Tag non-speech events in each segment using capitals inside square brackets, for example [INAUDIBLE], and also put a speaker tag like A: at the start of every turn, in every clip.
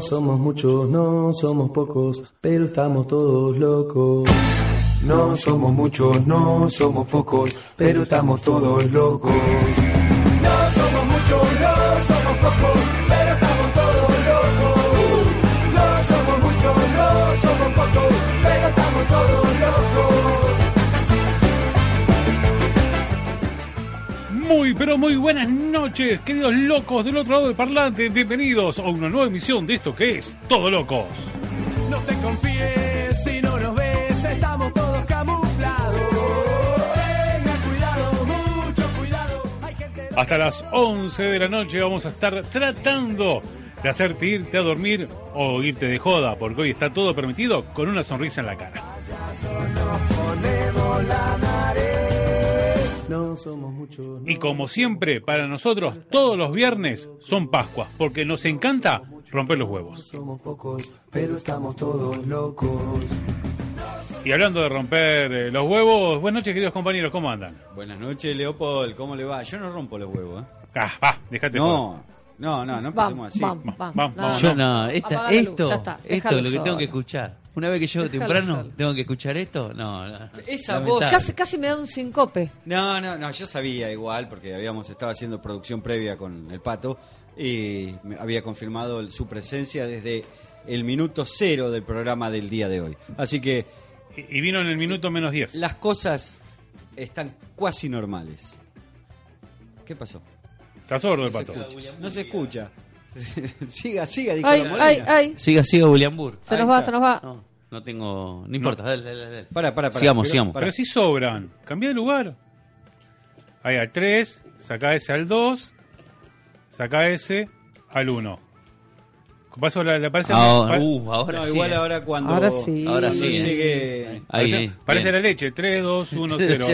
A: somos muchos, no somos pocos, pero estamos todos locos.
B: No somos muchos, no somos pocos, pero estamos todos locos.
C: No somos muchos, no somos pocos, pero estamos todos locos. No somos muchos, no somos pocos, pero estamos todos locos.
D: Muy, pero muy buenas noches, queridos locos del otro lado del parlante. Bienvenidos a una nueva emisión de esto que es Todo Locos.
C: No te confíes si no nos ves, estamos todos camuflados. Tenga cuidado, mucho cuidado. Hay gente
D: Hasta las 11 de la noche vamos a estar tratando de hacerte irte a dormir o irte de joda, porque hoy está todo permitido con una sonrisa en la cara.
A: No somos muchos.
D: Y como siempre, para nosotros todos los viernes son Pascuas, porque nos encanta romper los huevos.
B: Somos pocos, pero estamos todos locos.
D: Y hablando de romper eh, los huevos, buenas noches, queridos compañeros, ¿cómo andan?
E: Buenas noches, Leopold. ¿Cómo le va? Yo no rompo los huevos, ¿eh?
D: Ah, va, déjate joder.
E: No, no, no, no empecemos así.
D: Vamos,
F: vamos,
D: vamos,
F: No,
G: Yo
F: no.
G: no, esta-
F: Apaga la luz,
G: esto,
F: ya está,
G: esto
F: déjalo
G: es lo que tengo
F: solo.
G: que escuchar. Una vez que llego
F: Déjalo
G: temprano,
F: solo.
G: tengo que escuchar esto. No, no.
E: Esa
G: Lamentable.
E: voz.
F: Casi, casi me da un sincope.
E: No, no, no, yo sabía igual, porque habíamos estado haciendo producción previa con el pato y me había confirmado el- su presencia desde el minuto cero del programa del día de hoy. Así que
D: Y y vino en el minuto menos 10.
E: las cosas están cuasi normales. ¿Qué pasó?
D: Está sordo el pato.
E: No se escucha. [LAUGHS] siga, siga, dijo
F: Ay,
E: la
F: ay,
E: molina.
F: ay.
G: Siga, siga, Williambur.
F: Se
E: Ahí
F: nos va,
E: está.
F: se nos va.
G: No, no tengo. No importa, dale, dale, dale.
E: Para, para, para.
G: Sigamos,
E: Pero-
G: sigamos.
E: para.
D: Pero si sobran, cambia de lugar. Ahí al 3, saca ese al 2, saca ese al 1. Paso la, la- parece,
G: Ahora,
D: pa-
G: uh, ahora
E: No,
G: sí.
E: igual ahora cuando
F: Ahora sí.
G: Ahora
E: cuando
G: sí, eh.
E: llegue
G: Ahí,
D: parece-
G: ahí,
D: parece la
G: bien.
D: leche. 3, 2,
G: [LAUGHS]
D: 1, 0.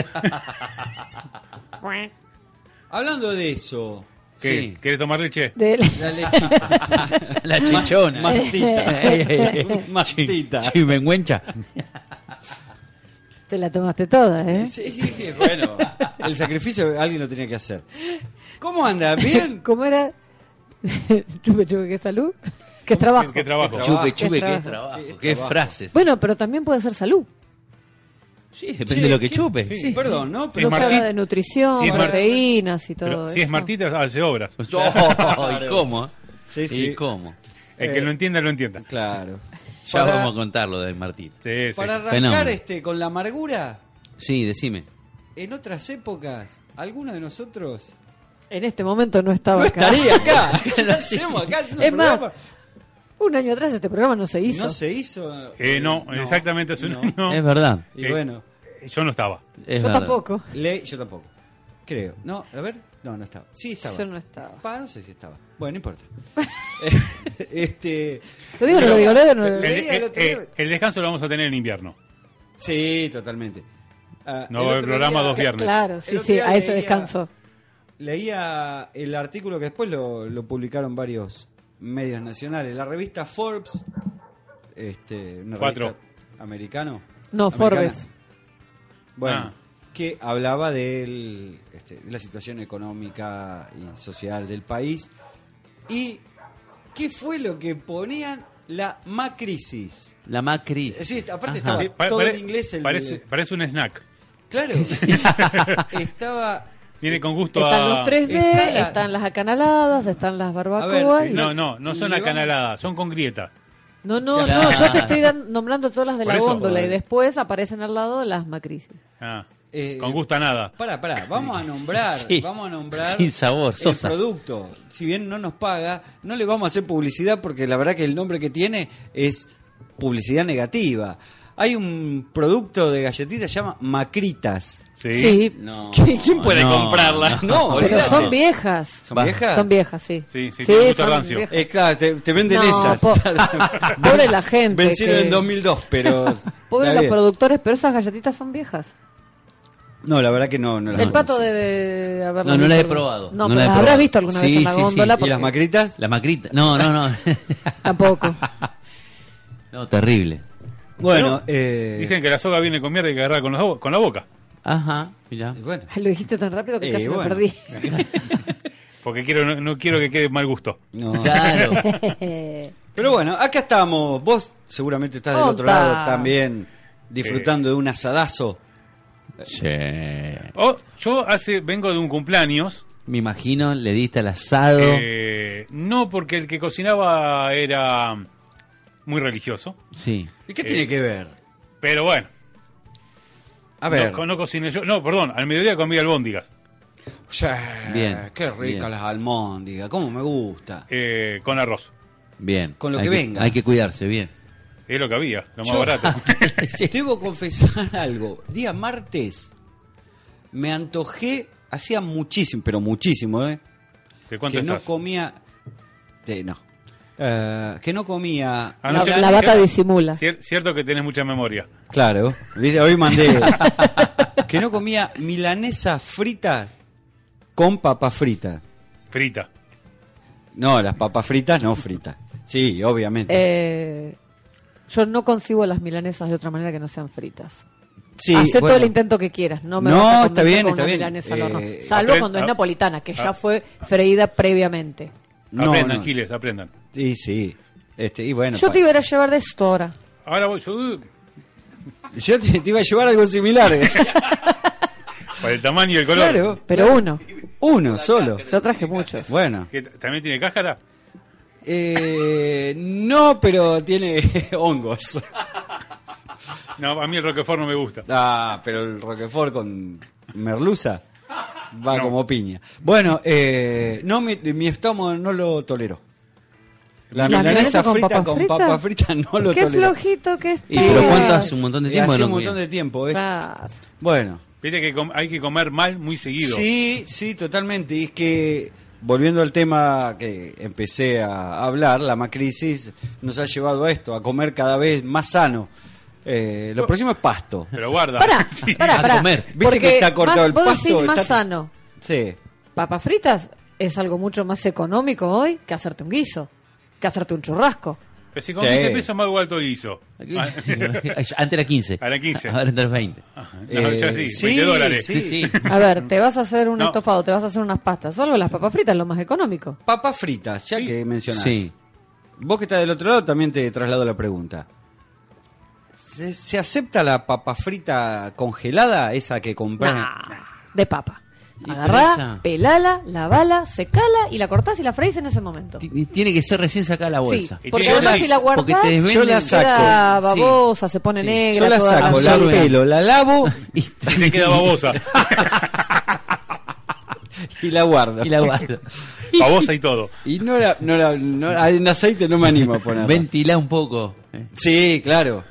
E: Hablando de eso,
D: ¿Qué?
G: Sí.
D: ¿Querés tomar leche?
F: Del-
G: [LAUGHS]
E: la lechita.
G: La chichona. [LAUGHS]
E: Mastita.
G: Ey, ey, ey.
E: Mastita.
G: Chi- chimenguencha.
F: [LAUGHS] Te la tomaste toda, ¿eh?
E: [LAUGHS] Sí, bueno, el sacrificio alguien lo tenía que hacer. ¿Cómo anda? ¿Bien?
F: ¿Cómo era? [LAUGHS] chupe, chupe, qué salud. Qué trabajo.
D: ¿Qué trabajo?
E: Qué trabajo.
G: Chupe, chupe, qué
F: trabajo.
E: Qué
G: trabajo. Qué
E: trabajo.
G: frases.
F: Bueno, pero también puede ser salud.
G: Sí, depende
E: Che,
G: de lo que
E: ¿qué-
G: chupe. [LAUGHS]
D: sí.
G: Sí.
E: Perdón, ¿no?
D: Sí,
F: No se habla
D: Martín.
F: de nutrición,
D: Sí, es Martín.
F: proteínas y todo
D: Pero si es
F: eso.
D: Martita, ah, hace obras.
G: Oh, ¿Y cómo?
E: Sí,
G: ¿Y
E: sí.
G: cómo?
D: El que
E: Eh.
D: lo entienda, lo entienda.
E: Claro.
G: Ya
E: Para-
G: vamos a contarlo de Martín.
D: Sí, sí.
E: Para arrancar
G: Fenómeno.
E: este con la amargura,
G: Sí, decime.
E: en otras épocas, alguno de nosotros
F: En este momento no estaba
E: no
F: acá.
E: estaría
G: [LAUGHS]
E: acá. ¿Qué hacemos acá? haciendo
F: Es más,
E: programa?
F: Un año atrás este programa no se hizo.
E: no se hizo.
D: Eh, no, exactamente. es un-
E: no.
D: no.
G: Es verdad.
E: Y
D: Eh,
E: bueno,
D: Yo no estaba.
G: es
F: Yo
G: verdad.
F: tampoco.
E: le- yo tampoco. Creo. No, a ver. No, no estaba. Sí estaba.
F: Yo no estaba.
E: Pa, no sé si estaba. Bueno, no
F: [LAUGHS]
E: importa. Eh, [LAUGHS] este.
F: Lo digo, no lo digo, lo digo, no lo
D: El,
F: digo.
E: Leía el otro
D: eh,
E: día.
D: el descanso lo vamos a tener en invierno.
E: Sí, totalmente. Ah,
D: No
E: el
D: va a haber
E: otro
D: programa
E: día
D: dos viernes.
F: Claro,
E: El
F: sí,
E: otro
F: sí,
E: día
F: a ese
E: leía-
F: descanso.
E: Leía el artículo que después lo, lo publicaron varios medios nacionales. La revista Forbes, este, una
D: Cuatro.
E: revista americano.
F: No,
E: americana.
F: Forbes.
E: Bueno,
D: Ah.
E: que hablaba del, este, de la situación económica y social del país. ¿Y qué fue lo que ponían? La macrisis.
G: La Macri.
E: Es decir, aparte
G: Ajá.
F: Ah.
E: estaba
D: Sí, pa-
E: todo
D: pare-
E: en inglés. El,
D: parece, parece un snack.
E: Claro.
D: [LAUGHS]
E: estaba
D: Viene con gusto a.
F: Están los 3D,
E: Está la-
F: están las acanaladas, están las
E: A
F: barbacoas.
E: ver,
F: y-
D: No, no, no son
E: Y le vamos-
D: acanaladas, son con grieta.
F: No, no,
G: Claro.
F: no, yo te estoy dan- nombrando todas las de
D: Por
F: la
D: eso,
F: góndola y
D: joder.
F: después aparecen al lado las macrisis.
D: Ah,
E: Eh,
D: con gusto a nada.
E: Pará, pará, vamos a nombrar,
G: [LAUGHS] Sí.
E: vamos a nombrar
G: Sin sabor,
E: el
G: Sosa.
E: producto. Si bien no nos paga, no le vamos a hacer publicidad porque la verdad que el nombre que tiene es publicidad negativa. Hay un producto de galletitas que se llama Macritas.
D: Sí.
F: Sí, [LAUGHS]
G: No.
E: ¿Qui- ¿Quién [LAUGHS] puede
G: No,
E: comprarlas? No,
F: pero
E: olvídate.
F: son viejas.
E: ¿Son
G: Va.
E: viejas?
F: Son viejas, sí.
D: Sí, sí, tienen gusto rancio.
F: viejas.
E: Eh, claro, te, te venden
F: No,
E: esas. [LAUGHS]
F: po- pobre la gente
E: Vencieron
F: que-
E: en 2002, pero.
F: [LAUGHS] Pobre
E: está
F: los
E: bien.
F: productores, pero esas galletitas son viejas.
E: No, la verdad que no. no las
F: El pato
E: conozco.
F: debe haberlas
G: No, no las he
F: visto alguna-
G: probado.
F: No,
G: No
F: pero
G: las he
F: las
G: probado.
F: habrás visto alguna vez
G: Sí,
F: en la
G: sí, sí.
F: góndola.
E: ¿Y las
F: porque-
E: Macritas?
G: [LAUGHS] La Macrita. No, no, [LAUGHS] no.
F: [LAUGHS] Tampoco. [LAUGHS]
G: no, terrible.
E: Bueno,
D: Pero
E: eh,
D: Dicen que la soga viene con mierda y que agarrar con, los bo- con la boca.
G: Ajá, mirá.
E: bueno.
F: Lo dijiste tan rápido que
E: Eh,
F: casi
E: bueno.
F: me perdí.
D: Porque quiero, no, no quiero que quede mal gusto.
E: No.
F: [LAUGHS]
E: [LAUGHS]
G: Claro.
E: Pero bueno, acá estamos. Vos seguramente estás del otro
F: Ota.
E: lado también
D: Eh.
E: disfrutando de un asadazo.
G: [LAUGHS] Sí.
D: Oh, yo hace, vengo de un cumpleaños.
G: Me imagino, le diste al asado.
D: Eh, no, porque el que cocinaba era muy religioso.
G: Sí.
E: ¿Y qué
D: Eh.
E: tiene que ver?
D: Pero bueno,
E: A ver.
D: No, no cociné yo. No, perdón, al mediodía comí albóndigas.
E: Sí,
G: Bien,
E: Qué rica
G: bien.
E: las almóndigas. Cómo me gusta.
D: eh, con arroz.
G: Bien.
E: Con lo
G: Hay
E: que venga.
G: Hay que cuidarse, bien.
D: Es lo que había, lo más
E: Yo-
D: barato.
F: [LAUGHS]
E: [LAUGHS]
D: [LAUGHS]
G: Sí.
E: Debo confesar algo. Día martes me antojé, hacía muchísimo, pero muchísimo, ¿eh?
D: ¿De cuánto
E: Que no
D: estás?
E: comía. de- no. Eh, que no comía.
D: Ah, no,
F: La-
D: yo-
F: la vaca disimula.
D: Cier- cierto que tenés mucha memoria.
E: Claro. ¿viste? Hoy mandé. [LAUGHS] que no comía milanesa frita con papa frita.
D: Frita.
E: No, las papas fritas no fritas. Sí, obviamente.
F: Eh, yo no concibo las milanesas de otra manera que no sean fritas.
E: sí,
F: Hacé todo
E: bueno.
F: el intento que quieras. No me vas
E: No,
F: a
E: está
F: convencer
E: bien,
F: con
E: está
F: una
E: bien.
F: milanesa al horno.
E: Eh,
F: Salvo
D: apren-
F: cuando
D: ah,
F: es napolitana, que ya
D: ah.
F: fue freída previamente.
E: No,
D: aprendan,
E: no.
D: Giles, aprendan.
E: Sí, sí. Este, y bueno,
F: yo
E: pa-
F: te iba a ir a llevar de esto ahora.
D: Ahora voy, yo, uh,
E: yo te, te iba a llevar algo similar. ¿eh?
F: [LAUGHS]
D: para el tamaño y el color.
E: claro.
F: Pero uno.
E: Uno solo.
F: Yo traje muchos.
E: Bueno.
D: ¿Que t- ¿También tiene cáscara?
E: Eh, no, pero tiene [LAUGHS] hongos.
D: No, a mí el Roquefort no me gusta.
E: Ah, pero el Roquefort con merluza va
D: No.
E: como piña. Bueno, eh, no mi, mi estómago no lo tolero. La
F: ¿Las
E: milanesa
F: milanesas con
E: frita
F: papas
E: con
F: fritas?
E: papa frita no lo
F: Qué
E: tolero.
F: flojito que
E: Y
F: está.
G: pero
E: sí.
G: ¿cuánto hace un montón de
E: Y
G: tiempo que
E: hace
G: no
E: un
G: comía?
E: montón de tiempo, ¿eh?
F: Claro.
E: Bueno.
D: Viste que com- hay que comer mal muy seguido.
E: Sí, sí, totalmente. Y es que, volviendo al tema que empecé a hablar, la macrisis nos ha llevado a esto, a comer cada vez más sano. Eh, lo próximo es pasto.
D: Pero guarda.
F: Pará,
E: [LAUGHS]
D: Sí.
F: pará,
G: a
F: pará.
G: comer.
E: ¿Viste
F: Porque
E: que está cortado
F: más-
E: el
F: vos
E: pasto?
F: decís más
E: Está-
F: sano.
E: Sí.
F: Papas fritas es algo mucho más económico hoy que hacerte un guiso, que hacerte un churrasco.
D: Pero si con
E: Sí.
D: 15 pesos más gualto guiso.
G: Antes era 15.
D: Ahora 15.
G: Ahora entre los 20.
D: Ah, [LAUGHS] No,
E: Eh,
D: ya sí,
E: sí,
D: 20 dólares.
E: sí.
G: Sí, sí.
F: A
E: [LAUGHS]
F: ver, te vas a hacer un
D: No.
F: estofado, te vas a hacer unas pastas. Solo las papas fritas, lo más económico.
E: Papas fritas, ya
D: Sí.
E: que mencionás.
G: Sí.
E: Vos que estás del otro lado también te traslado la pregunta. ¿Se, se acepta la papa frita congelada, esa que compras?
F: Nah, de papa.
G: Y con
F: Agarrá,
G: esa-
F: pelala, lavala, secala y la cortás y la freís en ese momento.
G: Ti- Tiene que ser recién sacada la
F: Sí,
G: bolsa.
D: Y
F: porque
D: tiene
F: además
D: que-
F: si la
G: porque
F: guardás,
G: te desvenden-
E: Yo la saco.
F: queda
G: Sí.
F: babosa, se pone
G: Sí.
F: negra.
E: Yo la
F: toda
E: saco, la
F: ranzuda.
E: pelo, la lavo
F: [LAUGHS]
G: Y,
D: Y te queda
E: [LAUGHS]
D: babosa.
E: y la guardo.
G: y la guardo.
D: babosa y todo.
E: Y no la, no la- no- en aceite no me animo a ponerla.
G: Ventila un poco. eh.
E: Sí, claro.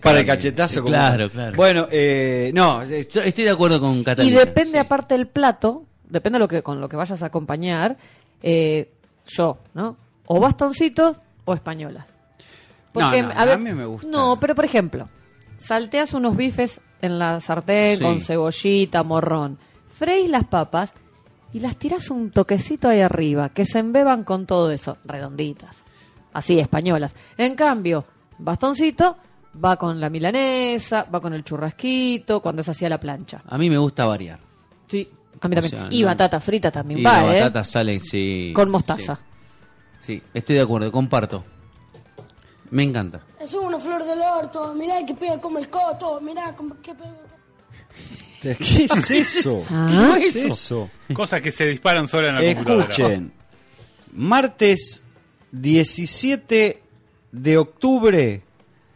E: Para el cachetazo. como-
G: Claro, claro.
E: Bueno, eh, no, eh,
G: Yo Estoy de acuerdo con
F: Y
G: Catalina.
F: depende
G: sí.
F: aparte el plato, depende lo que, con lo que vayas a acompañar, eh, yo, ¿no? O bastoncitos o españolas.
E: No, no, a mí me gusta.
F: No, pero por ejemplo, salteas unos bifes en la sartén
G: Sí.
F: con cebollita, morrón, freís las papas y las tirás un toquecito ahí arriba, que se embeban con todo eso, redonditas, así, españolas. En cambio, bastoncito va con la milanesa, va con el churrasquito, cuando se hacía la plancha.
G: A mí me gusta variar.
F: Sí, a mí
G: O
F: también.
G: sea,
F: y
G: no.
F: batata frita también
G: Y
F: va,
G: la
F: ¿eh?
G: batata sale, sí.
F: Con mostaza.
G: Sí, sí, estoy de acuerdo, comparto. Me encanta.
H: Es una flor del orto, mirá que pega como el coto, mirá como que pega.
E: ¿qué es eso?
F: Ah.
E: ¿Qué es eso?
D: Cosas que se disparan sola en la computadora.
E: Escuchen, martes 17 de octubre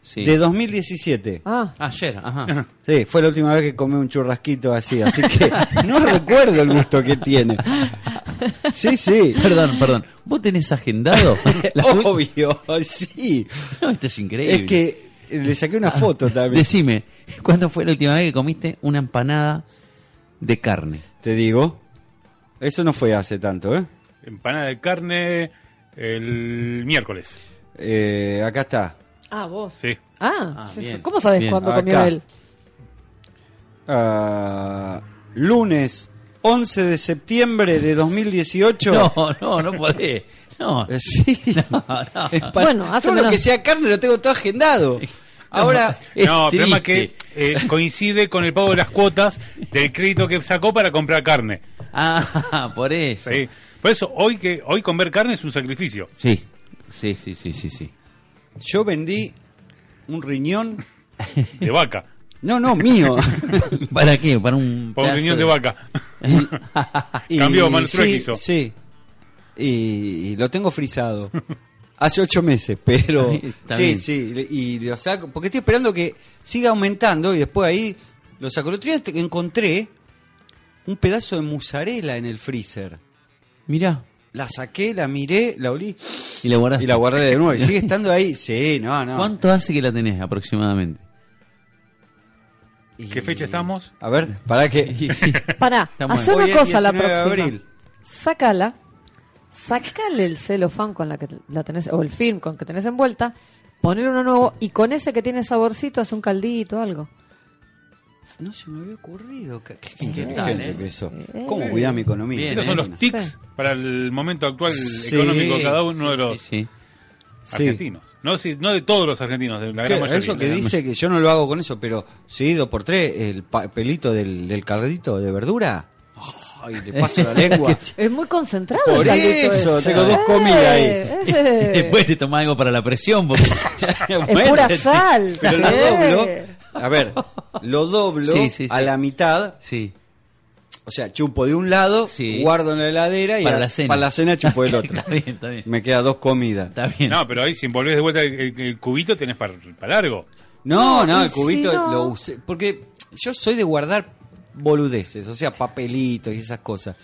G: Sí.
E: de 2017.
F: Ah,
G: Ayer,
E: [LAUGHS]
G: ajá.
E: Sí, fue la última vez que comí un churrasquito así, así que no recuerdo el gusto que tiene. Sí, sí.
G: [LAUGHS] perdón, perdón. ¿Vos tenés agendado? [LAUGHS] La-
E: Obvio, sí.
G: No, esto es increíble. Ah.
E: Es que le saqué una foto también.
G: Decime, ¿cuándo fue la última vez que comiste una empanada de carne?
E: Te digo, eso no fue hace tanto, ¿eh?
D: Empanada de carne el miércoles.
E: Eh, acá está.
F: ah vos.
D: Sí.
F: Ah,
G: Ah,
F: sí,
G: bien.
F: sí. ¿cómo sabes
G: Bien.
F: cuándo
E: Acá.
F: comió él?
E: Ah, lunes 11 de septiembre de 2018.
G: No, no, no podés. No.
E: Eh, Sí.
G: no.
F: [LAUGHS]
E: Es para-
F: Bueno, hace
E: Todo lo
F: menos-
E: que sea carne lo tengo todo agendado. Ahora,
G: Es
D: no, el problema es que
G: triste.
D: eh, coincide con el pago de las cuotas del crédito que sacó para comprar carne.
G: Ah, por eso.
D: Sí. Por eso, hoy que hoy comer carne es un sacrificio.
G: Sí, Sí, sí, sí, sí, sí. [LAUGHS]
E: eh, Yo vendí un riñón.
D: De vaca.
E: No, no, mío.
G: ¿Para qué? Para un.
E: [LAUGHS]
D: Para un
G: pedazo
D: riñón de vaca.
E: Y-
D: Cambió, Manuel
E: sí,
D: Truex hizo.
E: Sí. Y, y lo tengo frisado. Hace ocho meses, pero.
G: Está
E: sí,
G: bien.
E: sí. Y lo saco. Porque estoy esperando que siga aumentando y después ahí lo saco. El otro día te- encontré un pedazo de mozzarella en el freezer.
G: [LAUGHS] Mirá.
E: La saqué, la miré, la olí
G: Y la guardás.
E: y la guardé de nuevo. Y sigue estando ahí. Sí, no, no.
G: ¿Cuánto hace que la tenés aproximadamente?
E: Y-
D: [LAUGHS] ¿Qué fecha estamos?
E: A ver, para [LAUGHS] que.
G: [LAUGHS]
F: Pará,
G: Estamos
F: hacé
E: en-
F: una
E: Hoy es
F: cosa la
E: 19 de
F: próxima.
E: abril.
F: Sácala, sacale el celofán con la que la tenés, o el film con que tenés envuelta, poner uno nuevo y con ese que tiene saborcito hace un caldito o algo.
E: No se me había ocurrido. Qué, qué
G: ¿Qué tal,
E: inteligente
G: eh?
E: que eso.
F: Eh.
E: ¿Cómo cuidar mi economía?
G: Bien,
D: Estos son
G: eh.
D: los tics
F: Sí.
D: para el momento actual
E: Sí.
D: económico de cada uno de
G: Sí,
D: los
G: sí.
E: Sí.
D: argentinos. No, si- no de todos los argentinos, de la gran
E: Que-
D: mayoría.
E: Eso que
D: La gran
E: dice que yo no lo hago con eso, pero seguido por tres, el papelito del, del carrito de verdura. Ay, le paso la [LAUGHS] lengua.
F: Es muy concentrado.
E: Por
F: el caldito
E: eso,
F: ese.
E: tengo dos comidas ahí.
F: Eh, eh.
G: Después te tomás algo para la presión. Porque...
F: Es
E: [LAUGHS]
F: pura eh. sal.
E: Pero lo
F: sí.
E: doblo, a ver, lo doblo
G: ¿eh? Sí, sí, sí.
E: a la mitad,
G: sí.
E: o sea, chupo de un lado,
G: Sí.
E: guardo en la heladera y
G: Para
E: a-
G: la cena.
E: para la cena chupo
G: [LAUGHS]
E: del otro.
G: está bien, está bien.
E: Me queda dos comidas.
G: Está bien. [LAUGHS]
D: No, pero ahí si volvés de vuelta el, el- el cubito tenés para, para largo.
E: No,
F: No,
E: no,
F: y
E: el cubito
F: si no-
E: lo usé. Porque yo soy de guardar boludeces, o sea, papelitos y esas cosas.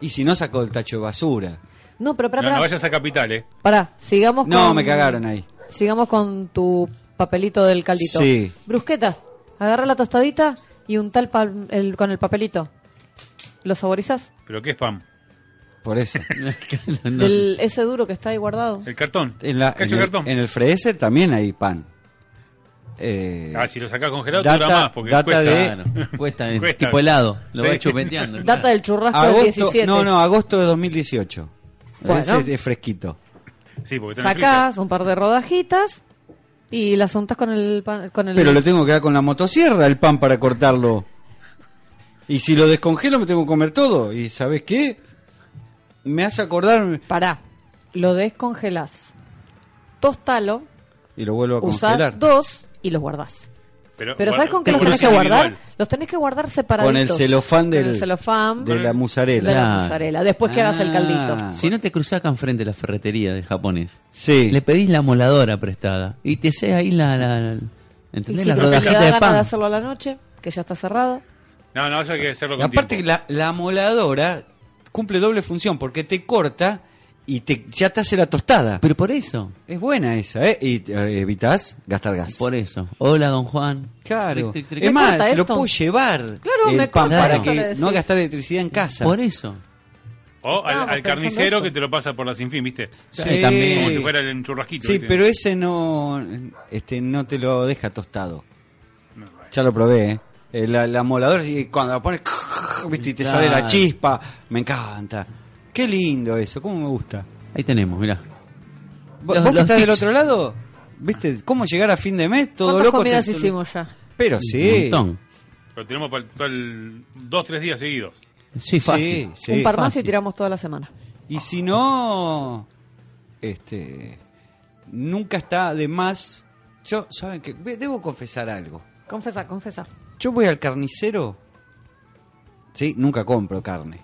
E: Y si no, saco el tacho de basura.
F: No, pero pará,
D: No, no
F: pará.
D: vayas a Capital, ¿eh?
F: Pará, sigamos
E: No,
F: con-
E: me cagaron ahí.
F: Sigamos con tu papelito del caldito.
E: Sí.
F: Brusqueta, agarra la tostadita y un tal con el papelito. ¿Lo saborizás?
D: ¿Pero qué es spam?
E: Por eso.
G: No, no.
F: Del, ese duro que está ahí guardado.
D: El cartón.
E: En, la-
D: Cacho
E: en el,
D: cartón.
E: en el freezer también hay pan. Eh,
D: Ah, si lo sacás congelado,
E: Data-
D: dura más, porque
E: data
D: cuesta.
E: de-
G: Claro, cuesta, es
D: Cuesta.
G: tipo helado, lo
D: Sí.
G: va chupeteando.
E: [LAUGHS]
F: Data del churrasco del
E: agosto,
F: 17.
E: no, no, agosto de 2018.
F: Bueno.
E: Ese es, es fresquito.
D: Sí, porque tenés
F: Sacás un par de rodajitas y las untas con el... pan- Con el
E: Pero lo tengo que dar con la motosierra el pan para cortarlo. Y si lo descongelo me tengo que comer todo. ¿Y sabes qué? Me hace acordar
F: Pará, lo descongelás. Tostalo,
E: y lo vuelvo a congelar.
F: usás dos y los guardás.
D: freezer. Pero,
F: Pero
D: bueno,
F: ¿sabes con qué los
D: uno
F: tenés que
D: es
F: guardar?
D: individual.
F: Los tenés que guardar
E: Con
F: separaditos.
E: el celofán
F: Con el
E: del,
F: celofán
E: de la
F: de
E: musarela.
F: la
G: Claro.
F: mozzarella. Después que hagas el caldito.
E: Ah.
G: Si no te cruzás acá enfrente de la ferretería del japonés,
E: Sí.
G: le pedís la moladora prestada y te sea ahí la. la, la-
F: Y
G: ¿Entendés?
F: si
G: Las
F: te- le da
G: rodajitas de
F: ganas de
G: pan.
F: hacerlo a la noche, que ya está cerrado.
D: No, no, eso hay que hacerlo
E: Y
D: con
E: aparte que
D: tiempo.
E: la, la moladora cumple doble función porque te corta y te, ya te hace la tostada.
G: Pero por eso,
E: Es buena esa, ¿eh? Y eh, evitas gastar gas.
G: por eso. Hola, don Juan.
E: Claro.
G: Tric, tric, tric.
E: Es más,
F: corta
E: se lo
F: esto?
E: puedo llevar
F: Claro,
E: el
F: me
E: pan
F: corta
E: para
G: esto,
F: le
E: que
F: decís.
E: no gastar electricidad en casa.
G: Por eso.
D: O al,
F: Estábamos
D: al
F: pensando
D: carnicero
F: eso.
D: que te lo pasa por la sinfín, ¿viste?
E: Sí,
G: Sí, también.
D: Como si fuera el churrasquito.
E: Sí,
D: ¿viste?
E: pero ese no, este, no te lo deja tostado.
D: No, bueno.
E: Ya lo probé, ¿eh? Eh, La, la moladora, y cuando la pones, [LAUGHS] ¿viste? Y te sale la
G: Claro.
E: chispa. Me encanta. Qué lindo eso, cómo me gusta.
G: Ahí tenemos, mirá.
E: ¿Vos,
G: Los-
E: vos que
G: los
E: estás del
G: tips.
E: otro lado? ¿Viste cómo llegar a fin de mes? Todo
F: ¿Cuántas
E: loco.
F: comidas
E: te-
F: hicimos ya?
E: Pero sí.
G: Un montón.
D: Lo tenemos para todo el- dos, tres días seguidos.
G: Sí,
E: Sí,
G: fácil.
E: sí.
F: Un par más y
G: Fácil.
F: tiramos toda la semana.
E: Y si no, este, nunca está de más. Yo, ¿saben qué? Ve- Debo confesar algo.
F: Confesa, confesa.
E: Yo voy al carnicero. Sí, nunca compro carne.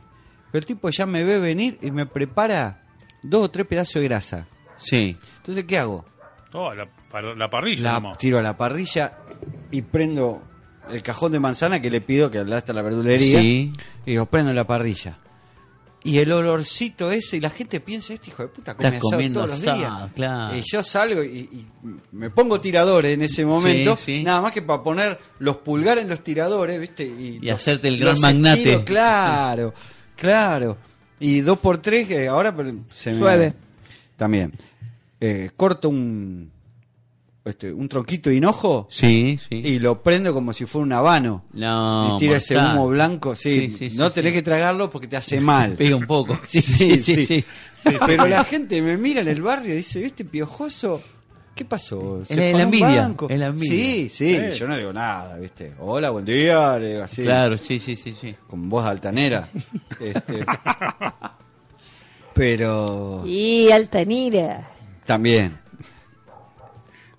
E: Pero el tipo ya me ve venir y me prepara dos o tres pedazos de grasa.
G: Sí.
E: Entonces, ¿qué hago?
D: Oh, la, para- la parrilla.
E: La
D: nomás.
E: tiro a la parrilla y prendo el cajón de manzana que le pido que hasta la verdulería.
G: Sí.
E: Y digo, prendo la parrilla. Y el olorcito ese, y la gente piensa, este hijo de puta come
G: Estás
E: asado
G: comiendo
E: todos los
G: asado,
E: días.
G: claro.
E: Y yo salgo y, y me pongo tiradores en ese momento,
G: Sí, sí.
E: nada más que para poner los pulgares en los tiradores, ¿viste? Y,
G: Y
E: los-
G: hacerte el gran
E: los
G: magnate.
E: estiro, claro, claro. Y dos por tres, que ahora se me...
F: Llueve.
E: También. Eh, corto un, este, un tronquito de hinojo
G: Sí, sí.
E: y lo prendo como si fuera un habano.
G: No,
E: y tira ese
G: mortal.
E: humo blanco, sí,
G: Sí, sí,
E: no
G: sí,
E: tenés
G: sí.
E: que tragarlo porque te hace
G: [LAUGHS]
E: mal.
G: Pega un poco. Sí, sí, sí. sí.
E: Pero la gente me mira en el barrio y dice, ¿viste piojoso? ¿Qué pasó?
G: Es la-
E: fue a
G: la
E: un
G: envidia,
E: banco?".
G: es la envidia.
E: Sí, sí,
D: Eh.
E: yo no digo nada, ¿viste? Hola, buen día, le digo así,
G: Claro, sí, sí, sí, sí.
E: con voz altanera. Este, Pero
F: Y Altanira.
E: También.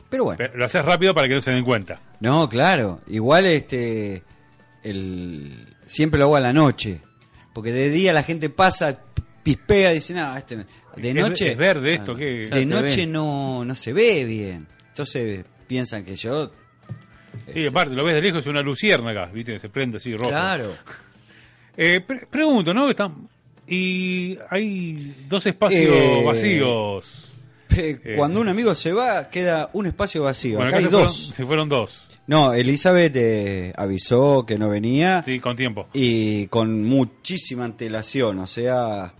E: Pero bueno.
D: Pero lo haces rápido para que no se den cuenta.
E: No, claro. Igual este el siempre lo hago a la noche, porque de día la gente pasa, pispea, dice, "No, este no". de
D: Es-
E: noche Ah,
D: Es verde esto, que.
G: Ya
E: de
G: te
E: noche
G: ve.
E: no no se ve bien." Entonces piensan que yo
D: Sí, aparte, lo ves de lejos, es una luciérnaga, ¿viste? Se prende así rojo. [LAUGHS]
E: Claro.
D: Eh, pre- pregunto, ¿no? Están- y hay dos espacios
E: Eh,
D: vacíos.
E: Eh, Cuando un amigo se va, queda un espacio vacío.
D: Bueno,
E: Acá hay
D: se fueron-
E: dos.
D: se fueron dos.
E: No, Elizabeth eh, avisó que no venía
D: Sí, con tiempo.
E: y con muchísima antelación, o sea,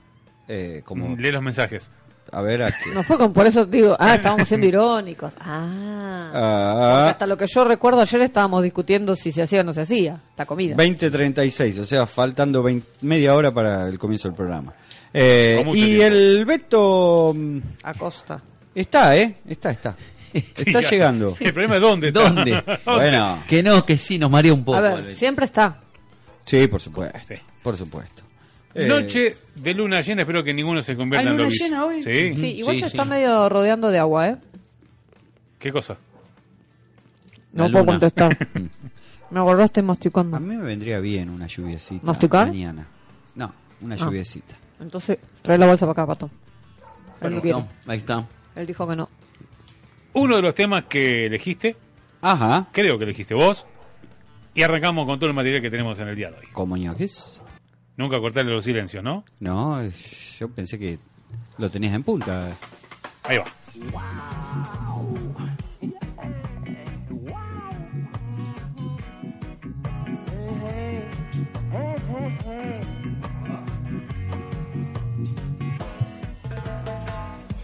E: eh, como
D: Lee los mensajes.
E: a ver a qué.
F: No fue con, por eso digo, ah, estábamos
E: [LAUGHS]
F: siendo irónicos. Ah.
E: Ah,
F: Hasta lo que yo recuerdo ayer estábamos discutiendo si se hacía o no se hacía la comida.
E: 20.36, o sea, faltando 20 media hora para el comienzo del programa. Eh,
D: Con mucho
E: y
D: tiempo.
E: el Beto mm,
F: Acosta.
E: está, ¿eh?
D: [LAUGHS]
E: Está, está. Está
D: Sí, [LAUGHS]
E: llegando.
D: El problema es
E: [LAUGHS]
D: dónde. está.
G: ¿Dónde?
E: Bueno,
G: Que no, que sí, nos marea un poco.
F: A ver, siempre está.
E: sí, por supuesto.
D: Sí.
E: Por supuesto. Eh,
D: Noche de luna llena, espero que ninguno se convierta
E: ¿Hay
D: en
E: luna
D: Lobis.
E: llena hoy?
D: Sí.
F: Sí, igual
G: sí,
F: se
G: sí.
F: está medio rodeando de agua, ¿eh?
D: ¿Qué cosa?
F: No
G: La
F: puedo
G: luna.
F: [LAUGHS] contestar. Me acordaste
E: A
F: masticando.
E: mí me vendría bien una lluviecita.
F: ¿Masticar?
E: Mañana. No, una lluviecita.
F: Entonces, trae la bolsa para acá, pato. Él, no quiere.
G: ahí está.
F: Él dijo que no.
D: Uno de los temas que elegiste,
E: Ajá.
D: creo que elegiste vos, y arrancamos con todo el material que tenemos en el día de hoy.
E: ¿Como ñoquis?
D: Nunca cortarle los silencios, ¿no?
E: No, es- yo pensé que lo tenías en punta.
D: Ahí va.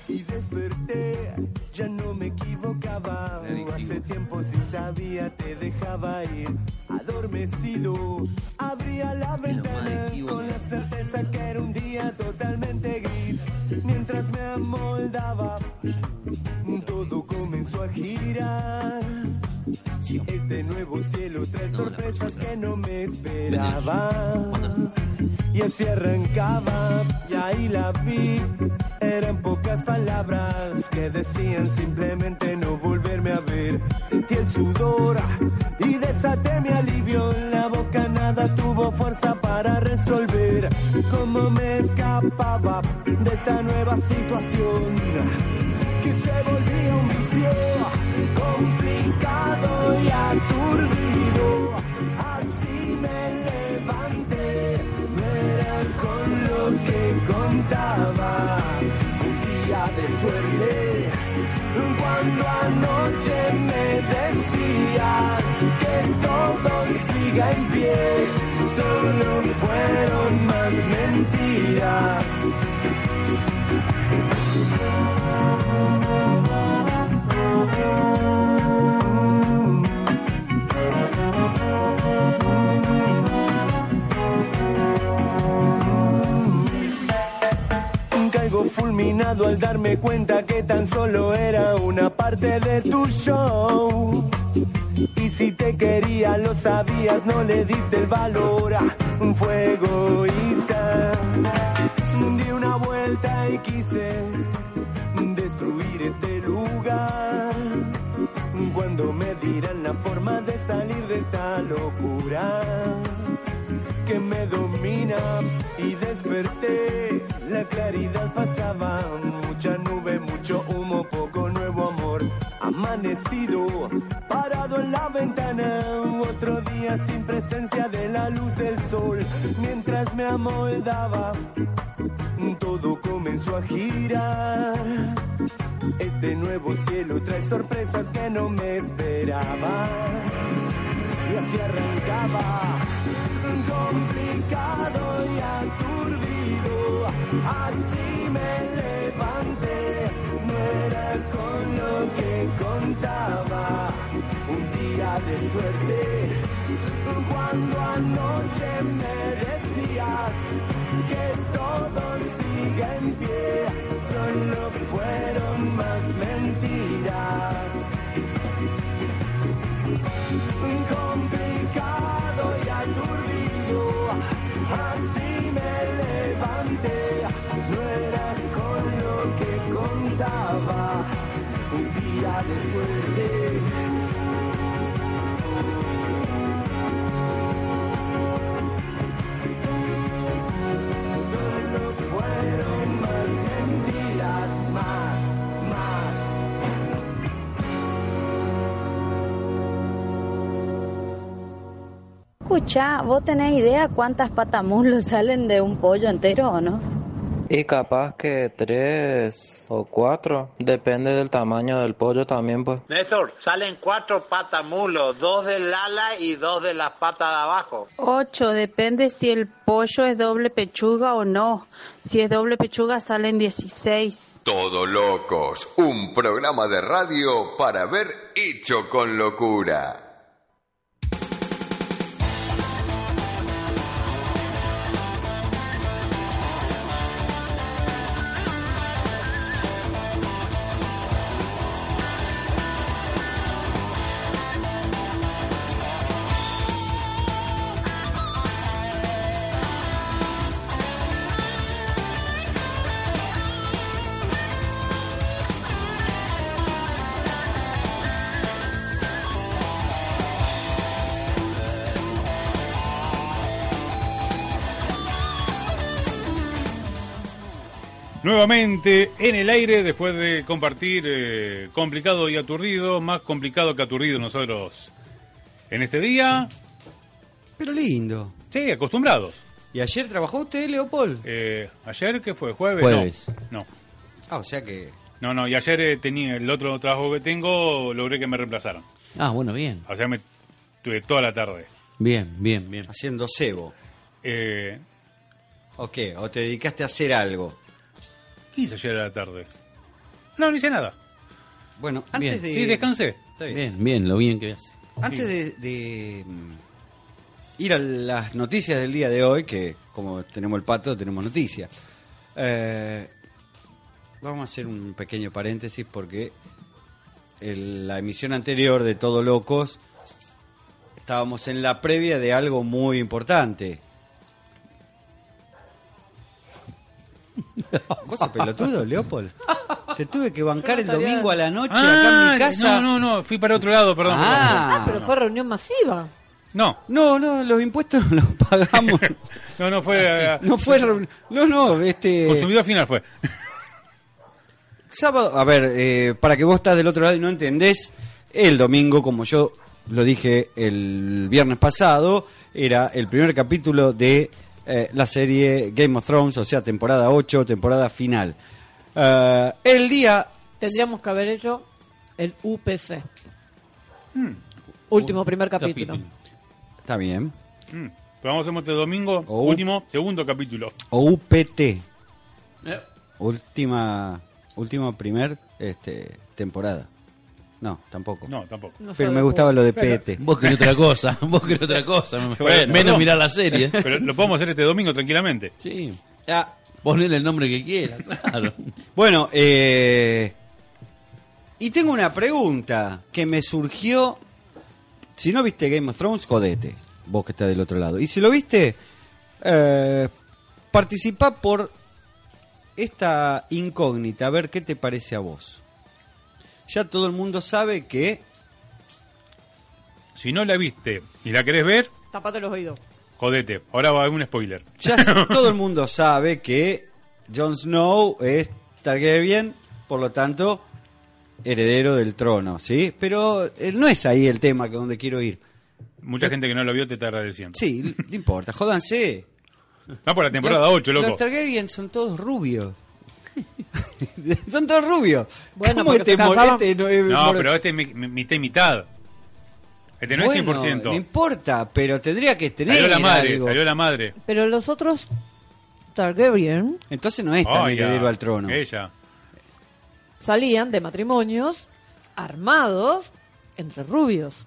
C: Y desperté, ya no me equivocaba. Hace tiempo si sabía te dejaba ir. Adormecido, abría la ventana
G: adictivo
C: con
G: que
C: la certeza que era un día totalmente gris. Mientras me amoldaba, todo comenzó a girar. Este nuevo cielo trae sorpresas que no me esperaba. Y así arrancaba, y ahí la vi. Eran pocas palabras que decían simplemente no volverme a ver. Sentí el sudor ah, y desaté mi alivio. La boca nada tuvo fuerza para resolver cómo me escapaba de esta nueva situación. Que se volvía un vicio complicado y aturdido. Así me levanté, no era con lo que contaba. Un día de suerte, cuando anoche me decías que todo siga en pie, solo fueron más mentiras. Caigo fulminado al darme cuenta que tan solo era una parte de tu show. Y si te quería, lo sabías, no le diste el valor a un fuego egoísta. Di una vuelta y quise destruir este lugar. Cuando me dirán la forma de salir de esta locura que me domina y desperté. La claridad pasaba, mucha nube, mucho humo, poco nuevo amor. Amanecido, parado en la ventana, otro día sin presencia de la luz del sol. Mientras me amoldaba, todo comenzó a girar. Este nuevo cielo trae sorpresas que no me esperaba y así arrancaba. Complicado y aturdido, así me levanté. No era con lo que contaba. Un día de suerte, cuando anoche me decías que todo sigue en pie, solo fueron más mentiras complicado y aturdido. Así me levanté, no era con lo que contaba. barba, un día de suerte. Solo fueron más mentiras, más, más.
I: Escucha, ¿vos tenés idea cuántas patamulos salen de un pollo entero o no?
J: Y capaz que tres o cuatro, depende del tamaño del pollo también, pues.
K: Néstor, salen cuatro patamulos, dos del ala y dos de las patas de abajo.
I: Ocho, depende si el pollo es doble pechuga o no. Si es doble pechuga salen 16.
L: Todo Locos, un programa de radio para ver hecho con locura.
D: Nuevamente en el aire, después de compartir eh, complicado y aturdido, más complicado que aturdido nosotros en este día.
E: Pero lindo.
D: Sí, acostumbrados. Eh,
E: ¿Y ayer trabajó usted, Leopold?
D: ¿Ayer qué fue? ¿Jueves?
G: Jueves.
D: No. no.
E: Ah, o sea que.
D: No, no, y ayer eh, tenía el otro trabajo que tengo, logré que me reemplazaran.
G: Ah, bueno, bien.
D: O sea, me tuve toda la tarde.
G: Bien, bien, bien.
E: Haciendo cebo.
D: Eh,
E: ¿O qué? ¿O te dedicaste a hacer algo?
D: ¿Qué hice ayer a la tarde? No, no hice nada.
E: Bueno, antes de.
D: Sí, descansé.
E: Está bien.
G: Bien, bien, lo bien que hace.
E: Antes de, de, mm, ir a las noticias del día de hoy, que como tenemos el pato, tenemos noticias. Eh, vamos a hacer un pequeño paréntesis porque en la emisión anterior de Todo Locos estábamos en la previa de algo
D: [LAUGHS]
E: muy importante. ¿Vos sos pelotudo, Leopold? Te tuve que bancar el
F: sabía-
E: domingo a la noche acá en mi casa.
D: Ah, No, no, no, fui para otro lado, perdón.
E: Ah.
F: Ah, pero fue reunión masiva.
D: No,
E: No, no, los impuestos [LAUGHS] los pagamos.
D: [LAUGHS] no, no fue. eh,
E: No fue. reun- No, no, este.
D: Consumidor final fue.
E: Sábado. A ver, eh, para que vos estás del otro lado y no entendés, el domingo, como yo lo dije el viernes pasado, era el primer capítulo de eh, la serie Game of Thrones, o sea, temporada 8, temporada final. Eh, el día.
F: Tendríamos que haber hecho el UPC. Último, primer Hmm. capítulo.
E: Está bien.
D: Mm. Pero vamos a hacer este domingo,
E: Oh.
D: último, segundo capítulo.
E: O UPT. Última. Última primer este, temporada. No, tampoco.
D: No, tampoco.
F: No
E: Pero
F: sabe
E: me gustaba
F: cómo.
E: lo de E
D: Pero-
E: PT.
G: Vos querés otra cosa, [LAUGHS] vos querés otra cosa.
D: Bueno,
G: Menos
D: no.
G: mirar la serie.
D: Pero lo podemos hacer este domingo tranquilamente.
G: Sí. Ponle el nombre que quieras, claro.
E: Bueno, eh, y tengo una pregunta que me surgió. Si no viste Game of Thrones, jodete, vos que estás del otro lado. Y si lo viste, eh, participá por esta incógnita, a ver qué te parece a vos. Ya todo el mundo sabe que
D: Si no la viste y la querés ver,
F: Tapate los oídos.
D: jodete. Ahora va a haber un spoiler.
E: Ya s- todo el mundo sabe que Jon Snow es Targaryen, por lo tanto, heredero del trono, ¿sí? Pero eh, no es ahí el tema que donde quiero ir.
D: Mucha gente que no lo vio te está agradeciendo.
E: Sí, l- no importa, jódanse.
D: Va por la temporada
E: Los-
D: 8, loco.
E: Los Targaryen son todos rubios. [LAUGHS] son todos rubios.
F: Bueno,
E: ¿Cómo
F: porque
E: este
F: se
E: mor-
F: casaban.
E: este no, eh,
D: No,
E: mor-
D: pero este es mi- mi- mitad y mitad. Este no
E: Bueno,
D: es
E: No
D: 100%.
E: importa, pero tendría que tener
D: Salió la madre,
E: algo.
D: salió la madre.
F: Pero los otros Targaryen
E: Entonces no es tan
D: Ay, ya.
E: heredero al trono.
D: Ella.
F: salían de matrimonios armados entre rubios.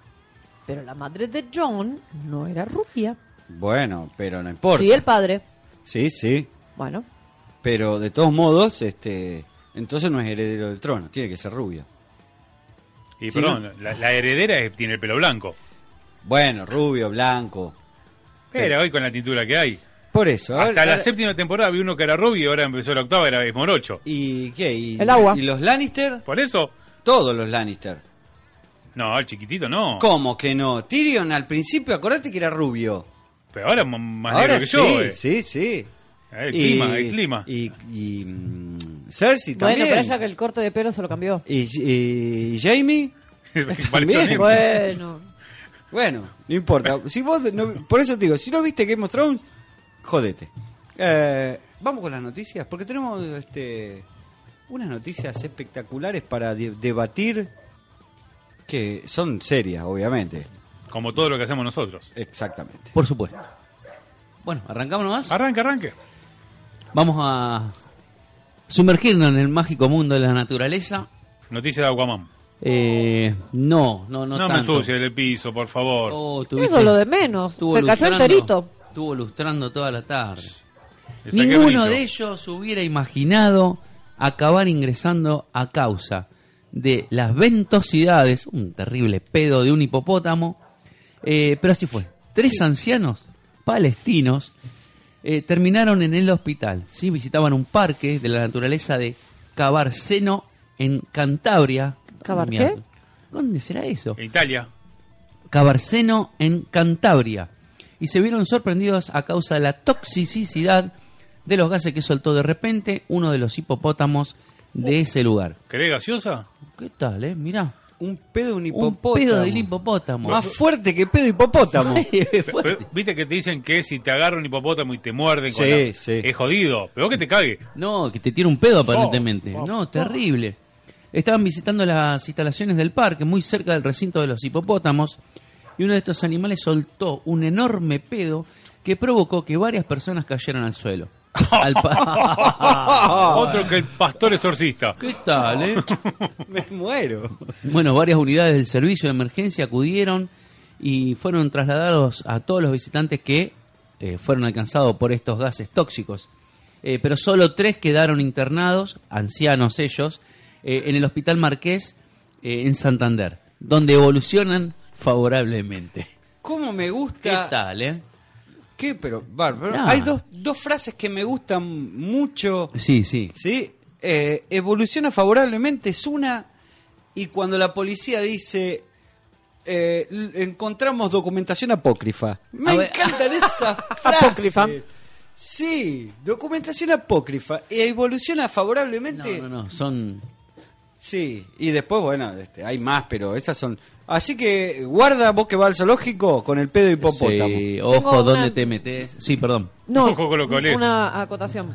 F: Pero la madre de John no era rubia.
E: Bueno, pero no importa.
F: Sí, el padre.
E: Sí, sí.
F: Bueno,
E: Pero de todos modos, este, entonces no es heredero del trono, tiene que ser rubio.
D: Y
E: Sí,
D: perdón, la, la heredera es- tiene el pelo blanco.
E: Bueno, rubio, blanco.
D: Pero hoy con la tintura que hay.
E: Por eso. ¿eh?
D: Hasta
E: ahora-
D: la
E: ahora-
D: séptima temporada había uno que era rubio y ahora empezó la octava, era es morocho.
E: ¿Y qué? ¿Y,
D: El agua.
E: ¿Y los Lannister?
D: ¿Por eso?
E: Todos los Lannister.
D: No, el chiquitito no.
E: ¿Cómo que no? Tyrion al principio, acordate que era rubio.
D: Pero ahora es m- más
E: Ahora
D: negro que
E: sí,
D: yo. [LAUGHS] eh. Ah,
E: sí, sí.
D: El clima, el clima.
E: Y, y, mm, Cersei
F: Bueno,
E: también.
F: pero ella que el corte de pelo se lo cambió.
E: ¿Y, y Jamie?
F: Bien, bueno.
E: Bueno, no importa. Si vos no- por eso te digo, si no viste Game of Thrones, jodete. Eh, vamos con las noticias, porque tenemos este unas noticias espectaculares para de- debatir que son serias, obviamente.
D: Como todo lo que hacemos nosotros.
E: Exactamente.
G: Por supuesto. Bueno, arrancamos nomás.
D: Arranque, arranque.
G: Vamos a sumergirnos en el mágico mundo de la naturaleza.
D: Noticia de Aquaman.
G: Eh, no, no, no,
D: No, me
G: tanto.
D: ensucies el piso, por favor.
G: Oh,
F: Eso es lo de menos.
G: Estuvo
F: Se cayó
G: lustrando.
F: enterito.
G: Estuvo lustrando toda la tarde.
D: Le saqué brillo.
G: Ninguno de ellos hubiera imaginado acabar ingresando a causa de las ventosidades, un terrible pedo de un hipopótamo, eh, pero así fue. Tres ancianos palestinos eh, terminaron en el hospital. ¿sí? Visitaban un parque de la naturaleza de Cabarceno en Cantabria.
F: ¿Cabar qué?
G: Mierda. ¿Dónde será eso?
D: En Italia.
G: Cabarceno en Cantabria y se vieron sorprendidos a causa de la toxicidad de los gases que soltó de repente uno de los hipopótamos de ese lugar.
D: ¿Querés gaseosa?
G: ¿Qué tal, eh? Mirá.
E: Un pedo de un
G: hipopótamo. Un pedo del hipopótamo.
E: Más fuerte que pedo
G: [LAUGHS]
E: hipopótamo.
D: Pero, Viste que te dicen que si te agarra un hipopótamo y te muerden con
G: Sí,
D: la-
G: sí.
D: es jodido. Pero que te cague.
G: [LAUGHS] No, que te tiene un pedo aparentemente. no, terrible. Estaban visitando las instalaciones del parque, muy cerca del recinto de los hipopótamos, y uno de estos animales soltó un enorme pedo que provocó que varias personas cayeran al suelo.
D: [LAUGHS]
G: Al pa-
D: Otro que el pastor exorcista.
G: ¿Qué tal, eh?
E: Me muero.
G: [LAUGHS] Bueno, varias unidades del servicio de emergencia acudieron y fueron trasladados a todos los visitantes que eh, fueron alcanzados por estos gases tóxicos. Eh, pero solo tres quedaron internados, ancianos ellos, eh, en el Hospital Marqués eh, en Santander, donde evolucionan favorablemente.
E: ¿Cómo me
G: ¿Qué
E: gusta?
G: tal, eh?
E: ¿Qué? Pero, bárbaro.
G: Nah.
E: Hay dos, dos frases que me gustan mucho.
G: Sí, sí.
E: ¿Sí? Eh, evoluciona favorablemente es una. Y cuando la policía dice. eh, l- encontramos documentación apócrifa. Me
C: A ver.
G: [LAUGHS]
E: encantan esas frases.
C: Apócrifa.
E: Sí, documentación apócrifa. Y evoluciona favorablemente.
G: No, no, son.
E: Sí, y después, bueno, este, hay más, pero esas son. Así que guarda vos que va al zoológico con el pedo hipopótamo.
G: Sí, ojo
F: Tengo una-
G: eh, dónde te metes. Sí, perdón. [LAUGHS]
F: No, una acotación.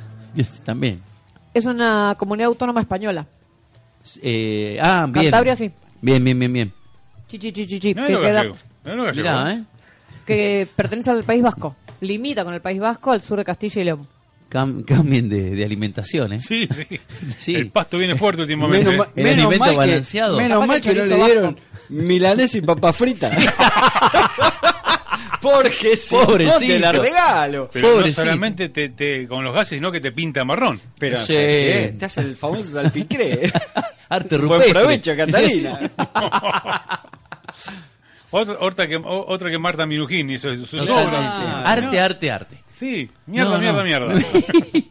G: También.
F: Es una comunidad autónoma española.
G: Eh, ah, bien.
F: Cantabria sí.
G: Bien, bien, bien, bien.
F: Chi, chi, chi, chi, chi,
G: No,
F: que,
G: no,
F: queda-
G: gallego. No, no, gallego. Mirá, eh.
F: que pertenece al País Vasco. Limita con el País Vasco al sur de Castilla y León.
G: Cam- cambien de, de alimentación, ¿eh?
D: Sí, sí.
G: Sí.
D: El pasto viene fuerte últimamente. ¿eh?
G: Menos ma- El menos alimento mal que- balanceado.
E: menos
G: Capaz
E: mal
G: que
E: que no
G: chorizo
E: le dieron milanesa y papa frita. [LAUGHS] Porque si no te la regalo.
D: Pero no solamente te, te- con los gases, sino que te pinta marrón.
E: Pero, Sí. ¿sabes qué? Te hace el famoso
G: [LAUGHS]
E: salpicré.
G: [LAUGHS] Arte
E: Buen provecho, Catalina.
D: otra, otra que, o- otra que Marta Minujín hizo sus
G: [LAUGHS] Totalmente.
D: obras.
G: Arte, arte, arte.
D: Sí, mierda,
G: No,
D: mierda,
G: no. [LAUGHS]
D: mierda.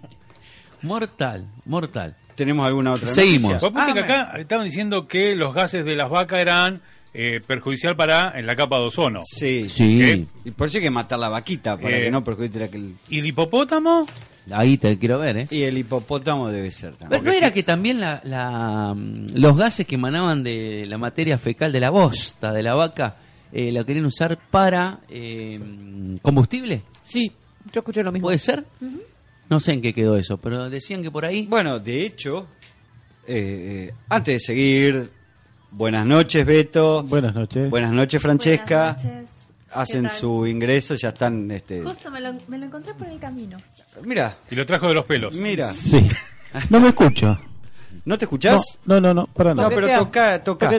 G: mortal, mortal.
E: Tenemos alguna otra
G: Seguimos.
D: Pues ponte que acá estaban diciendo que los gases de las vacas eran eh, perjudicial para en la capa de ozono.
E: Sí.
G: Sí.
E: Y por eso hay que matar la vaquita para
D: Eh.
E: que no perjudique la que-
D: ¿Y el hipopótamo?
G: Ahí te quiero ver, ¿eh?
E: Y el hipopótamo debe ser también.
G: Pero no era que también la- la, mm, los gases que emanaban de la materia fecal de la bosta de la vaca eh, la querían usar para eh, combustible.
F: Sí, yo escuché lo mismo.
G: ¿Puede ser? No sé en qué quedó eso, pero decían que por ahí.
E: Bueno, de hecho, eh, eh, antes de seguir, buenas noches, Beto. Buenas noches. Buenas noches, Francesca. Hacen
M: tal?
E: su ingreso, ya están. Este,
M: Justo me lo, me lo encontré por el camino.
E: mira.
D: Y lo trajo de los pelos.
E: Mira.
N: Sí. No me escucho.
E: ¿No te escuchás?
N: No, no, no, para
E: No,
N: nada.
E: pero toca, toca.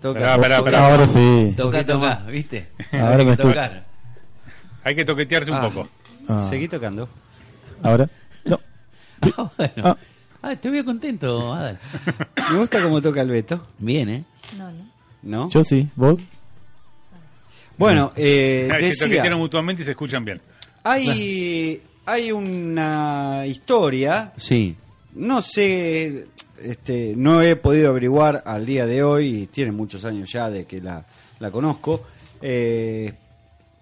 E: Toca.
D: Pará, pará,
E: Toca.
D: pará.
N: Ahora sí.
G: Toca, toca, ¿viste?
N: Ahora
G: [LAUGHS] Hay que
N: me estoy-
G: tocar.
D: Hay que toquetearse un
E: Ah.
D: poco.
N: Ah.
E: Seguí tocando.
N: Ahora. No.
G: [LAUGHS] Ah, bueno.
N: Ah.
G: Ah, te veo contento, Adal.
E: Me gusta cómo toca el Beto.
G: Bien, ¿eh?
M: No, no.
E: ¿No?
N: Yo sí. ¿Vos?
E: Bueno, eh,
D: Ay, se
E: decía,
D: toquetearon mutuamente y se escuchan bien.
E: hay hay una historia
G: Sí.
E: No sé, este, no he podido averiguar al día de hoy, y tiene muchos años ya de que la, la conozco. eh,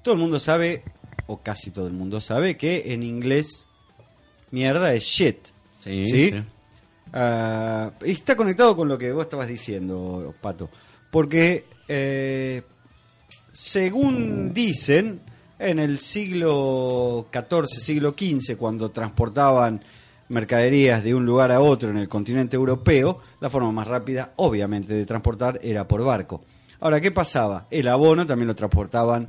E: todo el mundo sabe, o casi todo el mundo sabe, que en inglés mierda es shit.
G: Sí.
E: ¿Sí? Ah, y está conectado con lo que vos estabas diciendo, Pato. Porque, eh, según dicen, en el siglo XIV, siglo XV, cuando transportaban mercaderías de un lugar a otro en el continente europeo, la forma más rápida, obviamente, de transportar era por barco. Ahora, ¿qué pasaba? El abono también lo transportaban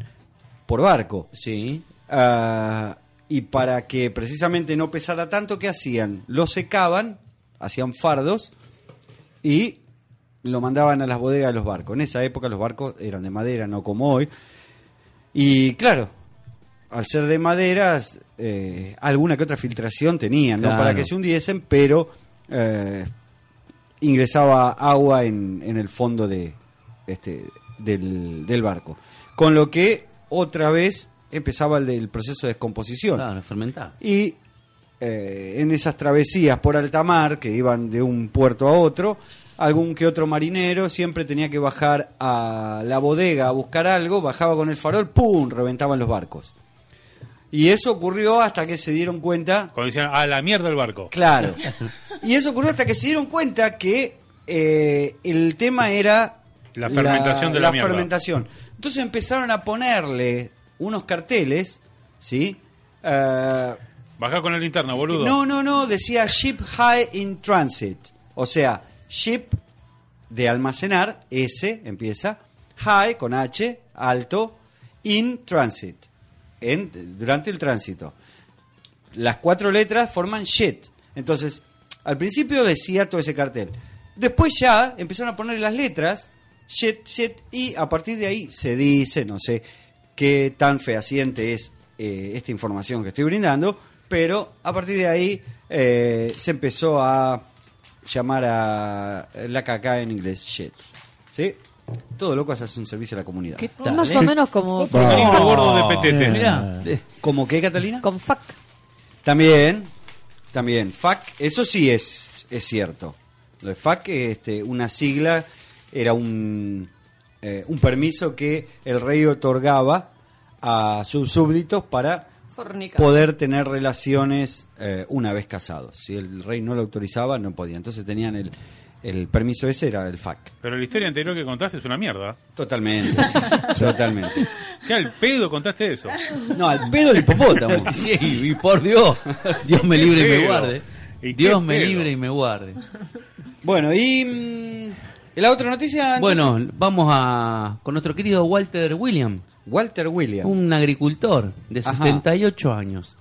E: por barco.
G: Sí.
E: Ah, y para que precisamente no pesara tanto, ¿qué hacían? Lo secaban, hacían fardos y lo mandaban a las bodegas de los barcos. En esa época los barcos eran de madera, no como hoy. Y claro, al ser de maderas, eh, alguna que otra filtración tenían, ¿no?
G: Claro.
E: Para que se hundiesen, pero eh, ingresaba agua en, en el fondo de, este, del, del barco. Con lo que otra vez empezaba el, del proceso de descomposición.
G: Claro, fermentado.
E: Y eh, en esas travesías por alta mar, que iban de un puerto a otro, algún que otro marinero siempre tenía que bajar a la bodega a buscar algo, bajaba con el farol, ¡pum! reventaban los barcos. Y eso ocurrió hasta que se dieron cuenta
D: Cuando decían, a la mierda el barco.
E: Claro. [LAUGHS] Y eso ocurrió hasta que se dieron cuenta que eh, el tema era
D: La fermentación de la mierda.
E: fermentación. Entonces empezaron a ponerle unos carteles, ¿sí? Eh,
D: Bajá con la linterna, boludo.
E: no, no, no, decía ship high in transit. O sea, ship de almacenar, S empieza, high con H, alto, in transit, en, durante el tránsito. Las cuatro letras forman shit. Entonces, al principio decía todo ese cartel. Después ya empezaron a poner las letras, shit, shit, y a partir de ahí se dice, no sé qué tan fehaciente es eh, esta información que estoy brindando, pero a partir de ahí eh, se empezó a llamar a la caca en inglés shit. ¿Sí? Todo loco hace un servicio a la comunidad.
F: ¿Qué tal, Más eh? o menos como-
D: Catalina Gordo de Petete.
E: Mirá.
D: Eh.
E: ¿Como qué, Catalina?
F: Con fuck.
E: También, también. Fuck, eso sí es, es cierto. Lo de fuck, este, una sigla, era un, eh, un permiso que el rey otorgaba a sus súbditos para
F: Fornica.
E: poder tener relaciones eh, una vez casados. Si el rey no lo autorizaba, no podía. Entonces tenían el, el permiso ese, era el fuck.
D: Pero la historia anterior que contaste es una mierda.
E: Totalmente.
G: [LAUGHS]
E: Totalmente.
D: ¿Qué al pedo contaste eso?
E: No, al pedo el hipopótamo.
G: [LAUGHS] Sí, y por Dios, Dios me libre y me
D: Pero,
G: guarde.
D: ¿y qué Ah,
G: Dios me
D: pedo?
G: libre y me guarde.
E: Bueno, y mm, la otra noticia... entonces-
G: Bueno, vamos a con nuestro querido Walter William.
E: Walter William.
G: Un agricultor de
E: Ajá.
G: 78 años.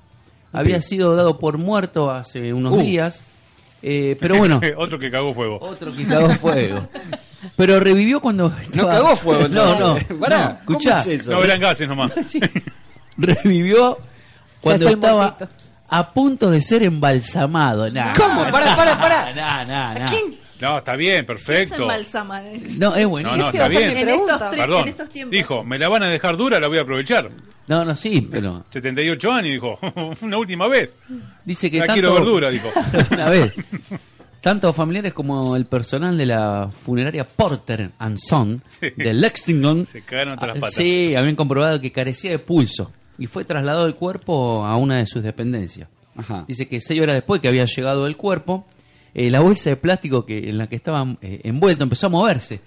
G: Había
E: Ok.
G: sido dado por muerto hace unos
D: Uh.
G: días, eh, pero
D: [LAUGHS]
G: bueno,
D: Otro que cagó fuego.
G: Otro que cagó
D: [LAUGHS]
G: fuego. pero revivió cuando estaba-
D: cagó fuego,
G: [LAUGHS] No, no.
E: [LAUGHS]
D: entonces. Pará,
G: no,
D: ¿cómo
G: escuchá.
D: es eso? No, eran gases nomás.
G: Sí. Revivió cuando
F: hace el
G: estaba a punto de ser embalsamado. Nah.
D: ¿Cómo?
E: Pará, pará, pará.
G: Nah, nah, nah.
D: No, está bien, perfecto.
G: No, es bueno.
D: No, no, está bien.
O: En estos, tres-
D: Perdón.
O: en estos tiempos.
D: Dijo, me la van a dejar dura, la voy a aprovechar.
G: No, no, sí, pero
D: 78 años, dijo. [LAUGHS] Una última vez.
G: dice que
D: la
G: tanto...
D: quiero verdura,
G: [LAUGHS]
D: dijo.
G: Una vez. Tanto familiares como el personal de la funeraria Porter and Son
D: Sí.
G: de Lexington ah,
D: Se cagaron hasta las patas.
G: Sí, habían comprobado que carecía de pulso y fue trasladado el cuerpo a una de sus dependencias. Dice que seis horas después que había llegado el cuerpo, eh, la bolsa de plástico que, en la que estaba eh, envuelto empezó a moverse.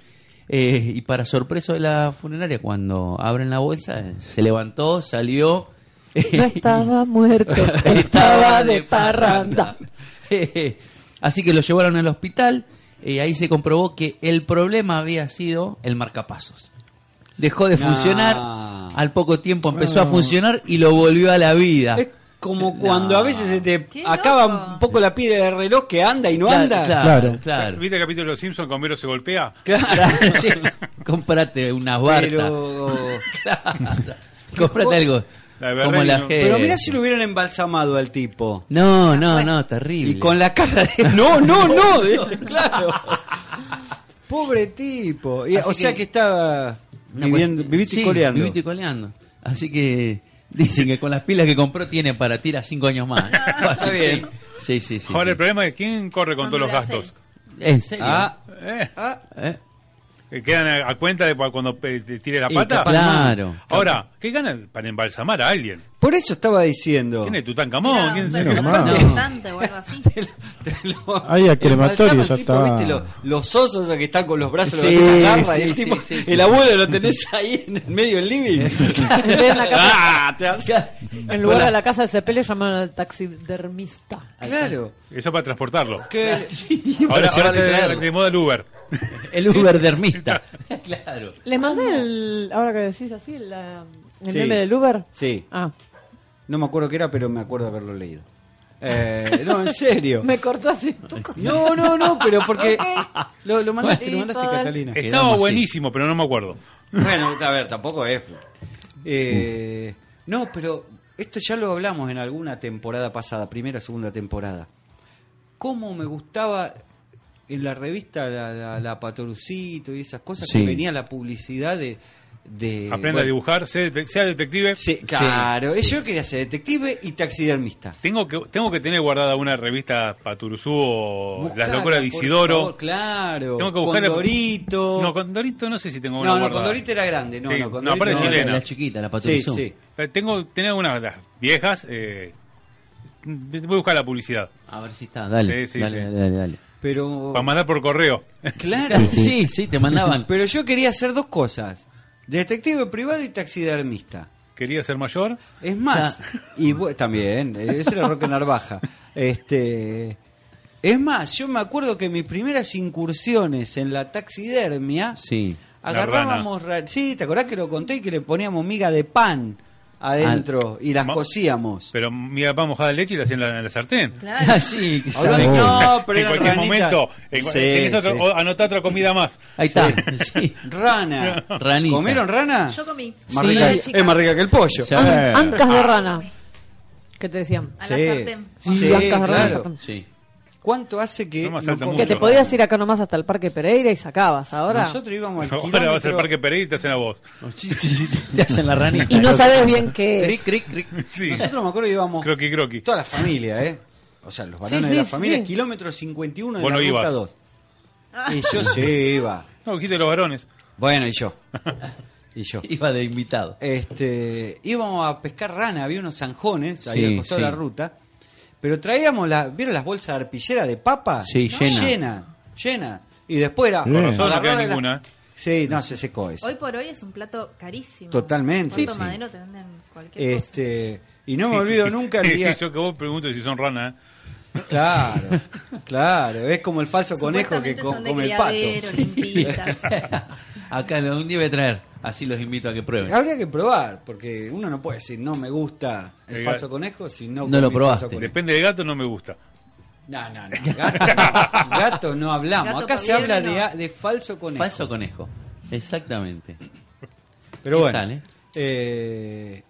G: Eh, y para sorpresa de la funeraria, cuando abren la bolsa, eh, se levantó, salió. [LAUGHS] eh,
F: No estaba [LAUGHS] muerto, estaba
G: [LAUGHS]
F: de parranda.
G: Eh, Así que lo llevaron al hospital. eh, ahí se comprobó que el problema había sido el marcapasos. Dejó
F: Ah.
G: de
E: No.
G: funcionar, al poco tiempo empezó a
E: No.
G: funcionar y lo volvió a la vida.
E: Es como cuando a veces se te acaba un poco la piel del reloj que anda y no
G: Claro,
E: anda. [LAUGHS]
G: claro, claro.
D: ¿Viste el capítulo de Los Simpsons con Vero se golpea?
G: Sí, Cómprate unas bartas. [LAUGHS] Eh.
E: Pero-
G: Claro. Cómprate algo. Como la gente.
E: Pero mirá si lo hubieran embalsamado al tipo.
G: No, no, no, terrible.
E: Y con la cara de. No,
G: [LAUGHS]
E: no, no. de- claro. Pobre tipo. Y-
G: Así
E: o sea
G: que-
E: que, estaba viviendo,
G: Una cuestión-
E: vivito y
G: sí,
E: coleando.
G: vivito y coleando. Así que Dicen que con las pilas que compró tiene para tirar cinco años más.
D: [LAUGHS]
G: Fácil,
D: bien.
G: Sí, sí, sí. sí,
D: Ahora
G: sí.
D: el problema es quién corre con
G: Son
D: todos los
G: Duracell.
D: gastos.
G: ¿En serio?
D: Ah,
G: Eh.
D: Que ¿Quedan a, a cuenta de pa- cuando pe- te tire la
G: Y
D: pata?
G: capaz Claro. no.
D: Ahora, ¿qué ganan para embalsamar a alguien?
E: Por eso estaba diciendo.
D: ¿Quién es Tutankamón?
E: Claro,
D: ¿Quién es
E: pero
D: Tutankamón?
E: no.
O: Bastante o algo
D: [LAUGHS]
O: así.
N: Ahí a crematorio
E: Embalsama
N: ya
E: el tipo,
N: está.
E: ¿viste? Los, los osos esos que están con los brazos
N: Sí,
E: levantados en la barra, y el
N: sí,
E: tipo,
N: sí, sí,
E: el
N: sí.
E: abuelo lo tenés [LAUGHS] ahí en el medio del
N: [LAUGHS]
E: living.
F: en la casa.
E: Ah, te hacía-
F: En lugar
E: Hola.
F: de la casa de Cepelio llamaron al taxidermista.
E: Claro.
D: Eso para transportarlo.
E: Que-
N: [LAUGHS]
D: Ahora, ahora
G: para llevarlo y
D: te,
G: traerlo.
D: te moda el Uber. [LAUGHS]
G: El Uberdermista. claro.
F: Le mandé el, ahora que decís así, la- el
E: Sí.
F: meme del Uber.
E: Sí.
F: Ah.
E: No me acuerdo qué era, pero me acuerdo haberlo leído. Eh, no,
N: [LAUGHS]
E: en serio.
F: Me cortó así. tuc.
E: No, no, no, pero porque
F: [LAUGHS] Ok.
E: lo, lo mandaste, lo
F: Sí,
E: mandaste
F: Fadel.
E: Catalina.
D: Estaba buenísimo, pero no me acuerdo.
E: Bueno, a ver, tampoco es. Eh, no, pero esto ya lo hablamos en alguna temporada pasada, primera, segunda temporada. ¿Cómo me gustaba en la revista La, la, la Patorucito y esas cosas
G: Sí.
E: que venía la publicidad de. de-
D: Aprenda
E: Eh, bueno,
D: a dibujar, sea, de- sea detective.
E: Claro, eh, yo quería ser detective y taxidermista.
D: Tengo que, tengo que tener guardada una revista Paturuzú o
E: Buscala,
D: Oh, Las locuras de
E: por
D: Isidoro.
E: favor, claro.
D: Tengo que buscar
E: Condorito.
D: No, Condorito no sé si tengo
E: No,
D: una
E: no,
D: guardada.
E: Condorito era grande, no,
D: Sí.
E: no, Condorito
D: aparte
E: no,
D: chilena.
E: era la chiquita, la Paturuzú. Sí, sí.
D: Pero Eh, tengo, tenía una de las viejas. Eh, voy a buscar la publicidad.
G: A ver si está, dale.
D: Sí, sí,
G: dale,
D: sí.
G: dale,
E: [LAUGHS]
G: dale, dale.
E: Pero.
D: Para mandar por correo.
E: Claro.
G: Sí, sí, te mandaban.
E: Mm, Pero yo quería hacer dos cosas. Detective privado y taxidermista.
D: ¿Quería ser mayor?
E: Es más, y bu- también, eh, ese era Roque Narvaja. Este, es más, yo me acuerdo que mis primeras incursiones en la taxidermia
G: Sí.
E: agarrábamos, ra- sí, ¿te acordás que lo conté que le poníamos miga de pan adentro y las
D: Ma-
E: cocíamos?
D: Pero mi papá mojada de leche y la hacía en la, en la sartén.
G: Claro. [LAUGHS] Sí,
E: Ahora-
G: sí.
E: no, pero
D: en
E: eran
D: cualquier
E: ranitas.
D: momento, en cua-
E: Sí,
D: tenés otro-
E: sí.
D: o- anotá otra comida más.
G: Ahí está. Sí.
E: Rana.
G: Ranita.
E: ¿Comieron rana?
O: Yo comí.
E: Más
G: Sí.
E: rica-
G: Ay, chica.
E: es más rica que el pollo.
G: Ya. An-
E: Ah.
F: Ancas de rana. ¿Qué te
M: Ah,
F: decían?
E: Sí.
F: Sí,
E: Sí,
F: ancas de rana.
E: claro. ¿Cuánto hace que no
D: salta
F: Que te
D: mucho.
F: podías ir acá nomás hasta el Parque Pereira y sacabas ahora.
E: Nosotros íbamos
D: [LAUGHS]
E: al
D: Ahora
E: kilómetro-
D: vas al Parque Pereira y te hacen a vos.
G: Te hacen la ranita.
F: Y no sabes bien qué es.
G: Cric, cric, cric.
D: Sí.
E: Nosotros me acuerdo íbamos
D: Croqui, croqui.
E: toda la familia, ¿eh? O sea, los varones
D: Sí,
E: de la
D: sí,
E: familia,
D: sí.
E: kilómetro 51 de
D: Vos
E: la
D: no
E: ruta
D: ibas.
E: 2. Y yo sí iba.
D: No, dijiste los varones.
E: Bueno, y yo. Y
D: [LAUGHS]
E: yo.
G: Iba de invitado.
E: Este, íbamos a pescar rana, había unos zanjones ahí
G: Sí,
E: al costado
G: sí.
E: de la ruta. Pero traíamos la, ¿vieron las bolsas de arpillera de papa?
G: Sí, llena.
E: Llena, llena. Y después era.
D: Con razón no
E: agarrar
D: queda
E: la-
D: ninguna.
E: Sí, no, se secó eso.
O: Hoy por hoy es un plato carísimo.
E: Totalmente,
O: Puerto
E: sí.
O: Madero te venden cualquier cosa.
E: Este,
D: [LAUGHS]
E: y no me olvido nunca el día.
D: Yo que vos pregunto si son ¿eh? ranas.
E: Claro, claro. Es como el falso conejo que
O: Supuestamente
E: co-
O: son de
E: come el pato.
O: criadero, limpitas.
G: [LAUGHS] Acá lo- un día voy a traer. Así los invito a que prueben.
F: Ah,
E: Habría que probar, porque uno no puede decir no me gusta el
D: El
E: falso
D: gato.
E: conejo si no
G: No
E: comí
G: lo
E: el
G: probaste.
E: falso conejo.
D: Depende del gato, no me gusta.
E: No, no, no. Gato, gato no hablamos.
O: Gato
E: Acá se
O: paviano
E: habla
O: no.
E: de, a- de falso conejo.
G: Falso conejo. Exactamente.
E: Pero
G: ¿Qué
E: bueno.
G: tal, eh?
E: eh,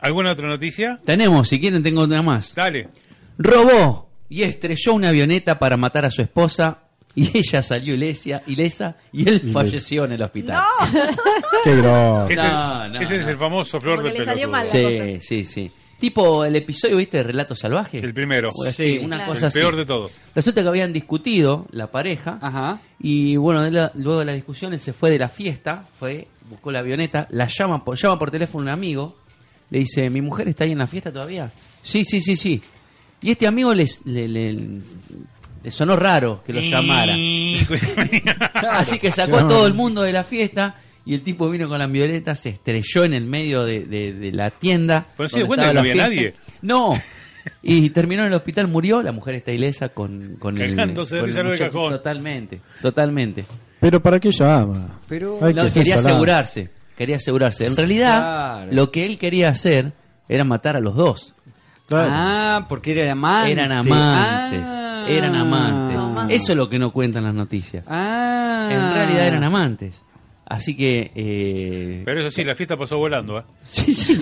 D: ¿Alguna otra noticia?
G: Tenemos, si quieren, tengo una más.
D: Dale.
G: Robó y estrelló una avioneta para matar a su esposa. Y [LAUGHS] ella salió ilesa, ilesa y él falleció en el hospital.
N: Qué grosso.
D: Ese,
G: No, no,
D: ese es
G: no.
D: el famoso flor
O: Como
D: del
O: que le salió
D: pelotudo.
O: mal.
G: Sí, sí, sí. Tipo el episodio, ¿viste? De Relato Salvaje.
D: El primero.
G: O así, una
O: Claro.
G: cosa
D: El
G: así.
D: peor de todos.
G: Resulta que habían discutido la pareja.
E: Ajá.
G: Y bueno, de la- luego de la discusión, él se fue de la fiesta, fue, buscó la avioneta, la llama por, llama por teléfono a un amigo, le dice, ¿mi mujer está ahí en la fiesta todavía? Sí, sí, sí, sí. Y este amigo les, le, le- le sonó raro que lo llamara.
D: [LAUGHS]
G: Así que sacó a todo el mundo de la fiesta y el tipo vino con la violeta, se estrelló en el medio de, de- de la tienda.
D: Pero se
G: donde
D: dio cuenta
G: estaba
D: que no
G: la
D: había
G: fiesta.
D: [LAUGHS]
G: No. Y terminó en el hospital, murió, la mujer está ilesa con, con el,
D: Cagándose de
G: con el
D: risa en el
G: muchacho.
D: cajón.
G: Totalmente, totalmente.
N: Pero ¿para qué llama?
E: Pero-
N: Hay
G: No,
N: que ser
G: quería
N: salado.
G: asegurarse, quería asegurarse. En realidad,
E: Claro.
G: lo que él quería hacer era matar a los dos.
E: Ah, porque eran amantes.
G: Eran amantes,
E: Ah.
G: eran amantes.
O: Tomá.
G: Eso es lo que no cuentan las noticias.
E: Ah.
G: En realidad eran amantes. Así que... eh,
D: Pero eso sí, la fiesta pasó volando. ¿eh?
E: Sí, sí.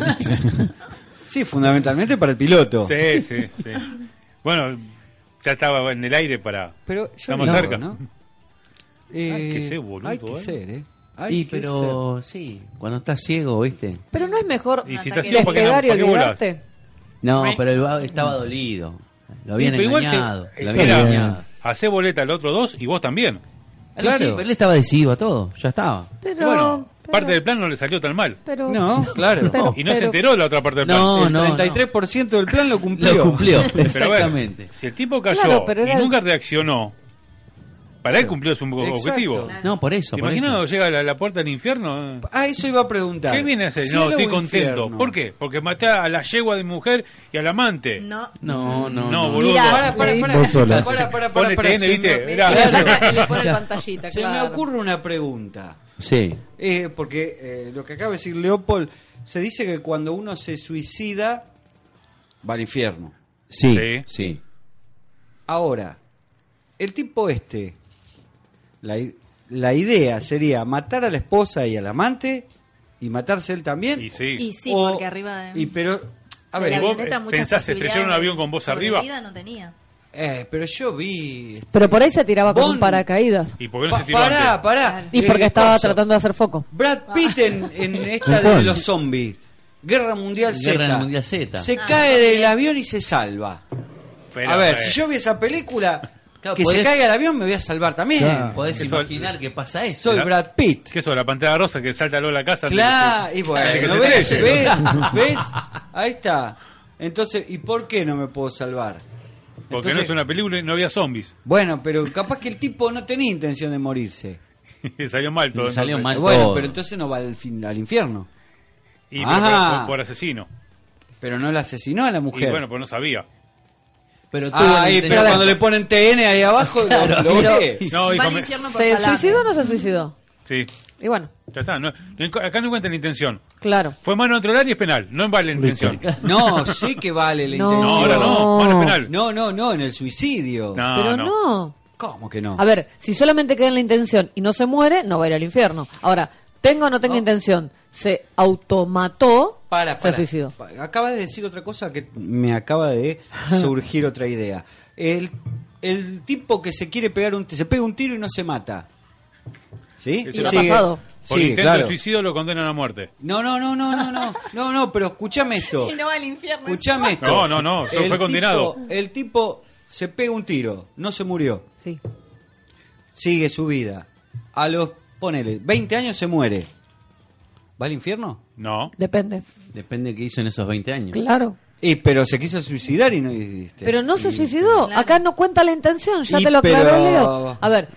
E: Sí, fundamentalmente para el piloto.
D: Sí, sí, sí. Bueno, ya estaba en el aire para.
E: Pero yo
D: Estamos [LAUGHS]
E: no,
D: cerca.
E: ¿no?
D: Hay que ser boludo,
E: Hay que
D: ¿eh?
E: ser, ¿eh? [LAUGHS] Ay,
G: y
E: qué
G: pero sí, cuando estás ciego, ¿viste?
F: Pero no es mejor Ah,
D: Y
F: ataque
D: si estás ciego, ¿para qué no?
F: despegar y
D: ¿Para qué volás?
F: olvidarte.
G: No,
D: Me-
G: pero el vago estaba dolido. Lo habían
D: Pero igual se-
G: engañado. Lo
D: Está
G: habían
D: bien.
G: engañado.
D: Hacé boleta al otro dos y vos también.
G: Claro. Sí, pero él estaba adhesivo a todo, ya estaba.
F: Pero,
D: bueno,
F: pero-
D: parte del plan no le salió tan mal.
F: pero-
G: [LAUGHS]
E: No, claro.
F: Pero-
D: y no se
F: pero-
D: enteró la otra parte del plan.
G: No,
E: el
G: no, no.
E: 33% del plan lo cumplió.
G: Lo cumplió,
D: [LAUGHS] Pero a ver,
G: exactamente.
D: si el tipo cayó
F: Claro, pero
D: y
F: era el-
D: nunca reaccionó, para él cumplió su
E: Exacto.
D: objetivo.
G: No, por eso.
D: ¿Te
G: Por
D: imaginas
G: eso.
D: cuando llega a la, la puerta del infierno?
E: Ah, eso iba a preguntar.
D: ¿Qué viene a hacer?
E: Cielo
D: No, estoy
E: o
D: contento.
E: infierno.
D: ¿Por qué? Porque maté a la yegua de mi mujer y al amante.
O: No.
G: No, no,
D: No, [LAUGHS]
G: no.
D: boludo.
E: Para, para, para.
N: Vos sola.
E: Para, para, para,
D: Pone
E: para,
D: TN,
E: se me-
D: ¿viste? Era-
F: Y le [LAUGHS] pone
G: Claro.
F: pantallita,
E: Se me
F: claro.
E: ocurre una pregunta.
G: Sí.
E: Eh, porque eh, lo que acaba de decir Leopold, se dice que cuando uno se suicida, va al infierno.
G: Sí,
D: Sí.
G: sí,
E: Ahora, el tipo este, la, i- la idea sería matar a la esposa y al amante y matarse él también.
D: Y sí.
O: Y sí,
E: O-
O: porque arriba de.
E: y pero, a
O: de
E: ver,
O: la
D: vos
O: avioneta muchas
D: pensás estrellar
O: posibilidades
D: un avión con vos
O: de
D: arriba?
O: sobrevida no tenía.
E: eh, pero yo vi...
F: Pero por ahí se tiraba con
E: Bond.
F: un paracaídas.
D: ¿Y por qué no
E: Pa-
D: se tiró
E: pará,
D: antes?
E: pará.
F: Y
E: Eh,
F: porque estaba
E: coso.
F: tratando de hacer foco.
O: Ah.
E: Brad Pitt en,
G: [LAUGHS]
E: en esta
N: ¿En cuál?
E: de los zombies. Guerra Mundial Z.
G: Guerra Mundial Z.
E: Se
O: Ah,
E: cae
O: bien.
E: del avión y se salva.
D: Pero,
E: a ver,
D: eh,
E: si yo vi esa película,
G: Claro,
E: que se
G: podés-
E: caiga el avión me voy a salvar también.
N: Claro.
G: Podés
D: Eso-
G: imaginar que pasa eso.
E: Soy
D: Claro.
E: Brad Pitt.
D: ¿Qué eso? La pantera rosa que salta luego a la casa. antes
E: Claro,
D: que-
E: y
D: antes que
E: bueno,
D: se
E: ¿ves?
D: estrelle.
E: ¿Ves? ¿Ves? Ahí está. Entonces, ¿y por qué no me puedo salvar?
D: Porque no
E: Entonces-
D: es una película y no había zombies. [LAUGHS]
E: Bueno, pero capaz que el tipo no tenía intención de morirse.
D: salió mal todo.
G: Y salió
D: entonces.
G: mal.
E: bueno,
G: todo.
E: pero entonces no va al, fin- al infierno.
D: Y pero
E: Ajá.
D: por- por, por asesino.
E: Pero no la asesinó a la Ah. mujer.
D: Y bueno, pues no sabía.
G: Pero tuvo
E: Ah,
G: la
E: y pero
G: intención-
E: cuando le ponen TN ahí abajo, lo, lo bloquea.
D: No, y
O: Va al
D: come-
O: infierno por
M: pues,
F: ¿Se
O: salame.
F: suicidó o no se suicidó?
D: Sí,
F: Y bueno,
D: ya está. no- no encu- acá no encuentran la intención.
F: claro.
D: Fue mano dentro del área y es penal. No vale la intención.
E: No, sí que vale la
F: No.
D: No,
E: intención.
D: ahora no. Mano penal.
E: No, no, no, en el suicidio.
D: No,
F: Pero
D: no.
F: no.
E: ¿Cómo que no?
F: A ver, si solamente queda en la intención y no se muere, no va a ir al infierno. Ahora, tengo o no tengo intención, se automató,
E: para, para.
F: se suicidó.
E: Pa- Acaba de decir otra cosa que me
F: [LAUGHS]
E: acaba de surgir otra idea. El, el tipo que se quiere pegar un se pega un tiro y no se mata. ¿Sí?
D: Eso
E: Y
D: me ha
E: sigue-
F: pasado.
D: Por
E: sigue,
D: intento
E: claro.
D: de suicidio lo condenan a muerte.
E: No, no, no, no, no, no, no, no, pero escúchame esto.
O: [LAUGHS] Y no va al infierno.
E: Escuchame esto.
D: No, no, no, yo fue condenado.
E: tipo- el tipo se pega un tiro, no se murió,
F: Sí.
E: sigue su vida. A los, ponele, 20 años se muere. ¿Va al infierno?
D: No.
F: Depende.
G: Depende de qué hizo en esos 20 años.
F: Claro.
E: Y, pero se quiso suicidar y no hiciste.
F: Pero no se suicidó.
O: Claro.
F: Acá no cuenta la intención, ya
E: Y
F: te lo aclaró
E: pero-
F: Leo. A ver,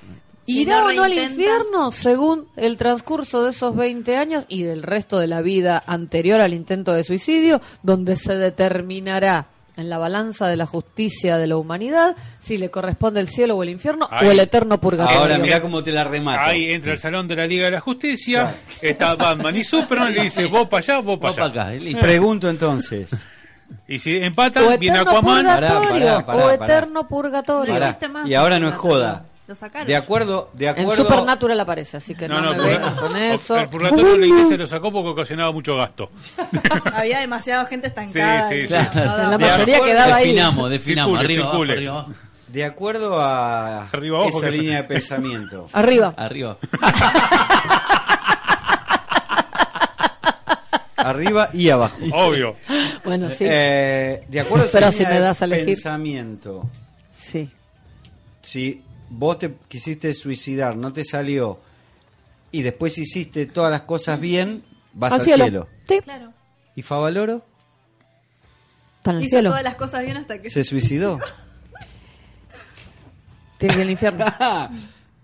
O: Si
F: irá
O: no
F: o no al
O: reintenta-
F: infierno según el transcurso de esos 20 años y del resto de la vida anterior al intento de suicidio, donde se determinará en la balanza de la justicia de la humanidad si le corresponde el cielo o el infierno
D: Ahí.
F: o el eterno purgatorio.
E: Ahora mirá cómo te la remato.
D: Ahí entra el salón de la Liga de la Justicia. Está Batman y Superman. Le dice, vos para allá, vos
G: Va
D: para
G: para
D: allá.
G: acá,
E: eh.
G: es listo.
E: Pregunto entonces.
D: Y si
F: O
D: empatan, viene
F: eterno
D: Aquaman.
F: purgatorio.
E: Pará, pará, pará,
F: o
E: pará.
F: eterno purgatorio.
O: No
E: Pará.
O: existe más
E: Y ahora no es
O: purgatorio.
E: joda.
O: Lo sacaron.
E: De acuerdo, de
F: En
E: acuerdo.
F: Supernatural aparece, así que no, me
D: purga-
F: vengas
E: [LAUGHS]
F: con
D: o-
F: eso.
D: El purgatorio la iglesia lo sacó porque ocasionaba mucho gasto.
O: [LAUGHS] Había demasiada gente estancada.
D: Sí, sí,
O: y
D: sí.
O: no, no,
F: En la
O: no.
D: De
F: mayoría
D: acuerdo,
F: quedaba ahí.
G: Definamos, definamos.
D: Circule,
G: Arriba, abajo,
D: circule.
G: arriba, abajo.
E: De acuerdo a
D: Arriba, abajo,
E: esa
D: que-
E: línea de pensamiento.
F: Arriba.
G: Arriba.
E: arriba y abajo.
D: Obvio.
F: Bueno, sí.
E: Ah. Eh, de acuerdo a esa
F: Pero
E: línea
F: si me
E: de
F: das a elegir.
E: pensamiento.
F: sí.
E: Si vos te quisiste suicidar, no te salió y después hiciste todas las cosas bien, vas al, cielo.
F: Sí,
O: Claro.
E: ¿Y Favaloro?
F: está en el
O: Hizo
F: cielo.
O: todas las cosas bien hasta que.
E: Se suicidó.
F: [LAUGHS] Tiene que ir al infierno.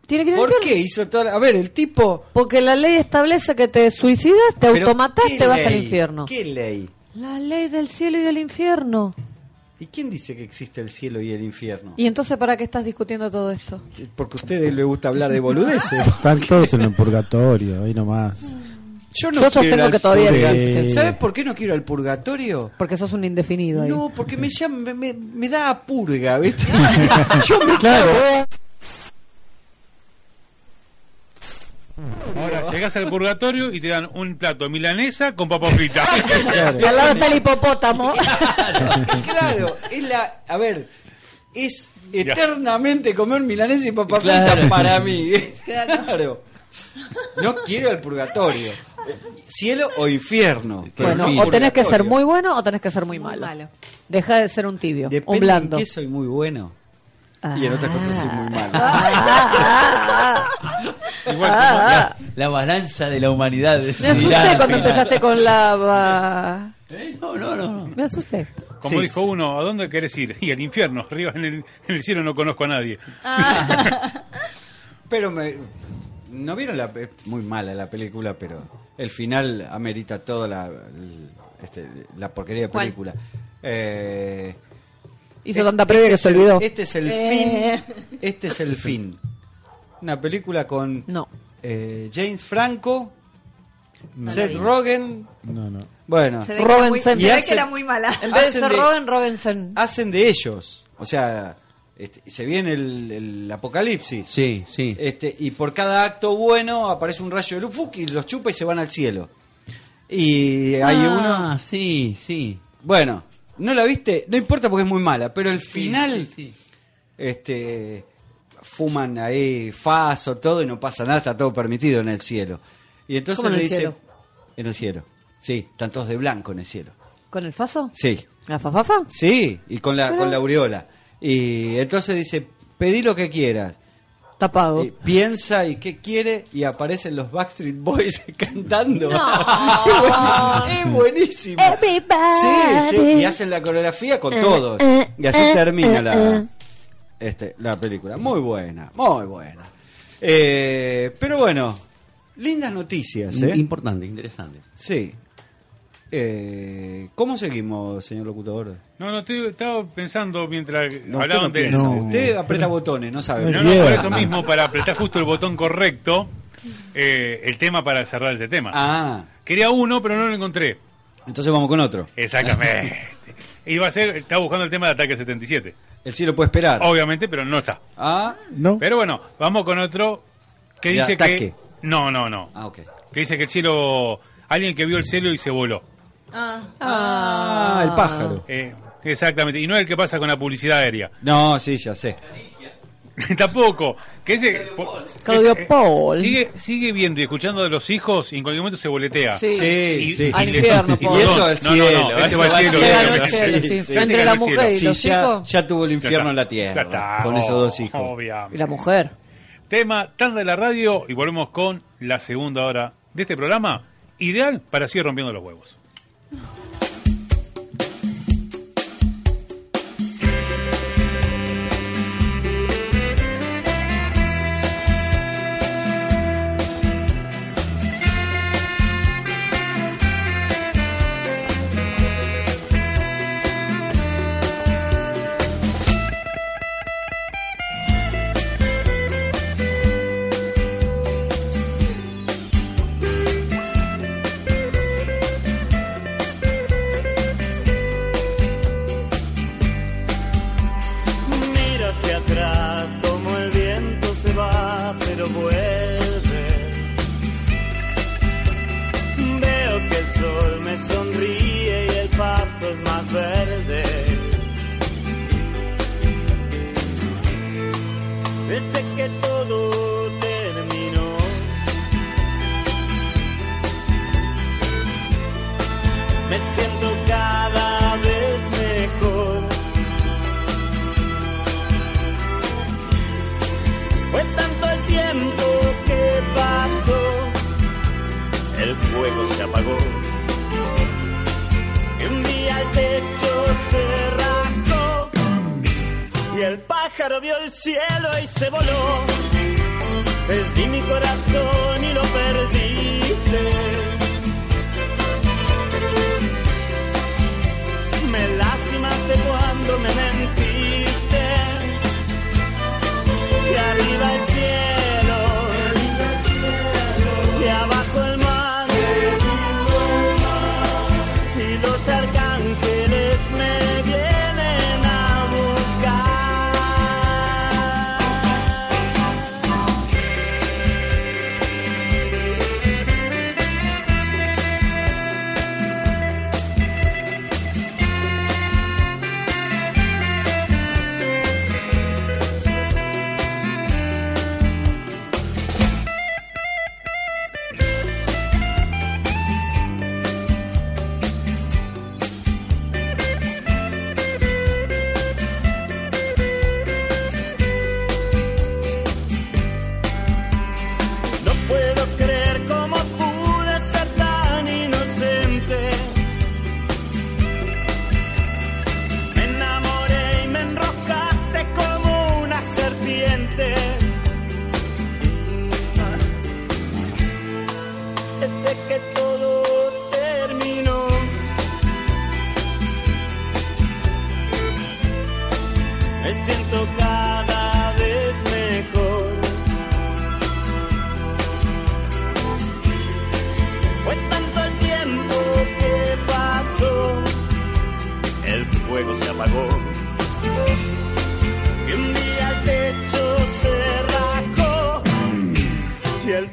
F: Tiene que ir al
E: ¿Por
F: infierno.
E: qué hizo todas las- A ver, el tipo...
F: Porque la ley establece que te suicidas, te
E: Pero,
F: automatás,
E: ¿qué
F: te vas al
E: ley?
F: infierno.
E: ¿Qué ley?
F: La ley del cielo y del infierno.
E: ¿Y quién dice que existe el cielo y el infierno?
F: ¿Y entonces para qué estás discutiendo todo esto?
E: Porque a ustedes les gusta hablar de boludeces.
N: Están todos en el purgatorio, ahí nomás.
F: [LAUGHS] Yo sostengo
E: ir al
F: que todavía
E: purga-
N: existe.
E: ¿Sabes por qué no quiero al purgatorio?
F: Porque sos un indefinido ahí.
E: No, porque me, llama- me, me- me da a purga,
F: [LAUGHS]
E: ¿viste? Yo me cago.
D: Ahora llegás al purgatorio y te dan un plato de milanesa con papa
F: [LAUGHS]
D: frita.
F: Y al lado está el
E: [LAUGHS]
F: hipopótamo.
E: Claro, es la. A ver, es eternamente comer milanesa y papas
G: Claro.
F: [LAUGHS]
E: fritas para mí. Claro. No quiero el purgatorio. Cielo o infierno.
F: [LAUGHS] Bueno, o tenés que ser muy bueno o tenés que ser muy, malo. Deja de ser un tibio,
E: Depende
F: un blando. [LAUGHS]
E: en qué soy muy bueno. Y en otras cosas soy muy malo.
F: Ah,
G: Igual como la, la balanza de la humanidad.
F: Ah. Me asusté cuando empezaste con la... va-
E: ¿Eh?
G: No, no, no.
F: Me asusté.
D: Como
F: Sí,
D: dijo uno, ¿a dónde querés ir? Y al infierno, arriba en el, en el cielo no conozco a nadie.
E: [LAUGHS] Pero me, no vieron la pe- muy mala la película, pero el final amerita toda la el- este, la porquería de
F: ¿Cuál?
E: película. Eh, e-,
F: Hizo tanta previa que se olvidó.
E: Este es el
F: Eh.
E: fin. Este
F: [LAUGHS]
E: es el fin. Una película con eh, James Franco, Seth Rogen.
N: No, no.
F: Ah.
E: Bueno,
O: Se ve, que era, muy, se
E: y
O: ve que
E: hacen-
O: era muy
F: [LAUGHS]
O: mala.
F: En vez de
E: Hacen
F: ser
E: de-
F: Robin, Robinson.
N: Ah.
E: hacen de ellos. O sea, este, se viene el, el apocalipsis.
G: Sí, sí.
E: Este, y por cada acto bueno aparece un rayo de luz ¡fuc! y los chupa y se van al cielo. Y hay
G: Ah,
E: uno.
G: sí, sí.
E: Bueno, ¿no la viste? No importa porque es muy mala, pero el final.
G: sí, sí.
E: Este. Fuman ahí faso, todo y no pasa nada, está todo permitido en el cielo. Y entonces
F: ¿Cómo en
E: le
F: el
E: dice.
F: cielo?
E: En el cielo. Sí, están todos de blanco en el cielo.
F: ¿Con el faso?
E: Sí.
F: ¿La fafafa?
E: Sí, y con la,
F: Pero-
E: con la aureola. Y entonces dice, pedí lo que quieras.
F: Tapado.
E: Y piensa y qué quiere y aparecen los Backstreet Boys [LAUGHS] cantando. [LAUGHS] es buenísimo. Sí, sí, y hacen la coreografía con todos. Y así termina la, este, la película. Muy buena, muy buena. Eh, pero bueno, lindas noticias.
G: Mm,
E: ¿eh?
G: Importante, interesante.
E: Sí. Eh, ¿Cómo seguimos, señor locutor?
D: No, no, estoy- estaba pensando mientras
E: No,
D: hablaban
E: usted no
D: de
E: piensa,
D: eso.
E: usted aprieta botones, no sabe.
D: No, no, por eso mismo, para apretar justo el botón correcto, eh, el tema para cerrar ese tema.
E: Ah.
D: Quería uno, pero no lo encontré.
E: Entonces vamos con otro.
F: [LAUGHS]
D: Exactamente. Iba a ser, estaba buscando el tema de Ataque 77.
E: El cielo puede esperar.
D: Obviamente, pero no está.
E: Ah,
N: no.
D: Pero bueno, vamos con otro que
E: De
D: dice
E: ataque.
D: que... No, no, no.
E: Ah, ok.
D: Que dice que el cielo... Alguien que vio el cielo y se voló.
F: Ah.
E: Ah, el pájaro.
D: Eh, exactamente. Y no es el que pasa con la publicidad aérea. [LAUGHS]
E: No, sí, ya sé.
D: Tampoco. Que ese,
F: Claudio
D: ese-
F: Paul.
D: Sigue, sigue viendo y escuchando de los hijos y en cualquier momento se
N: Ah,
D: boletea.
F: Sí. Sí,
D: Y-
F: sí.
D: y-
F: Al
D: y le-
F: infierno,
D: y-
F: Paul.
D: perdón,
F: Y eso al
D: no, no, no,
E: cielo,
D: ese va al cielo.
F: Llega al
D: obviamente.
F: cielo, sí.
D: Ese
F: Entre
D: llega
F: la
D: al cielo.
F: mujer y
E: Sí,
F: los
E: ya,
F: hijos.
E: ya tuvo el
D: Ya
E: infierno
D: está.
E: en la
D: Ya
E: tierra.
D: está. Oh,
E: Con esos dos hijos.
D: Obviamente.
F: Y la mujer.
D: Tema tarde de la radio y volvemos con la segunda hora de este programa. Ideal para seguir rompiendo los huevos.
P: Mira hacia atrás como el viento se va, pero vuelve. Veo que el sol me sonríe y el pasto es más verde. Desde que todo terminó. Me siento cada vez mejor. Fue tanto el tiempo que pasó, el fuego se apagó. Y un día el techo se rasgó y el pájaro vio el cielo y se voló. Perdí mi corazón y lo perdiste. Me lastimaste cuando me mentiste y arriba el cielo, y abajo el mar, y los arcángeles me vienen a buscar.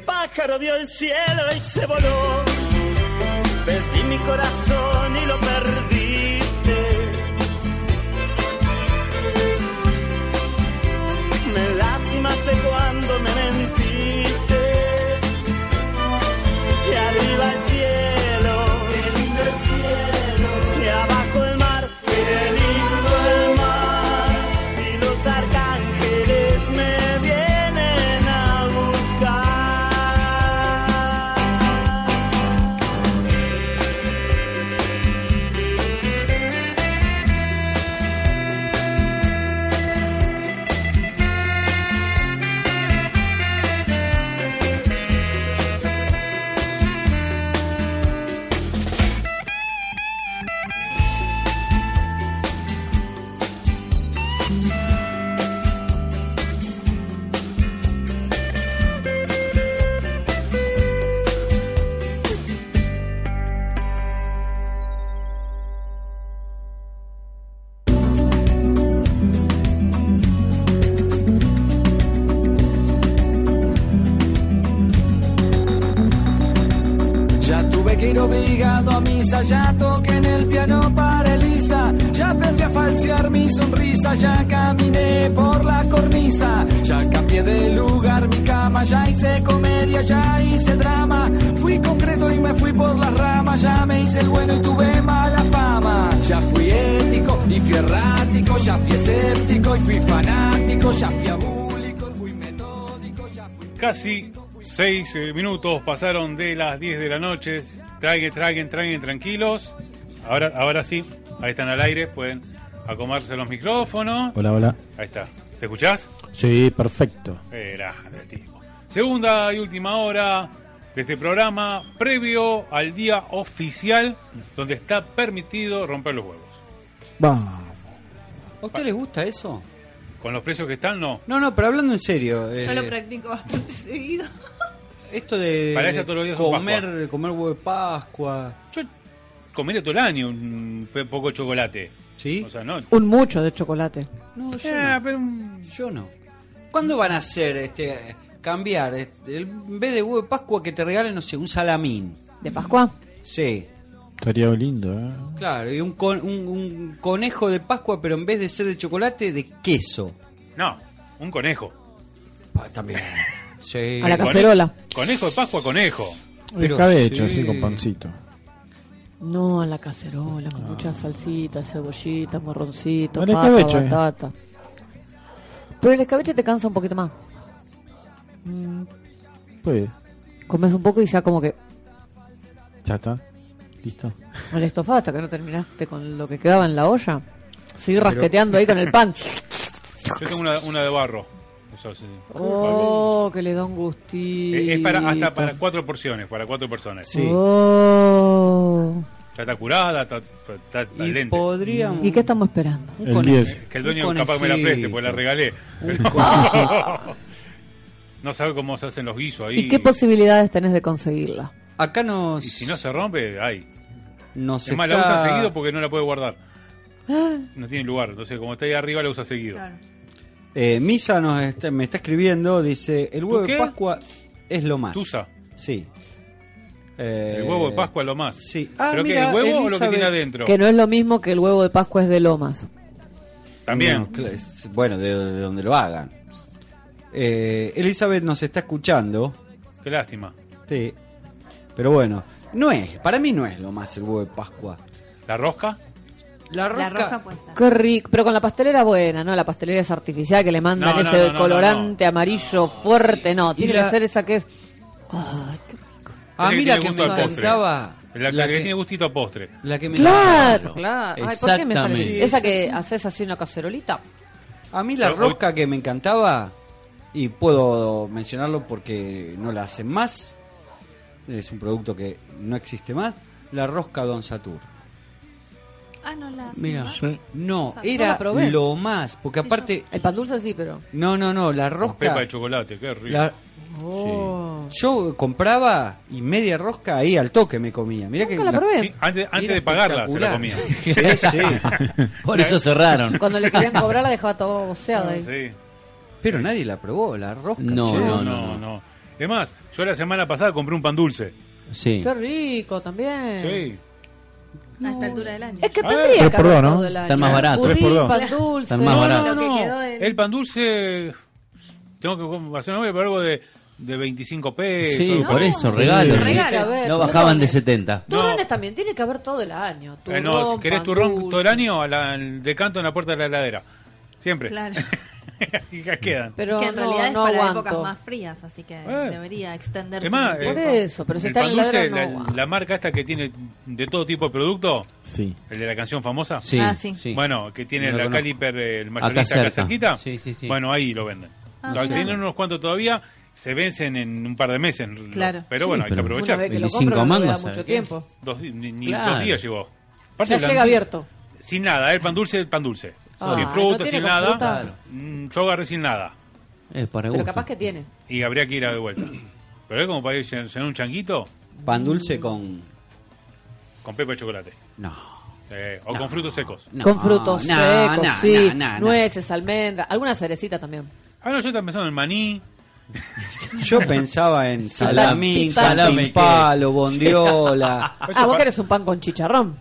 P: pájaro vio el cielo y se voló. Perdí mi corazón y lo perdiste. Me lastimaste cuando me mentiste. Y arriba el cielo, qué lindo el cielo. Y abajo el mar, qué lindo el mar. Y los arcángeles me vienen a buscar.
Q: Ya tuve que ir obligado a misa, ya toqué en el piano para Elisa, ya aprendí a falsear mi sonrisa, ya caminé por la cornisa, ya cambié de lugar mi cama, ya hice comedia, ya hice drama, fui concreto y me fui por las ramas, ya me hice el bueno y tuve mala fama, ya fui ético y fui errático, ya fui escéptico y fui fanático, ya fui abúlico y fui metódico, ya fui...
D: Casi seis eh, minutos pasaron de las 10 de la noche. Traguen, traguen, traguen tranquilos. Ahora, ahora sí, ahí están al aire, pueden acomarse los micrófonos.
N: Hola, hola.
D: Ahí está. ¿Te escuchás?
N: Sí, perfecto.
D: Eh, grande, tipo. Segunda y última hora de este programa, previo al día oficial, donde está permitido romper los huevos.
N: Vamos.
E: ¿A usted les gusta eso?
D: Con los precios que están, no.
E: No, no, pero hablando en serio. eh,
M: Yo lo practico bastante [LAUGHS] seguido.
E: esto de
D: Para ella todos los días son
E: comer, comer huevo de Pascua.
D: Comeré todo el año un pe- poco de chocolate. ¿Sí? O sea, no.
F: Un mucho de chocolate.
E: No, yo
D: Eh,
E: no. Yo no. ¿Cuándo van a hacer este cambiar este, el- en vez de huevo de Pascua que te regalen no sé, un salamín?
F: ¿De Pascua?
E: Sí,
N: Estaría lindo, ¿eh?
E: claro, y un, con- un- un conejo de Pascua, pero en vez de ser de chocolate, de queso.
D: No, un conejo.
E: también. Sí.
F: A la cacerola.
D: Conejo de Pascua, conejo.
N: De
E: sí.
N: cabello, así con pancito.
F: No, a la cacerola, con mucha salsita, cebollita, morroncito,
N: Con el
F: papa,
N: escabeche.
F: batata. Pero el escabeche te cansa un poquito más.
N: Puede.
F: Comes un poco y ya como que
N: Ya está.
F: [LAUGHS]
N: Listo.
F: al estofado hasta que no terminaste con lo que quedaba en la olla. Seguí
D: Pero-
F: rasqueteando ahí con
N: [LAUGHS]
F: el pan.
D: Yo tengo una, una de barro. Eso sí.
F: Oh, que le da un gustito.
D: Eh, Es para hasta para cuatro porciones, para cuatro personas.
F: Oh.
D: Ya está curada, está, está, está lente.
F: ¿Y qué estamos esperando?
D: Un cone- Que el dueño
E: Un
D: capaz que me la preste,
E: conejito.
D: pues la regalé. Pero-
E: conejito.
D: [LAUGHS] no sabe cómo se hacen los guisos ahí.
F: ¿Y qué posibilidades tenés de conseguirla?
E: Acá nos.
D: Y si no se rompe, hay.
E: Nos
D: Es más, la
E: está-
D: usa seguido porque no la puede guardar. No tiene lugar. Entonces, como está ahí arriba, la usa seguido.
E: Eh, Misa nos está- me está escribiendo, dice, el huevo
D: ¿Tú
E: de
D: qué?
E: Pascua es lo más.
D: ¿Tusa?
E: Sí. Eh,
D: El huevo de Pascua lo más.
E: Sí.
D: ¿Pero qué, el huevo o lo que tiene adentro?
F: Que no es lo mismo que el huevo de Pascua es de Lomas.
D: También.
E: No, cl- es- bueno, de, de donde lo hagan. Eh, Elizabeth nos está escuchando.
D: Qué lástima.
E: Sí. Pero bueno, no es, para mí no es lo más el huevo de Pascua.
D: ¿La rosca?
E: La
M: La roja
F: Qué rico. Pero con la pastelera buena, ¿no? La pastelera es artificial que le mandan
D: No, no,
F: ese
D: no, no,
F: colorante amarillo fuerte. No, tiene
E: la-
F: que ser esa que es... Ay, qué-
E: A
D: Esa
E: mí
D: tiene
E: la Ah, que me
D: gusto a postre.
E: encantaba...
D: La, la que, tiene gustito a postre.
E: La que me
F: Claro, claro. Ay, ¿por qué me sale?
E: Exactamente.
F: Esa que haces así una cacerolita.
E: A mí la rosca que me encantaba, y puedo mencionarlo porque no la hacen más, es un producto que no existe más, la rosca Don Satur.
M: Ah, no la.
E: No,
M: Satur. No
E: era
M: la probé.
E: lo más, porque aparte...
F: El pan dulce sí, pero...
E: No, no, no, la rosca...
D: Pepa de chocolate, qué rico.
E: la-
F: Oh.
E: yo compraba y media rosca ahí al toque me comía. Mirá que
F: Nunca la probé.
D: Sí, antes antes
E: Era
D: de pagarla se la comía.
E: espectacular. [LAUGHS] Sí, sí.
G: [LAUGHS] Por eso cerraron.
F: Cuando le querían cobrar eh. la dejaba todo boceada ahí.
D: Ah, Sí.
E: Pero nadie la probó, la rosca.
G: No,
E: che.
G: no, no,
D: No, no. Es más, yo la semana pasada compré un pan dulce.
G: Sí.
F: Qué rico también.
D: Sí.
M: A esta altura del año.
F: Es que
D: Ah,
F: tendría
D: tres
F: que
D: por
F: haber
D: dos, ¿no?
F: todo el año.
G: Están más baratos.
F: Budín,
G: Tres por dos.
F: pan dulce.
G: Están más baratos.
D: No,
F: Lo que
D: no,
F: quedó del-
D: el pan dulce tengo que com- hacer una pero algo de, de 25 pesos.
G: Sí,
D: algo
G: por eso,
D: Sí.
G: regalos.
F: Sí.
G: sí.
F: Regalo, a ver,
G: no
F: turrones.
G: bajaban de 70.
F: Turrones también tiene que haber todo el año.
D: Eh, no, si
F: Turrón,
D: querés
F: pan
D: turrón
F: dulce.
D: todo el año, a la- al decanto en la puerta de la heladera. Siempre.
M: Claro.
D: [LAUGHS] Y ya quedan.
F: Pero
M: que en
F: no,
M: realidad es
F: no
M: para
F: aguanto.
M: épocas más frías, así que debería extenderse.
D: Es más,
M: un
D: eh,
M: poco.
D: el pan dulce, la, la marca esta que tiene de todo tipo de producto,
N: Sí.
D: el de la canción famosa,
G: Sí, Ah, sí. sí.
D: bueno, que tiene
G: Lo
D: la
G: conozco.
D: caliper, eh, el
G: Acá
D: mayorista acá,
G: cerca.
D: cerquita,
G: Sí, sí, sí.
D: bueno, ahí lo venden.
G: Ah,
D: Lo-
G: sí.
D: Tienen unos cuantos todavía, se vencen en un par de meses,
F: Claro.
D: pero bueno,
G: Sí,
D: hay que
G: pero
D: aprovechar.
F: una vez que lo 25 compro, no me dura mangos, mucho ¿sabes qué? tiempo.
D: Dos, di- ni, ni
F: Claro.
D: dos días llevó.
F: Ya
D: blandito,
F: llega abierto.
D: Sin nada, ¿eh? el pan dulce, el pan dulce.
F: Ah,
D: sin
F: ¿no
D: fruta,
F: tiene
D: sin
F: con
D: nada.
F: fruta?
D: Mm, Yo agarré sin nada.
G: Es para
F: Pero
G: gusto.
F: capaz que tiene.
D: Y habría que ir a de vuelta. Pero es como para ir en en un changuito
E: Pan dulce con.
D: con pepa de chocolate.
E: No.
D: Eh, o con frutos secos.
F: Con frutos
E: no,
F: secos,
E: no,
F: sí.
E: no, no, no.
F: Nueces, almendras, alguna cerecita también.
D: Ah, no, yo estaba pensando en maní.
E: Yo pensaba en salamín,
F: pizza.
E: salame, palo, bondiola.
F: Ah, vos querés un pan con chicharrón.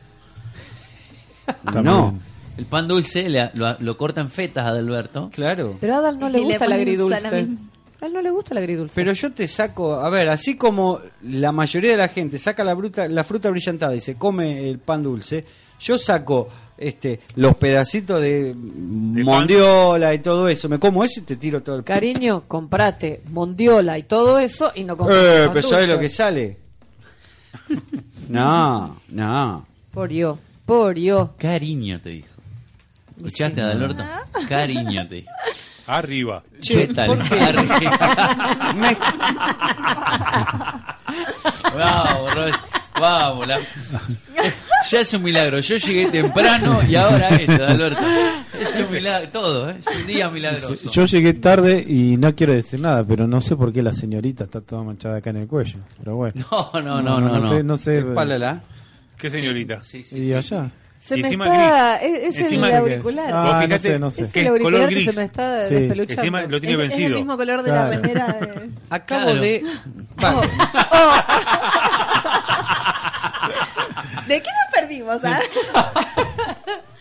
E: No.
G: El pan dulce le- lo, lo corta en fetas a Alberto.
E: Claro.
F: Pero a Adal no
M: Y
F: le
M: le
F: gusta el
M: ponen
F: agridulce.
M: salamín.
F: A él no le gusta el agridulce.
E: Pero yo te saco, a ver, así como la mayoría de la gente saca la fruta, la fruta brillantada y se come el pan dulce, yo saco este los pedacitos de mondiola y todo eso, me como eso y te tiro todo el pan.
F: Cariño, comprate mondiola y todo eso y no compras
E: Eh,
F: pan
E: pero ¿sabes
F: dulce.
E: lo que sale? [LAUGHS] No, no.
F: Por yo, por yo.
G: Cariño te dijo. ¿Escuchaste a Alberto? Cariño te dijo.
D: Arriba.
G: Chuétale. Arriba. Vamos, Rod. Vamos, la- Ya es un milagro. Yo llegué temprano y ahora esto, Alberto. Es un milagro. Todo, ¿eh? es un día milagroso.
N: Yo llegué tarde y no quiero decir nada, pero no sé por qué la señorita está toda manchada acá en el cuello. Pero bueno.
G: No, no, no, no.
N: sé, no sé.
D: ¿Qué señorita?
G: Sí, sí,
N: Y allá.
F: Se me
D: Encima
F: está.
D: gris.
F: Es, es el
D: Encima-
F: auricular.
N: Ah,
D: Vos
N: no
D: fijate
N: sé, no sé.
F: Es
D: que
F: el
D: es
F: auricular
D: color
F: que
D: gris.
F: se me está
N: Sí.
F: despeluchando.
D: Encima lo tiene
M: Es- Es el
D: vencido.
M: mismo color de
N: Claro.
M: la remera. de-
E: Acabo
F: [LAUGHS]
G: Claro.
E: de Va,
M: ¿De qué nos perdimos? ah?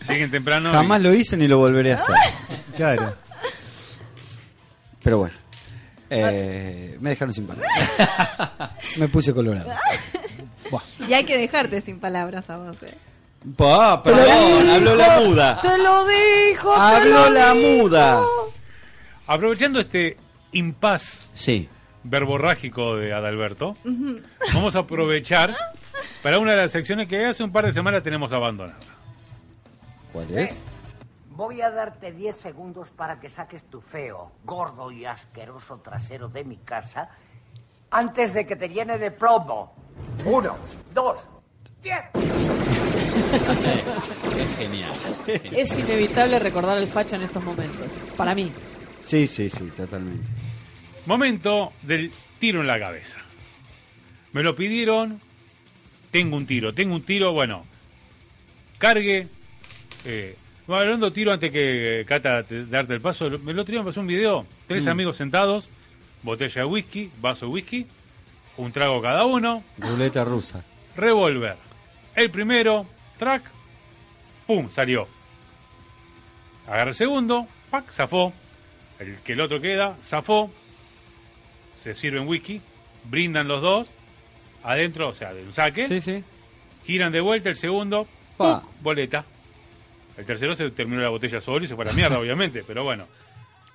D: Lleguen temprano. y-
E: jamás lo hice ni lo volveré a hacer.
N: Claro.
E: Pero bueno. Eh, me dejaron sin palabras. [LAUGHS] me puse colorado.
M: Y hay que dejarte sin palabras a vos. eh.
E: Pa, perdón, habló la muda.
F: Te lo dijo, te
E: Habló
F: lo
E: la
F: dijo.
E: muda.
D: Aprovechando este impas
G: Sí.
D: verborrágico de Adalberto, vamos a aprovechar para una de las secciones que hace un par de semanas tenemos abandonada.
E: ¿Cuál es?
R: Voy a darte 10 segundos para que saques tu feo, gordo y asqueroso trasero de mi casa antes de que te llene de plomo. Uno, dos, diez.
G: Es genial.
F: Es inevitable recordar al facha en estos momentos. Para mí.
E: Sí, sí, sí, totalmente.
D: Momento del tiro en la cabeza. Me lo pidieron. Tengo un tiro, tengo un tiro. Bueno, cargue. Eh, bueno, hablando de tiro, antes que eh, Cata te- darte el paso, lo- el otro día me pasó un video. Tres
E: Mm.
D: amigos sentados, botella de whisky, vaso de whisky, un trago cada uno,
E: Ruleta rusa.
D: revólver. El primero, track, pum, salió. Agarra el segundo, pac, zafó. El que el otro queda, zafó. Se sirven whisky, brindan los dos, adentro, o sea, de un saque,
E: Sí, sí.
D: giran de vuelta el segundo,
E: Pa.
D: ¡pum! boleta. El tercero se terminó la botella solo y se fue a la
E: [LAUGHS]
D: mierda, obviamente, pero bueno.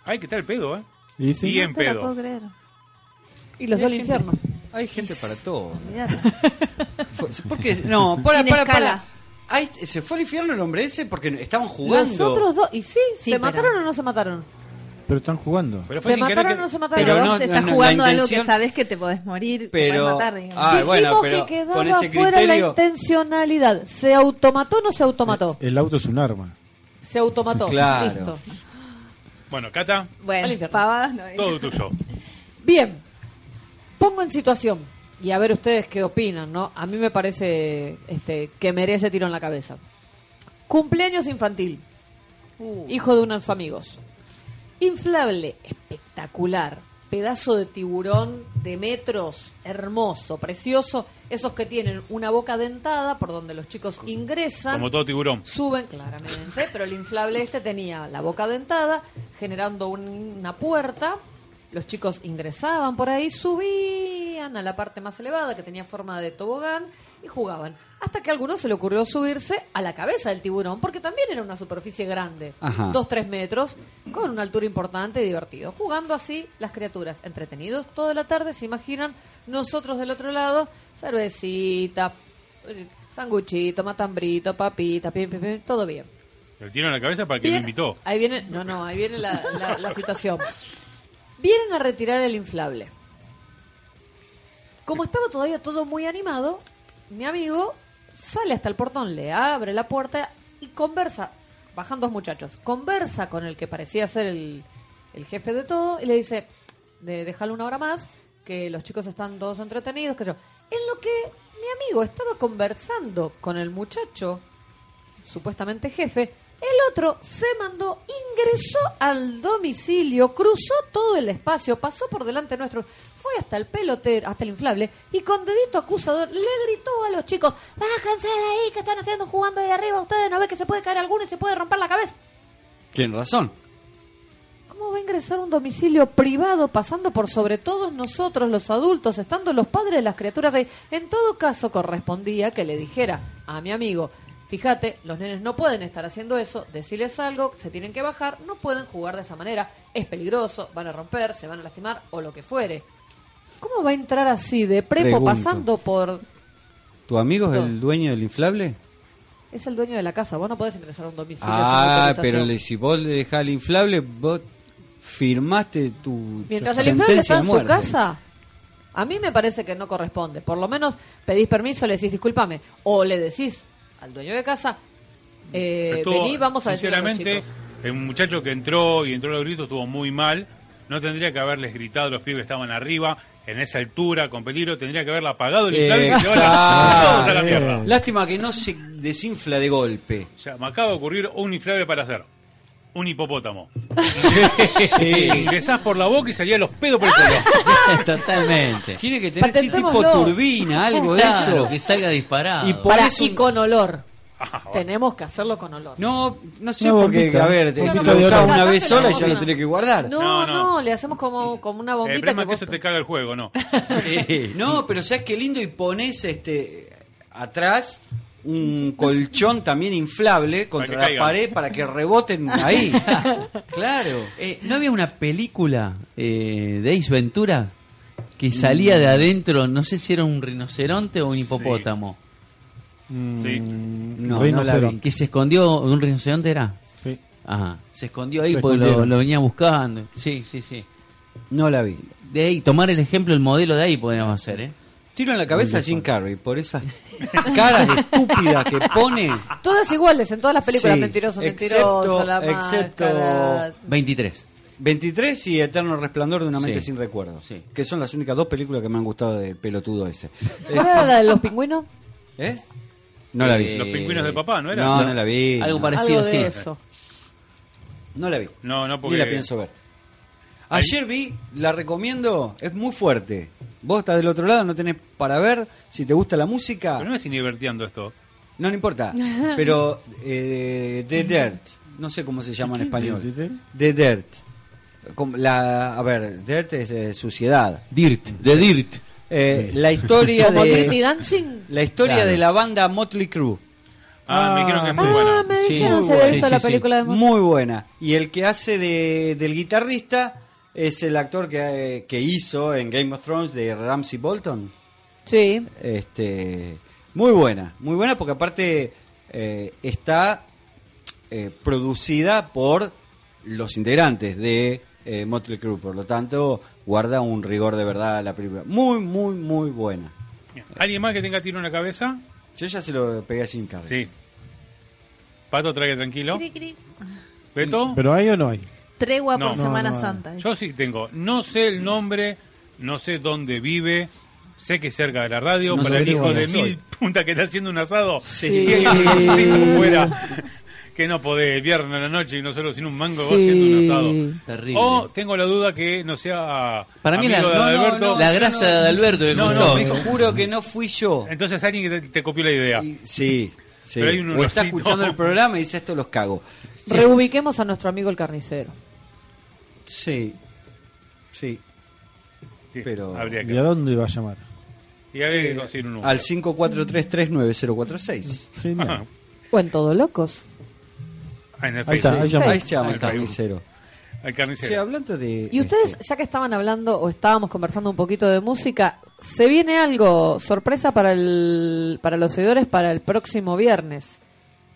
D: Ay, que está el pedo, ¿eh?
N: Y sí.
D: Bien
M: No te la puedo
D: pedo.
M: creer.
F: Y los dos al infierno.
E: Hay gente para todo.
M: Mirá.
E: ¿Por qué? No, para,
M: Sin
E: para, para.
M: escala.
E: Ay, se fue al infierno el hombre ese porque estaban jugando.
F: Los otros dos. Y sí,
M: Sí,
F: ¿se
M: pero-
F: mataron o no se mataron?
N: Pero están jugando.
D: Pero fue
F: ¿Se
D: sin querer
F: mataron o
D: que-
F: no se mataron?
E: Pero
M: Pero
E: no,
M: vos estás
E: no, no,
M: jugando
E: la
M: algo
E: intención-
M: que sabes que te podés morir, te
E: Pero-
M: podés matar, digamos.
E: Ah,
F: Dijimos
E: bueno, pero
F: que quedaba
E: con ese
F: fuera la
E: criterio-
F: intencionalidad. ¿Se automató o no se automató?
N: El auto es un arma.
F: Se automató.
E: Claro.
F: Listo.
D: Bueno, Cata,
F: Al
M: Bueno,
F: infierno.
M: pavadas no.
D: todo tuyo.
F: Bien, pongo en situación y a ver ustedes qué opinan, ¿no? A mí me parece este, que merece tiro en la cabeza. Cumpleaños infantil,
D: Uh.
F: hijo de unos amigos. Inflable, espectacular. pedazo de tiburón de metros, hermoso, precioso, esos que tienen una boca dentada por donde los chicos ingresan.
D: Como todo tiburón.
F: Suben claramente, pero el inflable este tenía la boca dentada, generando un- una puerta. Los chicos ingresaban por ahí, subían a la parte más elevada que tenía forma de tobogán y jugaban. Hasta que a alguno se le ocurrió subirse a la cabeza del tiburón, porque también era una superficie grande,
C: Ajá.
F: dos, tres metros, con una altura importante y divertido. Jugando así, las criaturas entretenidos toda la tarde, se imaginan nosotros del otro lado, cervecita, eh, sanguchito, matambrito, papita, pim, pim, pim, todo bien.
D: El tiro en la cabeza para el que lo
F: Bien.
D: invitó.
F: Ahí viene, no, no, ahí viene la, la- la situación. Vienen a retirar el inflable. Como estaba todavía todo muy animado, mi amigo sale hasta el portón, le abre la puerta y conversa. Bajan dos muchachos, conversa con el que parecía ser el, el jefe de todo y le dice, de, déjalo una hora más, que los chicos están todos entretenidos, que yo. En lo que mi amigo estaba conversando con el muchacho supuestamente jefe, el otro se mandó, ingresó al domicilio, cruzó todo el espacio, pasó por delante nuestro, fue hasta el pelotero, hasta el inflable, y con dedito acusador le gritó a los chicos, bájense de ahí, que están haciendo jugando ahí arriba, ustedes no ven que se puede caer alguno y se puede romper la cabeza.
E: Tiene razón.
F: ¿Cómo va a ingresar a un domicilio privado pasando por sobre todos nosotros los adultos, estando los padres de las criaturas ahí? En todo caso, correspondía que le dijera a mi amigo, fíjate, los nenes no pueden estar haciendo eso, decirles algo, se tienen que bajar, no pueden jugar de esa manera, es peligroso, van a romper, se van a lastimar o lo que fuere. ¿Cómo va a entrar así de prepo
E: Pregunto.
F: pasando por...
E: ¿Tu amigo es el dueño del inflable?
F: Es el dueño de la casa, vos no podés ingresar a un domicilio. sin
E: ah,
F: autorización.
E: pero le- si vos le dejás el inflable, vos firmaste tu
F: Mientras el
E: sentencia
F: inflable está
E: de
F: en su
E: muerte.
F: casa, a mí me parece que no corresponde. Por lo menos pedís permiso, le decís discúlpame. O le decís al dueño de casa, eh,
D: Estuvo,
F: vení, vamos a decir
D: Sinceramente, el muchacho que entró y entró a los gritos estuvo muy mal. No tendría que haberles gritado a los pibes que estaban arriba, en esa altura, con peligro. Tendría que haberla apagado el inflable y llevarla todos a la mierda.
E: Exacto. Lástima que no se desinfla de golpe.
D: O sea, me acaba de ocurrir un inflable para hacer. Un hipopótamo. [LAUGHS] Ingresás por la boca y salía los pedos por el
F: Ah,
D: culo.
G: [LAUGHS] Totalmente.
E: Tiene que
D: tener sí, tipo
F: Patentémoslo. [LAUGHS]
D: turbina, algo de eso.
G: Que salga disparado.
E: Y
F: Y,
E: por eso-
F: y con olor.
D: Ah,
F: Tenemos que hacerlo con olor.
E: No, no sé
F: Una
E: por qué,
F: bombita.
E: a ver,
F: Una
E: te- lo
F: bombita.
E: usás una
F: Acá
E: vez
F: te la
E: sola y ya
F: bombita.
E: lo tenés que guardar.
F: No, no, le hacemos como, como una
D: El
F: bombita
D: problema
F: que
D: es que
F: vos...
D: eso te caga el juego, ¿no?
E: No, pero ¿sabes qué lindo? Y pones este atrás un colchón también inflable contra
G: que
E: la
G: caigan.
E: pared para que reboten
F: [LAUGHS]
E: ahí. claro.
G: Eh, ¿No había una película eh, de Ace Ventura que salía de adentro, no sé si era un rinoceronte o un hipopótamo?
D: Sí.
G: No, no la vi. Que se escondió, un rinoceronte era.
N: Sí.
G: Ajá. Se escondió ahí
N: Se
G: porque lo,
N: escondieron.
G: lo venía buscando. Sí, sí, sí.
E: No la vi.
G: De ahí, tomar el ejemplo, el modelo de ahí podríamos hacer, ¿eh?
E: Tiro en la cabeza a Jim Carrey por esas caras estúpidas que pone.
F: Todas
D: Ah.
F: iguales en todas las películas,
E: Sí,
F: mentiroso,
E: excepto-
F: mentiroso, la
E: excepto-
F: máscara.
G: 23.
E: 23 y Eterno Resplandor de una mente
G: Sí.
E: sin recuerdo. Que son las únicas dos películas que me han gustado del pelotudo ese.
F: ¿Cuál era la de
E: [LAUGHS]
F: los pingüinos?
E: ¿Eh? No la vi.
D: Los pingüinos de papá, ¿no era?
E: No, no la vi.
D: Algo
E: No.
D: parecido,
F: Algo de sí. eso.
E: No la vi.
D: No, no, porque-
E: Ni la pienso ver. Ayer vi, la recomiendo, es muy fuerte. Vos estás del otro lado, no tenés para ver. Si te gusta la música,
D: Pero no me estoy divertiendo esto.
E: no, no importa. Pero eh, The Dirt, no sé cómo se llama en español. The Dirt. Com- La, a ver, Dirt es eh, suciedad. Eh,
G: Dirt, The Dirt.
D: [LAUGHS]
E: la historia
F: Como Dirty
E: de
F: Dancing.
E: la historia
G: Claro.
E: de la banda Motley Crue.
D: Ah, me dijeron que es muy
F: Ah,
D: buena.
F: me dijeron, se había visto la película de
E: Muy buena. Y el que hace de, del guitarrista es el actor que, eh, que hizo en Game of Thrones de Ramsey Bolton.
F: Sí.
E: Este, muy buena, muy buena porque aparte eh, está eh, producida por los integrantes de eh, Motley Crue, por lo tanto guarda un rigor de verdad a la película. Muy, muy, muy buena.
D: ¿Alguien más que tenga tiro en la cabeza?
E: Yo ya se lo pegué a Jim Carrey.
D: Sí. Pato, trague tranquilo. ¿Beto?
N: ¿Pero hay o no hay?
O: Tregua
D: No.
O: por Semana Santa.
D: Yo sí tengo. No sé el nombre, no sé dónde vive. Sé que es cerca de la radio,
N: No
D: para
N: sé
D: el hijo
N: dónde
D: de
N: soy.
F: [LAUGHS]
D: mil puntas que está haciendo un asado.
N: Sí.
D: Sí, como fuera. que no podés, el viernes a la noche y nosotros sin un mango
G: Sí.
D: haciendo un asado.
G: Terrible.
D: O tengo la duda que no sea
G: Para mí la-
D: amigo de
G: no, no,
D: Adalberto.
G: no, La yo grasa no- de Adalberto que
D: No, no,
G: contó.
D: me
G: Te
E: juro que no fui yo.
D: Entonces alguien que te, te copió la idea.
E: Sí, sí.
D: Ah. Pero hay un
E: o está
D: olorcito.
E: escuchando el programa y dice esto los cago.
F: Reubiquemos a nuestro amigo el carnicero.
E: Sí, sí. Pero
N: ¿Y a dónde iba a llamar?
D: Y a ver, conseguir un número.
E: al 543394046.
N: Genial.
F: O en todo locos.
D: [LAUGHS] Ah, en el
E: Ahí está,
D: Facebook.
E: ahí llama. Ahí llama
D: En
E: el
D: Facebook.
E: carnicero.
D: Al carnicero.
E: Sí, hablando de
F: Y ustedes, ya que estaban hablando o estábamos conversando un poquito de música, se viene algo, sorpresa para, el, para los seguidores para el próximo viernes.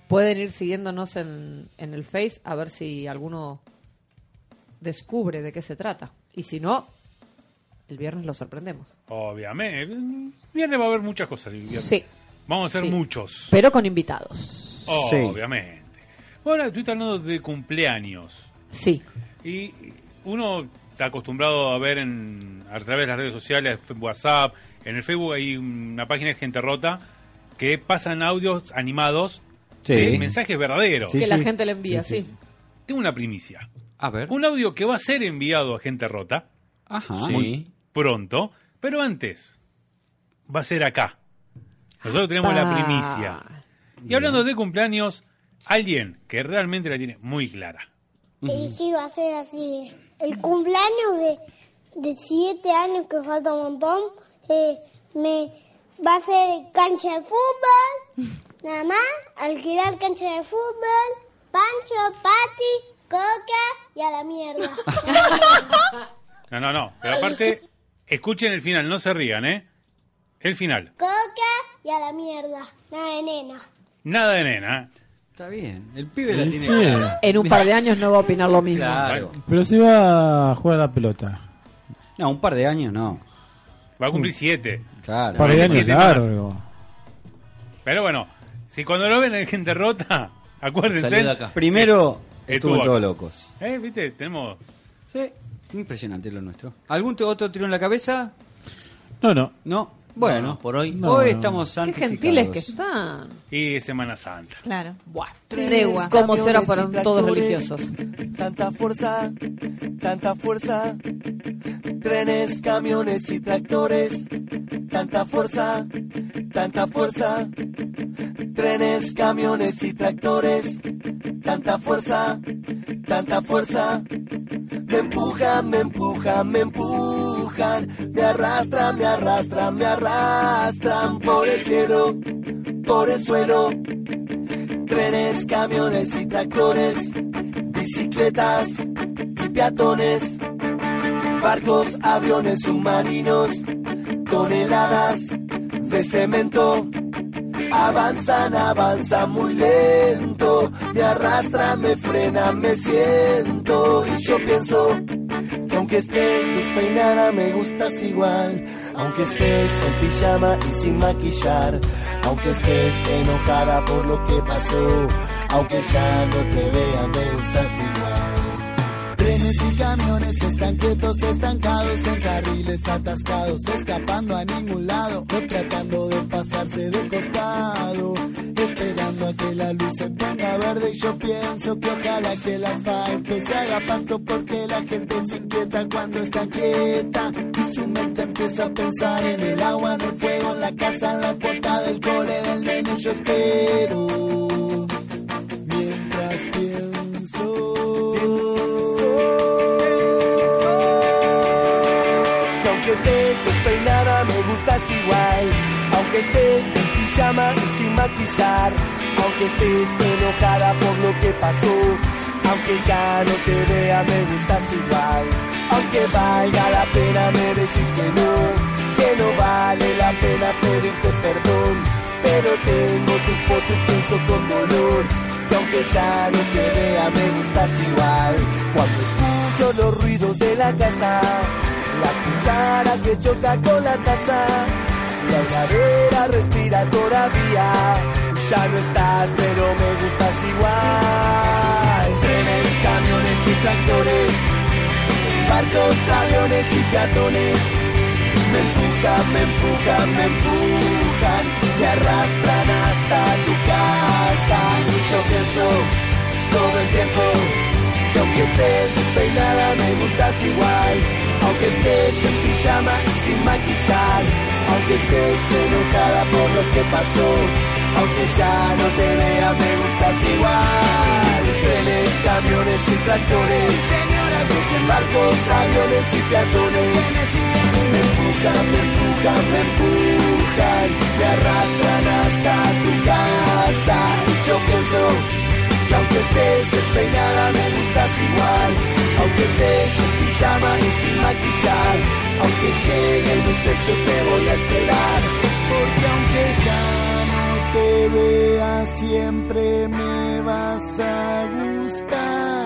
F: Pueden ir siguiéndonos en, en el Face a ver si alguno descubre de qué se trata. Y si no, el viernes lo sorprendemos.
D: Obviamente. El Viernes va a haber muchas cosas. el viernes.
F: Sí.
D: Vamos a hacer
F: Sí.
D: muchos.
F: Pero con invitados.
D: Obviamente. Ahora estoy hablando de cumpleaños.
F: Sí.
D: Y uno está acostumbrado a ver en, a través de las redes sociales, en WhatsApp, en el Facebook hay una página de gente rota que pasan audios animados
E: Sí.
D: de mensajes verdaderos.
F: que la gente le envía, sí.
D: Tengo una primicia.
E: A ver.
D: Un audio que va a ser enviado a gente rota.
E: Ajá.
D: Muy pronto. Pero antes, va a ser acá. Nosotros tenemos la
C: Apa.
D: primicia. Y hablando de cumpleaños, alguien que realmente la tiene muy clara.
S: Y sí va a ser así. El cumpleaños de, de siete años, que falta un montón, eh, me va a ser cancha de fútbol, nada más, alquilar cancha de fútbol, Pancho, Pati, Coca y a la mierda.
D: No, no, no. Pero aparte, escuchen el final, no se rían, ¿eh? El final.
S: Coca y a la mierda, nada de nena.
D: Nada de nena. ¿eh?
E: Está bien. El pibe la
N: Sí.
E: tiene.
N: clara.
F: En un par de años no va a opinar lo mismo.
E: Claro.
N: Pero se iba a jugar a la pelota.
E: No, un par de años no.
D: Va a cumplir siete.
E: Claro.
N: Un par de años
D: Siete más.
N: largo.
D: Pero bueno, si cuando lo ven en gente rota, [LAUGHS] acuérdense.
E: Salí de acá. Primero
D: Eh,
E: estuvo en
D: acá.
E: Todos Locos.
D: ¿Eh? ¿Viste? Tenemos.
E: Sí. Impresionante lo nuestro. ¿Algún te- otro tiro en la cabeza?
N: No, no.
E: No. Bueno,
N: No, no,
E: por hoy.
N: no.
E: Hoy estamos
F: Qué
E: santificados.
F: gentiles que están.
D: Y Semana Santa.
F: Claro. Buah,
T: Tregua.
F: Como si ahora fueran
T: Camiones y
F: todos
T: tractores.
F: religiosos.
T: Tanta fuerza, tanta fuerza. Trenes, camiones y tractores. Tanta fuerza, tanta fuerza. Trenes, camiones y tractores. Tanta fuerza, tanta fuerza. Me empujan, me empujan, me empujan. Me arrastran, me arrastran, me arrastran por el cielo, por el suelo. Trenes, camiones y tractores bicicletas y peatones, barcos, aviones, submarinos, toneladas de cemento. Avanzan, avanzan muy lento, me arrastran, me frenan, me siento y yo pienso que aunque estés despeinada me gustas igual, aunque estés en pijama y sin maquillar, aunque estés enojada por lo que pasó, aunque ya no te vea me gustas igual. Trenes y camiones están quietos, estancados en carriles atascados, escapando a ningún lado o tratando de pasarse de costado, esperando a que la luz se ponga verde y yo pienso que ojalá que el asfalto se haga pasto porque la gente se inquieta cuando está quieta y su mente empieza a pensar en el agua, en el fuego, en la casa, en la puerta del cole del nene yo espero. Mientras que aunque estés despeinada me gustas igual, aunque estés en pijama y sin maquillar, aunque estés enojada por lo que pasó, aunque ya no te vea me gustas igual, aunque valga la pena me decís que no, que no vale la pena pedirte perdón, pero tengo tu foto y pienso con dolor, que aunque ya no te vea me gustas igual, cuando escucho los ruidos de la casa, la cuchara que choca con la taza, la heladera respira todavía. Ya no estás, pero me gustas igual. Trenes, camiones y tractores, barcos, aviones y peatones. Me empujan, me empujan, me empujan, te arrastran hasta tu casa. Y yo pienso estás igual, aunque estés en pijama y sin maquillar, aunque estés enojada por lo que pasó, aunque ya no te vea me gustas igual. Trenes, camiones y tractores, barcos, aviones y peatones, me empujan, me empujan, me empujan, me arrastran hasta tu casa y yo pienso que aunque estés despeinada me gustas igual Aunque estés en pijama y sin maquillar Aunque llegue el mes yo te voy a esperar Porque aunque ya no te vea siempre me vas a gustar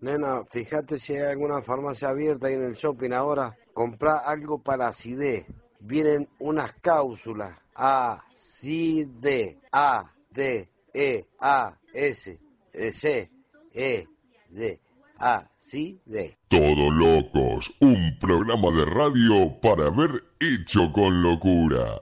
U: Nena, fíjate si hay alguna farmacia abierta ahí en el shopping ahora. Comprá algo para acidez. Vienen unas cápsulas. A, C, D, A, D, E, A, S, E, C, E, D, A, C, D.
L: Todo Locos, un programa de radio para ver hecho con locura.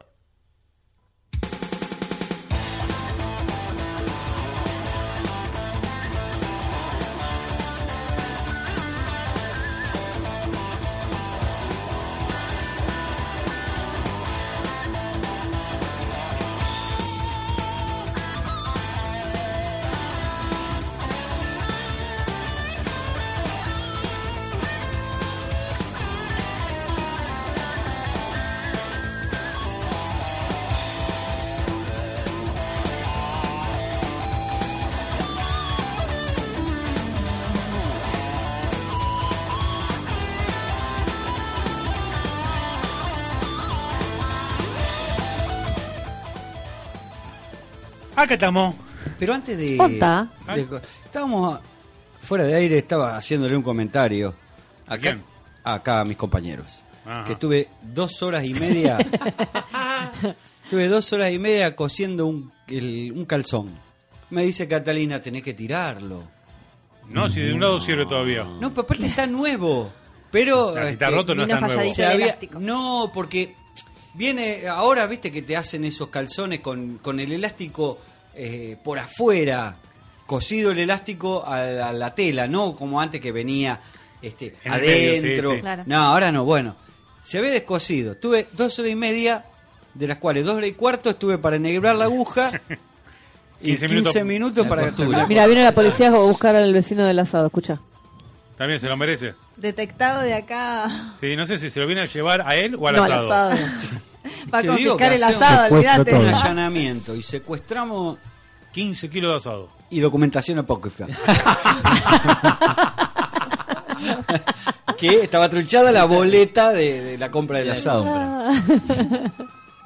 D: Acá estamos.
E: Pero antes de.
F: Ponta.
E: de- estábamos. a- Fuera de aire estaba haciéndole un comentario. Acá, acá a mis compañeros.
D: Ajá.
E: Que estuve dos horas y media. estuve dos horas y media cosiendo un, el- un calzón. Me dice Catalina, tenés que tirarlo.
D: No, si de un lado sirve todavía.
E: No, pero aparte está nuevo. Pero.
D: Ah, si está
E: este,
D: roto, no Vino está nuevo. falladito
E: se
D: de
E: había-
D: elástico.
E: no, porque viene. Ahora viste que te hacen esos calzones con, con el elástico eh, por afuera, cosido el elástico a la, a la tela, no como antes que venía este,
D: En el medio, sí,
E: adentro.
D: sí. Claro.
E: No, ahora no. Bueno, se había descosido. Tuve dos horas y media, de las cuales dos horas y cuarto estuve para enhebrar la aguja.
D: [LAUGHS]
E: Y 15
D: 15 minutos.
E: minutos, para que terminara.
F: Mira, viene la policía a buscar al vecino del asado, escucha.
D: También se lo merece.
O: Detectado de acá.
D: Sí, no sé si se lo viene a llevar a él o al
O: No, al
D: asado.
O: asado. Va a
E: Te digo que
O: confiscar el
E: hacemos
O: asado, olvídate.
E: Un allanamiento y secuestramos
D: 15 kilos de asado.
E: y documentación apócrifa. que estaba truchada la boleta de, de la compra del asado.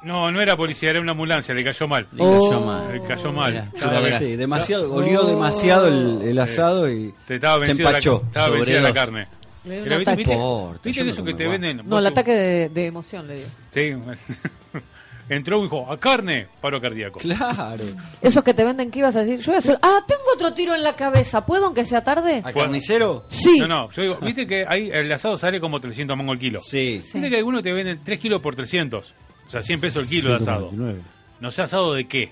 D: No, no era policía, era una ambulancia, le cayó mal.
E: Le cayó Oh. mal.
D: Le cayó mal.
E: Mirá,
D: Estaba
E: sí,
D: vencido.
E: demasiado, olió demasiado el, el asado y
D: Te estaba
E: se
D: vencida la,
E: empachó.
D: estaba vencida la carne.
F: Le dio
D: Pero
F: un
D: viste,
F: ataque.
D: viste-
E: Porta,
D: viste
E: yo me
D: eso que
E: lo
D: te
E: como.
D: venden.
F: No,
D: Vos
F: el
D: un-
F: ataque de, de emoción le dio.
D: Sí. [LAUGHS] Entró y dijo, a carne, paro cardíaco.
E: Claro.
F: Esos que te venden, ¿qué ibas a decir? Yo voy a hacer. Ah, tengo otro tiro en la cabeza. ¿Puedo aunque sea tarde?
E: carnicero?
F: Sí.
D: No, no, yo digo, viste que ahí el asado sale como 300 mangos el kilo.
E: Sí.
D: Viste que algunos te venden 3 kilos por 300. O sea, 100 pesos el kilo de asado.
N: 1,99.
D: No sé asado de qué.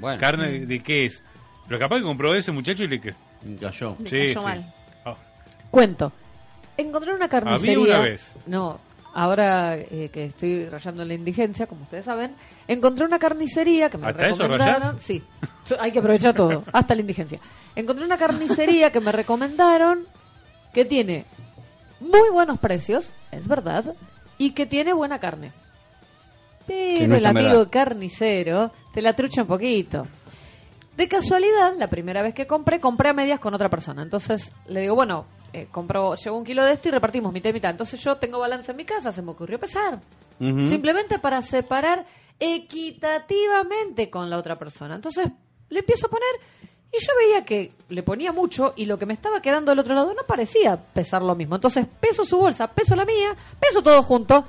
E: Bueno.
D: Carne de- de qué es. Pero capaz que compró ese muchacho y le que-
G: Cayó.
D: Sí,
F: cayó
D: sí.
F: mal.
D: Ah,
F: Cuento. Encontré una carnicería.
D: una vez.
F: No, ahora eh, que estoy rayando en la indigencia, como ustedes saben, encontré una carnicería que me
D: ¿Hasta eso
F: recomendaron.
D: rayás?
F: Sí, So- hay que aprovechar todo, hasta la indigencia. Encontré una carnicería que me recomendaron que tiene muy buenos precios, es verdad, y que tiene buena carne.
E: Que
F: Pero
E: no es
F: el
E: tan
F: amigo
E: verdad.
F: carnicero te la trucha un poquito. De casualidad, la primera vez que compré, compré a medias con otra persona. Entonces le digo, bueno, eh, compro, llevo un kilo de esto y repartimos mitad y mitad. Entonces yo tengo balance en mi casa, se me ocurrió pesar.
E: Ujú.
F: Simplemente para separar equitativamente con la otra persona. Entonces le empiezo a poner y yo veía que le ponía mucho y lo que me estaba quedando del otro lado no parecía pesar lo mismo. Entonces peso su bolsa, peso la mía, peso todo junto.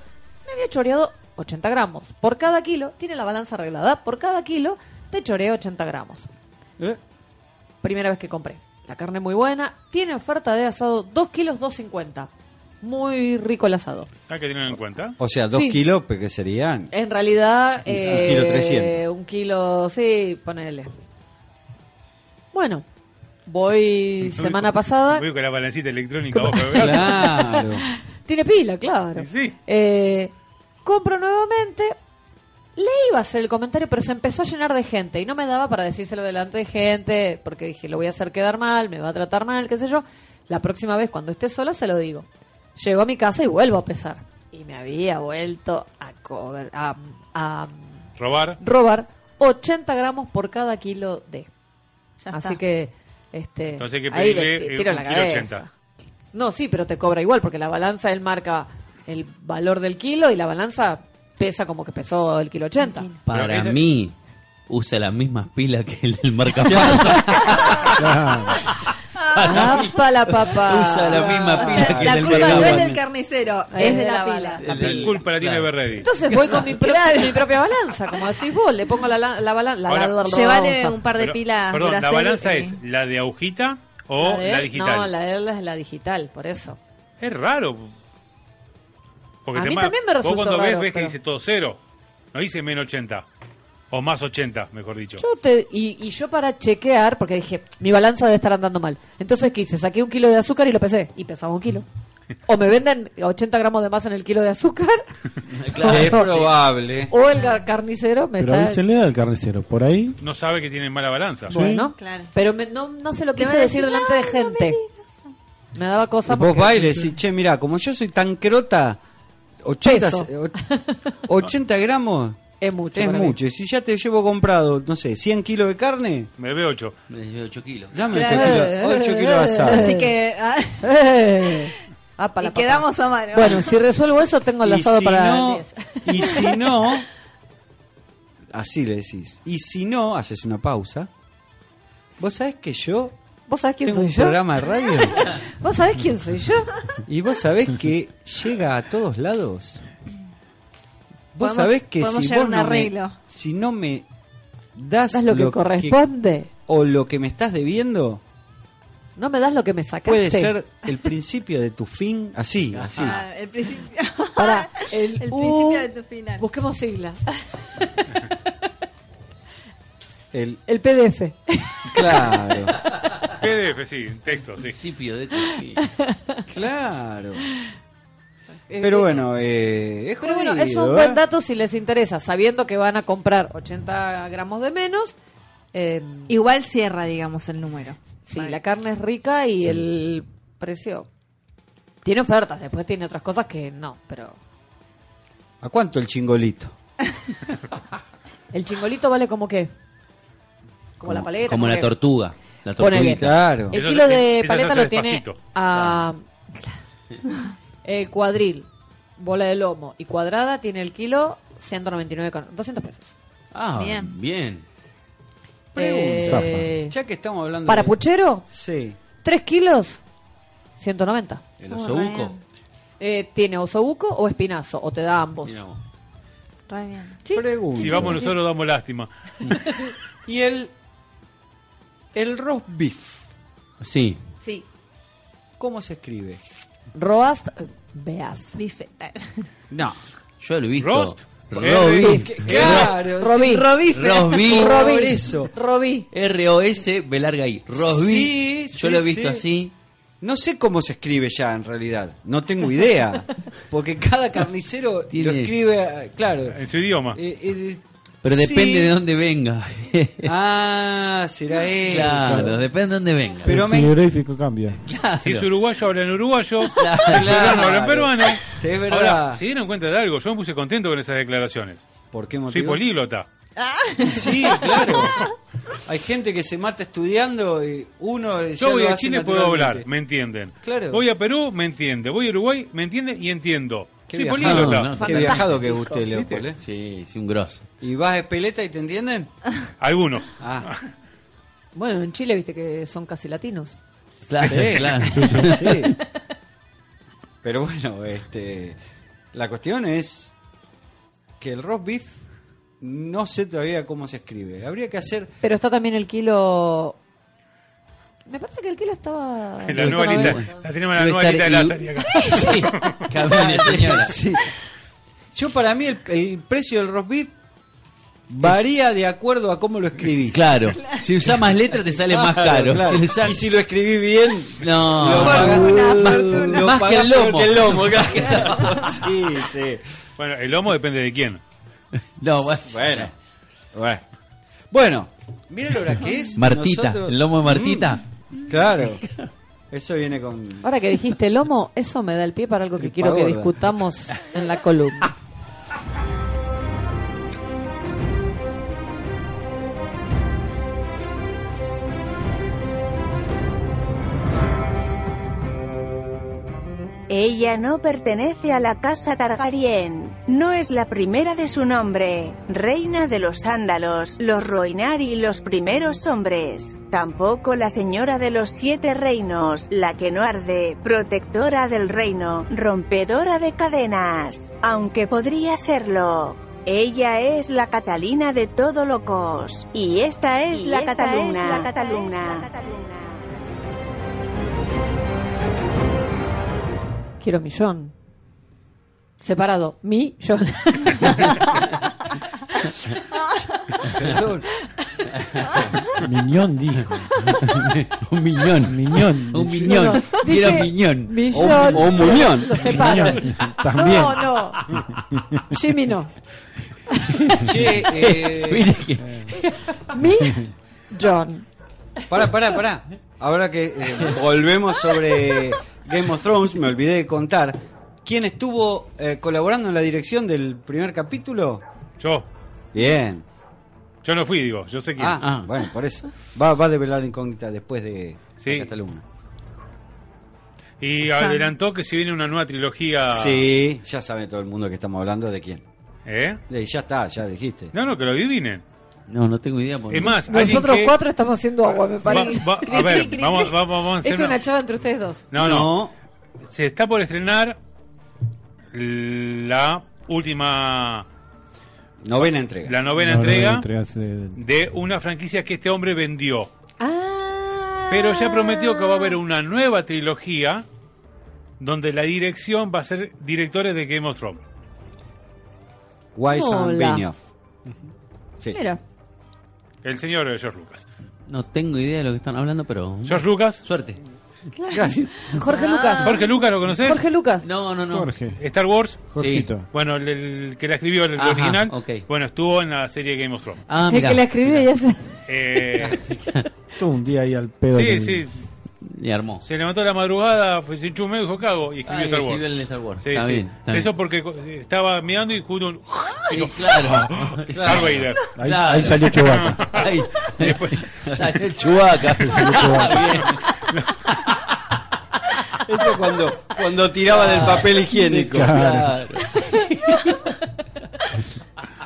F: Me había choreado 80 gramos. Por cada kilo, tiene la balanza arreglada, por cada kilo te choreo 80 gramos.
E: ¿Eh?
F: Primera vez que compré. La carne muy buena. Tiene oferta de asado 2 kilos 2.50. muy rico el asado.
D: Hay que tener en cuenta.
E: O sea, dos
F: Sí.
E: kilos, pe- que serían?
F: En realidad, eh,
E: kilo 300.
F: Un kilo, sí, ponele. Bueno, voy semana
D: [LAUGHS]
F: pasada.
D: Voy con la balancita electrónica. vos, pero-
E: Claro.
F: Tiene pila, claro. Eh, compro nuevamente. Le iba a hacer el comentario, pero se empezó a llenar de gente y no me daba para decírselo delante de gente, porque dije, lo voy a hacer quedar mal, me va a tratar mal, qué sé yo. La próxima vez, cuando esté sola, se lo digo. Llego a mi casa y vuelvo a pesar. Y me había vuelto a, cober- a- a
E: [LAUGHS]
D: Robar.
F: robar 80 gramos por cada kilo de. Así
D: está.
F: que, este,
D: Entonces hay que
F: ahí
D: pedirle
F: ves,
D: eh,
F: tiro
D: un
F: la
D: kilo
F: cabeza.
D: 80.
F: No, sí, pero te cobra igual, porque la balanza él marca el valor del kilo y la balanza pesa como que pesó el kilo 80.
G: Para mí, usa las mismas pilas que el del marcapasta.
F: [LAUGHS] ¡Apa la Ah, papá!
G: Usa la misma pila que
M: La
G: el
M: culpa no es
G: del
M: del carnicero,
F: Es
M: es de
F: de
M: la
F: la
M: pila.
D: La culpa la tiene Berredi.
F: Entonces voy con mi, pro- mi propia balanza, como decís vos, le pongo la, la, la balan- la-
D: Ahora-
F: la- la- la
M: Llévale
F: balanza.
M: un par de
D: Pero,
M: pilas
D: Perdón, ¿la
M: Duracell,
D: balanza
M: eh.
D: es la de agujita o
F: La
D: la,
F: de él,
D: digital?
F: No, la de él es la digital, por eso.
D: Es raro. Porque
F: A
D: te
F: mí
D: ma-
F: también me resultó
D: Vos cuando
F: raro,
D: ves, ves que
F: pero-
D: dice todo cero. No dice menos 80. O más 80, mejor dicho.
F: Yo te- y, y yo para chequear, porque dije, mi balanza debe estar andando mal. Entonces, ¿qué hice? Saqué un kilo de azúcar y lo pesé. Y pesaba un kilo. O me venden 80 gramos de más en el kilo de azúcar, [LAUGHS]
G: [LAUGHS]
E: Es probable.
F: o el gar- carnicero me
N: Pero
F: está...
N: avísenle al carnicero, por ahí.
D: No sabe que tiene mala balanza.
F: Bueno, pero me- no, no se lo
M: Te
F: quise
M: van a
F: decir
M: decir,
F: delante de gente. me daba cosa
E: Vos
F: porque-
E: bailes y, che, mirá, como yo soy tan crota, 80,
F: Peso.
E: eh, o- 80 gramos
F: Es mucho.
E: es
F: para mí.
E: mucho. Y si ya te llevo comprado, no sé, 100 kilos de carne,
D: Me veo 8.
G: Me llevo 8 kilos.
E: dame 8 kilos, 8 kilos de asado.
M: Así que. ah,
F: [LAUGHS] Eh. Apa
M: y
F: la papá.
M: quedamos a mano.
F: Bueno, si resuelvo eso, tengo el
E: Y
F: asado
E: si
F: para...
E: no-
F: el 10.
E: Y
F: [LAUGHS]
E: si no, así le decís. Y si no, haces una pausa. Vos sabés que yo
F: ¿Vos sabés quién
E: tengo
F: soy
E: un
F: yo?
E: programa
F: [LAUGHS]
E: de radio
F: ¿Vos sabés quién soy yo?
E: [LAUGHS] y vos sabés que llega a todos lados. Vos
M: Podemos-
E: sabés que
M: podemos
E: si
M: llegar
E: vos
M: a
E: no
M: un
E: me,
M: arreglo.
E: si no me das,
F: Das lo que corresponde.
E: o lo que me estás debiendo,
F: No me das lo que me sacaste.
E: puede ser el principio de tu fin. Así, así.
M: Ah, el principio.
F: Pará, el,
M: El
F: U-
M: principio de tu final.
F: Busquemos sigla.
E: El,
F: El PDF.
E: Eh,
F: [LAUGHS]
E: claro,
D: PDF, sí, texto, sí.
G: Principio de este
E: claro.
F: Eh,
E: Pero bueno, eh, es
F: Este, Pero bueno,
E: jodido,
F: es un
E: ¿eh?
F: buen dato si les interesa, sabiendo que van a comprar 80 gramos de menos. eh,
M: [LAUGHS] Igual cierra, digamos, el número.
F: sí, la carne es rica y el precio tiene ofertas. Después tiene otras cosas que no, pero
E: ¿A cuánto el chingolito?
F: el chingolito vale como qué? Como, la paleta.
G: Como la
F: qué?
G: tortuga. La
F: Ponele.
G: tortuguita.
E: Claro.
F: El
G: Eso
F: kilo
G: se-
F: de
G: eso se
F: paleta
G: hace
F: lo tiene
G: despacito.
F: a [LAUGHS] el cuadril, bola de lomo y cuadrada tiene el kilo 199 con 200 pesos.
G: Ah,
M: Bien.
G: bien.
E: Pregunta.
F: Eh,
E: Ya que estamos hablando
F: Para
E: de-
F: puchero,
E: Sí.
F: 3 kilos 190.
G: El
M: Oh,
G: osobuco.
F: Eh, tiene osobuco o espinazo o te da ambos.
G: Mirá vos.
M: Re bien.
E: Pregunta.
D: Si vamos nosotros, damos lástima.
E: Y el el roast beef,
G: Sí.
F: Sí.
E: ¿cómo se escribe?
F: Roast eh, beef.
M: Bife.
E: No.
G: Yo lo he visto.
D: Roast.
G: Roast
E: Que-
G: beef.
E: Claro.
F: Robí.
M: Robife.
G: Roast beef.
E: Por eso.
F: Robí.
G: R-O-S, B larga I. Roast
E: Sí,
G: beef.
E: sí,
G: Yo lo he visto
E: sí.
G: así.
E: No sé cómo se escribe ya en realidad. No
F: [LAUGHS]
E: tengo idea. Porque cada carnicero
G: Tiene-
E: lo escribe, eh, claro.
D: En su idioma.
E: Eh, eh,
G: Pero
E: sí.
G: depende de
E: [LAUGHS]
G: dónde venga.
E: Ah, será eso.
G: claro, depende de dónde venga.
E: Pero
N: el
E: me-
N: frigorífico cambia.
G: Claro.
D: Si es uruguayo, hablan
E: [LAUGHS]
D: uruguayo.
G: Claro.
D: Peruano, hablan peruano.
E: Es verdad.
D: Ahora, se dieron cuenta de algo. Yo me puse contento con esas declaraciones.
E: ¿Por qué
D: Soy
E: motivo?
D: políglota.
E: Sí, claro. Hay gente que se mata estudiando y uno ya
D: Yo voy
E: lo
D: a
E: hace
D: Chile, puedo
E: naturalmente.
D: hablar, me entienden.
E: Claro.
D: Voy a Perú, me entiende. Voy a Uruguay, me entiende y entiendo.
E: Qué
D: Soy
E: viajado,
D: políglota.
G: no,
E: Qué
G: Fantástico.
E: viajado que guste, Leopold. ¿eh?
G: Sí, sí, un grosso.
E: ¿Y vas a Espeleta y te entienden?
D: Algunos.
G: [LAUGHS]
E: Ah,
F: Bueno, en Chile viste que son casi latinos.
G: Claro,
E: sí,
G: claro. [LAUGHS]
E: sí. Pero bueno, este, la cuestión es que el roast beef no sé todavía cómo se escribe. Habría que hacer
F: Pero está también el kilo Me parece que el kilo estaba.
D: [LAUGHS] La nueva lista- la tenemos la nueva lista de la serie
G: [LAUGHS]
D: acá.
E: Sí,
D: Camine, señora.
E: [LAUGHS] Sí. Yo para mí el, el precio del roast beef varía de acuerdo a cómo lo escribís.
G: Claro. Si usás más letras te sale más
E: Claro,
G: caro.
E: claro.
G: Si usás-
E: Y si lo escribí bien,
G: No.
E: lo pagás- lo
G: más que
E: pagás
G: el
E: peor
G: lomo.
E: que
G: [LAUGHS]
E: el [LAUGHS] lomo, claro.
D: sí, sí. Bueno, el lomo depende de quién.
E: No, bueno. Bueno. Bueno, mira la hora que es.
G: Martita, el lomo de Martita. [LAUGHS]
E: Mm, claro. Eso viene con.
F: Ahora que dijiste lomo, eso me da el pie para algo que quiero que
E: gorda.
F: discutamos en la columna.
A: Ella no pertenece a la casa Targaryen. No es la primera de su nombre. Reina de los Ándalos, los Roinari, los primeros hombres. Tampoco la señora de los siete reinos, la que no arde, protectora del reino, rompedora de cadenas. Aunque podría serlo. Ella es la Catalina de todo locos. Y esta es,
I: Y
A: la,
I: esta es
A: Cataluna.
I: la
A: Cataluna.
F: Quiero millón. Separado, millón.
G: Perdón.
N: Miñón dijo.
G: un miñón.
N: Miñón.
G: Un miñón.
F: Dije
G: Era un miñón.
F: millón.
G: O, o un muñón.
F: Lo separo.
N: Miñón. También.
F: No, no. Jimmy no.
G: [LAUGHS]
E: Che, eh,
G: Mira que-
F: Mi John.
E: Pará, pará, pará. Ahora que eh, volvemos sobre Game of Thrones, me olvidé de contar. ¿Quién estuvo eh, colaborando en la dirección del primer capítulo?
D: Yo.
E: Bien.
D: Yo no fui, digo. Yo sé quién.
E: Ah, bueno, por eso. Va, va a develar la incógnita después de
D: Sí.
E: esta alumna.
D: Y
E: Chan.
D: adelantó que se viene una nueva trilogía.
E: Ah. Sí, ya sabe todo el mundo que estamos hablando de quién.
D: ¿Eh?
E: Eh, ya está, ya dijiste.
D: No, no, que lo adivinen.
G: No, no tengo idea. porque-
D: Es más, alguien
F: Nosotros
D: que-
F: cuatro estamos haciendo agua, me parece.
D: Va- va- a ver, vamos, vamos, vamos a hacer
F: Esto es
D: una-
F: una charla entre ustedes dos.
D: No, no, Se está por estrenar la última,
E: Novena entrega.
D: la novena
N: No, no,
D: entrega
N: entregas el-
D: de una franquicia que este hombre vendió.
F: Ah.
D: Pero ya prometió que va a haber una nueva trilogía donde la dirección va a ser directores de Game of Thrones.
E: Wise and
D: Hola.
E: Benioff. Sí.
F: Mira.
D: El señor George Lucas.
G: No tengo idea de lo que están hablando, pero.
D: George Lucas.
G: Suerte.
E: Gracias.
F: Jorge Lucas.
D: Jorge Lucas, ¿lo conoces?
F: Jorge Lucas.
G: No, no, no.
N: Jorge.
D: Star Wars.
N: Jorgito. Sí.
D: Bueno, el, el que la escribió, el
G: Ajá,
D: original.
G: ok.
D: Bueno, estuvo en la serie Game of Thrones.
G: Ah,
F: el que la escribió ya se...
G: [LAUGHS]
D: Eh,
N: Todo un día ahí al pedo.
D: sí,
N: con-
D: sí.
G: Y armó.
D: Se levantó a la madrugada, fue se chumé, dijo cago y escribió
G: Ah, y
D: Star Wars.
G: escribió el Star Wars.
D: Sí,
G: Está
D: sí.
G: bien, está bien.
D: Eso porque co- estaba mirando y justo un.
G: Sí, claro.
D: Darth Vader.
N: Ahí- ahí salió
D: [LAUGHS]
N: Chewbacca.
G: Ahí.
D: Después-
G: Salió el Chewbacca.
N: Salió Chewbacca.
G: Bien.
E: Eso cuando, cuando tiraba del papel higiénico.
G: Claro.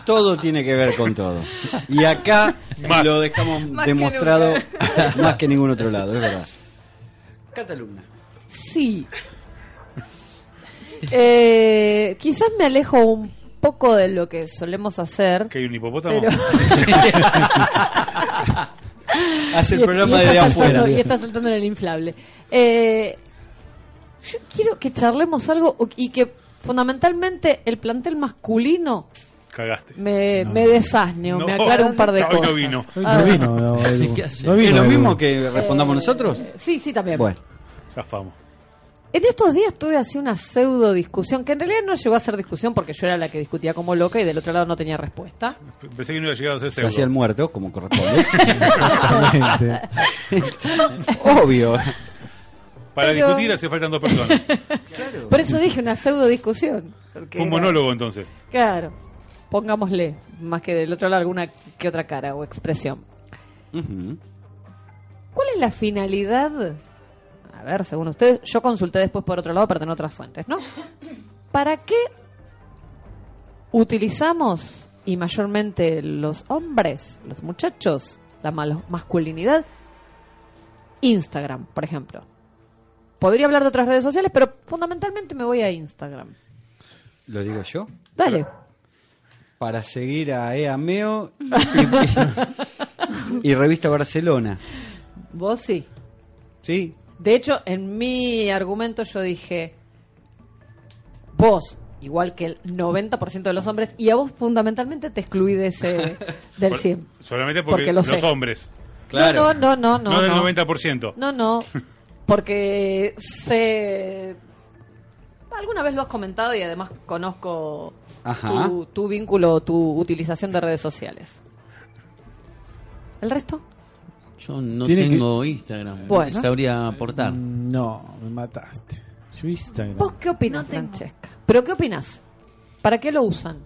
E: Todo tiene que ver con todo. Y acá lo dejamos
F: Más que
E: demostrado más que ningún otro lado, es verdad. Cataluna.
F: Sí. Eh, quizás me alejo un poco de lo que solemos hacer.
D: Que hay un hipopótamo.
F: Pero-
E: Hace el
F: Y-
E: programa
F: y está
E: desde
F: saltando-
E: afuera.
F: Y está saltando en el inflable. Eh, yo quiero que charlemos algo o- y que fundamentalmente el plantel masculino
D: Cagaste.
F: me, me desasne o
D: No,
F: me aclare un par de
D: hoy no
F: cosas.
D: vino.
N: Hoy
F: Ah,
N: no vino, no, Edu.
G: ¿Qué hace?
N: No
E: ¿Es
N: vino,
E: lo
N: Edu.
E: mismo que respondamos nosotros?
F: Eh, Sí, sí, también.
E: Bueno,
D: Zafamos.
F: En estos días tuve así una pseudo discusión, que en realidad no llegó a ser discusión porque yo era la que discutía como loca y del otro lado no tenía respuesta.
D: Pensé que no iba a llegar a ser
E: se hacía el
D: pseudo.
E: muerto, como corresponde.
N: Exactamente.
E: [LAUGHS] Obvio.
D: Para
F: Pero-
D: discutir hace faltan dos personas.
F: [LAUGHS] Por eso dije una pseudo discusión. porque
D: Un
F: era-
D: monólogo entonces.
F: Claro, pongámosle, más que del otro lado alguna que otra cara o expresión.
E: Ujú.
F: ¿Cuál es la finalidad? A ver, según ustedes, yo consulté después por otro lado para tener otras fuentes, ¿no? ¿Para qué utilizamos, y mayormente los hombres, los muchachos, la malo- masculinidad, Instagram, por ejemplo? Podría hablar de otras redes sociales, pero fundamentalmente me voy a Instagram.
E: ¿Lo digo yo?
F: Dale.
E: Para seguir a Eameo y, y Revista Barcelona.
F: Vos sí.
E: Sí.
F: De hecho, en mi argumento yo dije, vos, igual que el 90% de los hombres, y a vos fundamentalmente te excluí de ese, del
D: Por-
F: 100.
D: Solamente porque,
F: Porque lo
D: los
F: sé.
D: hombres.
F: Claro. No, no, no, no,
D: No del
F: no.
D: 90%.
F: No, no, porque sé... Alguna vez lo has comentado y además conozco
E: Ajá.
F: tu, tu vínculo, tu utilización de redes sociales. ¿El resto?
G: Yo no
N: Tiene que-
G: tengo Instagram, no
F: Bueno.
G: te sabría aportar.
T: Mm.
N: No, me mataste. Yo Instagram.
F: ¿Vos qué opinas, Francesca? ¿Pero qué opinas? ¿Para qué lo usan?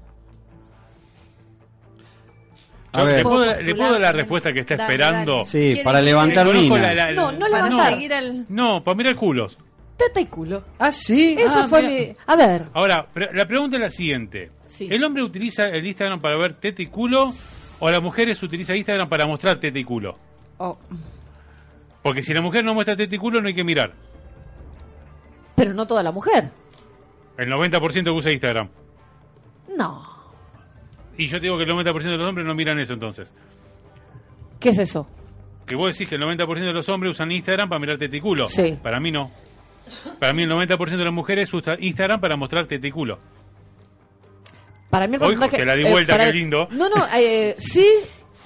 D: Yo
E: ver.
D: le, puedo,
E: Puedo
D: le puedo dar la
E: postular.
D: respuesta que está
E: Dale,
D: esperando. Eh,
E: dale. Sí, ¿Quiere- para levantar
D: Conozco
E: mina.
D: la- la-
F: No, no le vas a
D: no,
F: seguir al
D: no, para mirar culos.
F: teta y culo.
E: Ah, sí.
F: Eso
G: Ah,
F: fue
G: mirá.
F: mi... A ver,
D: Ahora, pre- la pregunta es la siguiente. ¿El hombre utiliza el Instagram para ver teta y culo o las mujeres utilizan Instagram para mostrar teta y culo?
F: Oh,
D: Porque si la mujer no muestra teta y culo no hay que mirar.
F: pero no toda la mujer.
D: El 90% que usa Instagram.
F: No.
D: Y yo te digo que el 90% de los hombres no miran eso entonces.
F: ¿Qué es eso?
D: Que vos decís que el 90% de los hombres usan Instagram para mirar teta y culo.
F: Sí.
D: Para mí no. Para mí el 90% de las mujeres usa Instagram para mostrar teta y culo.
F: Para mí el
D: Ojo,
F: porcentaje...
D: te la di vuelta,
F: para-
D: qué lindo.
F: No, no, eh, sí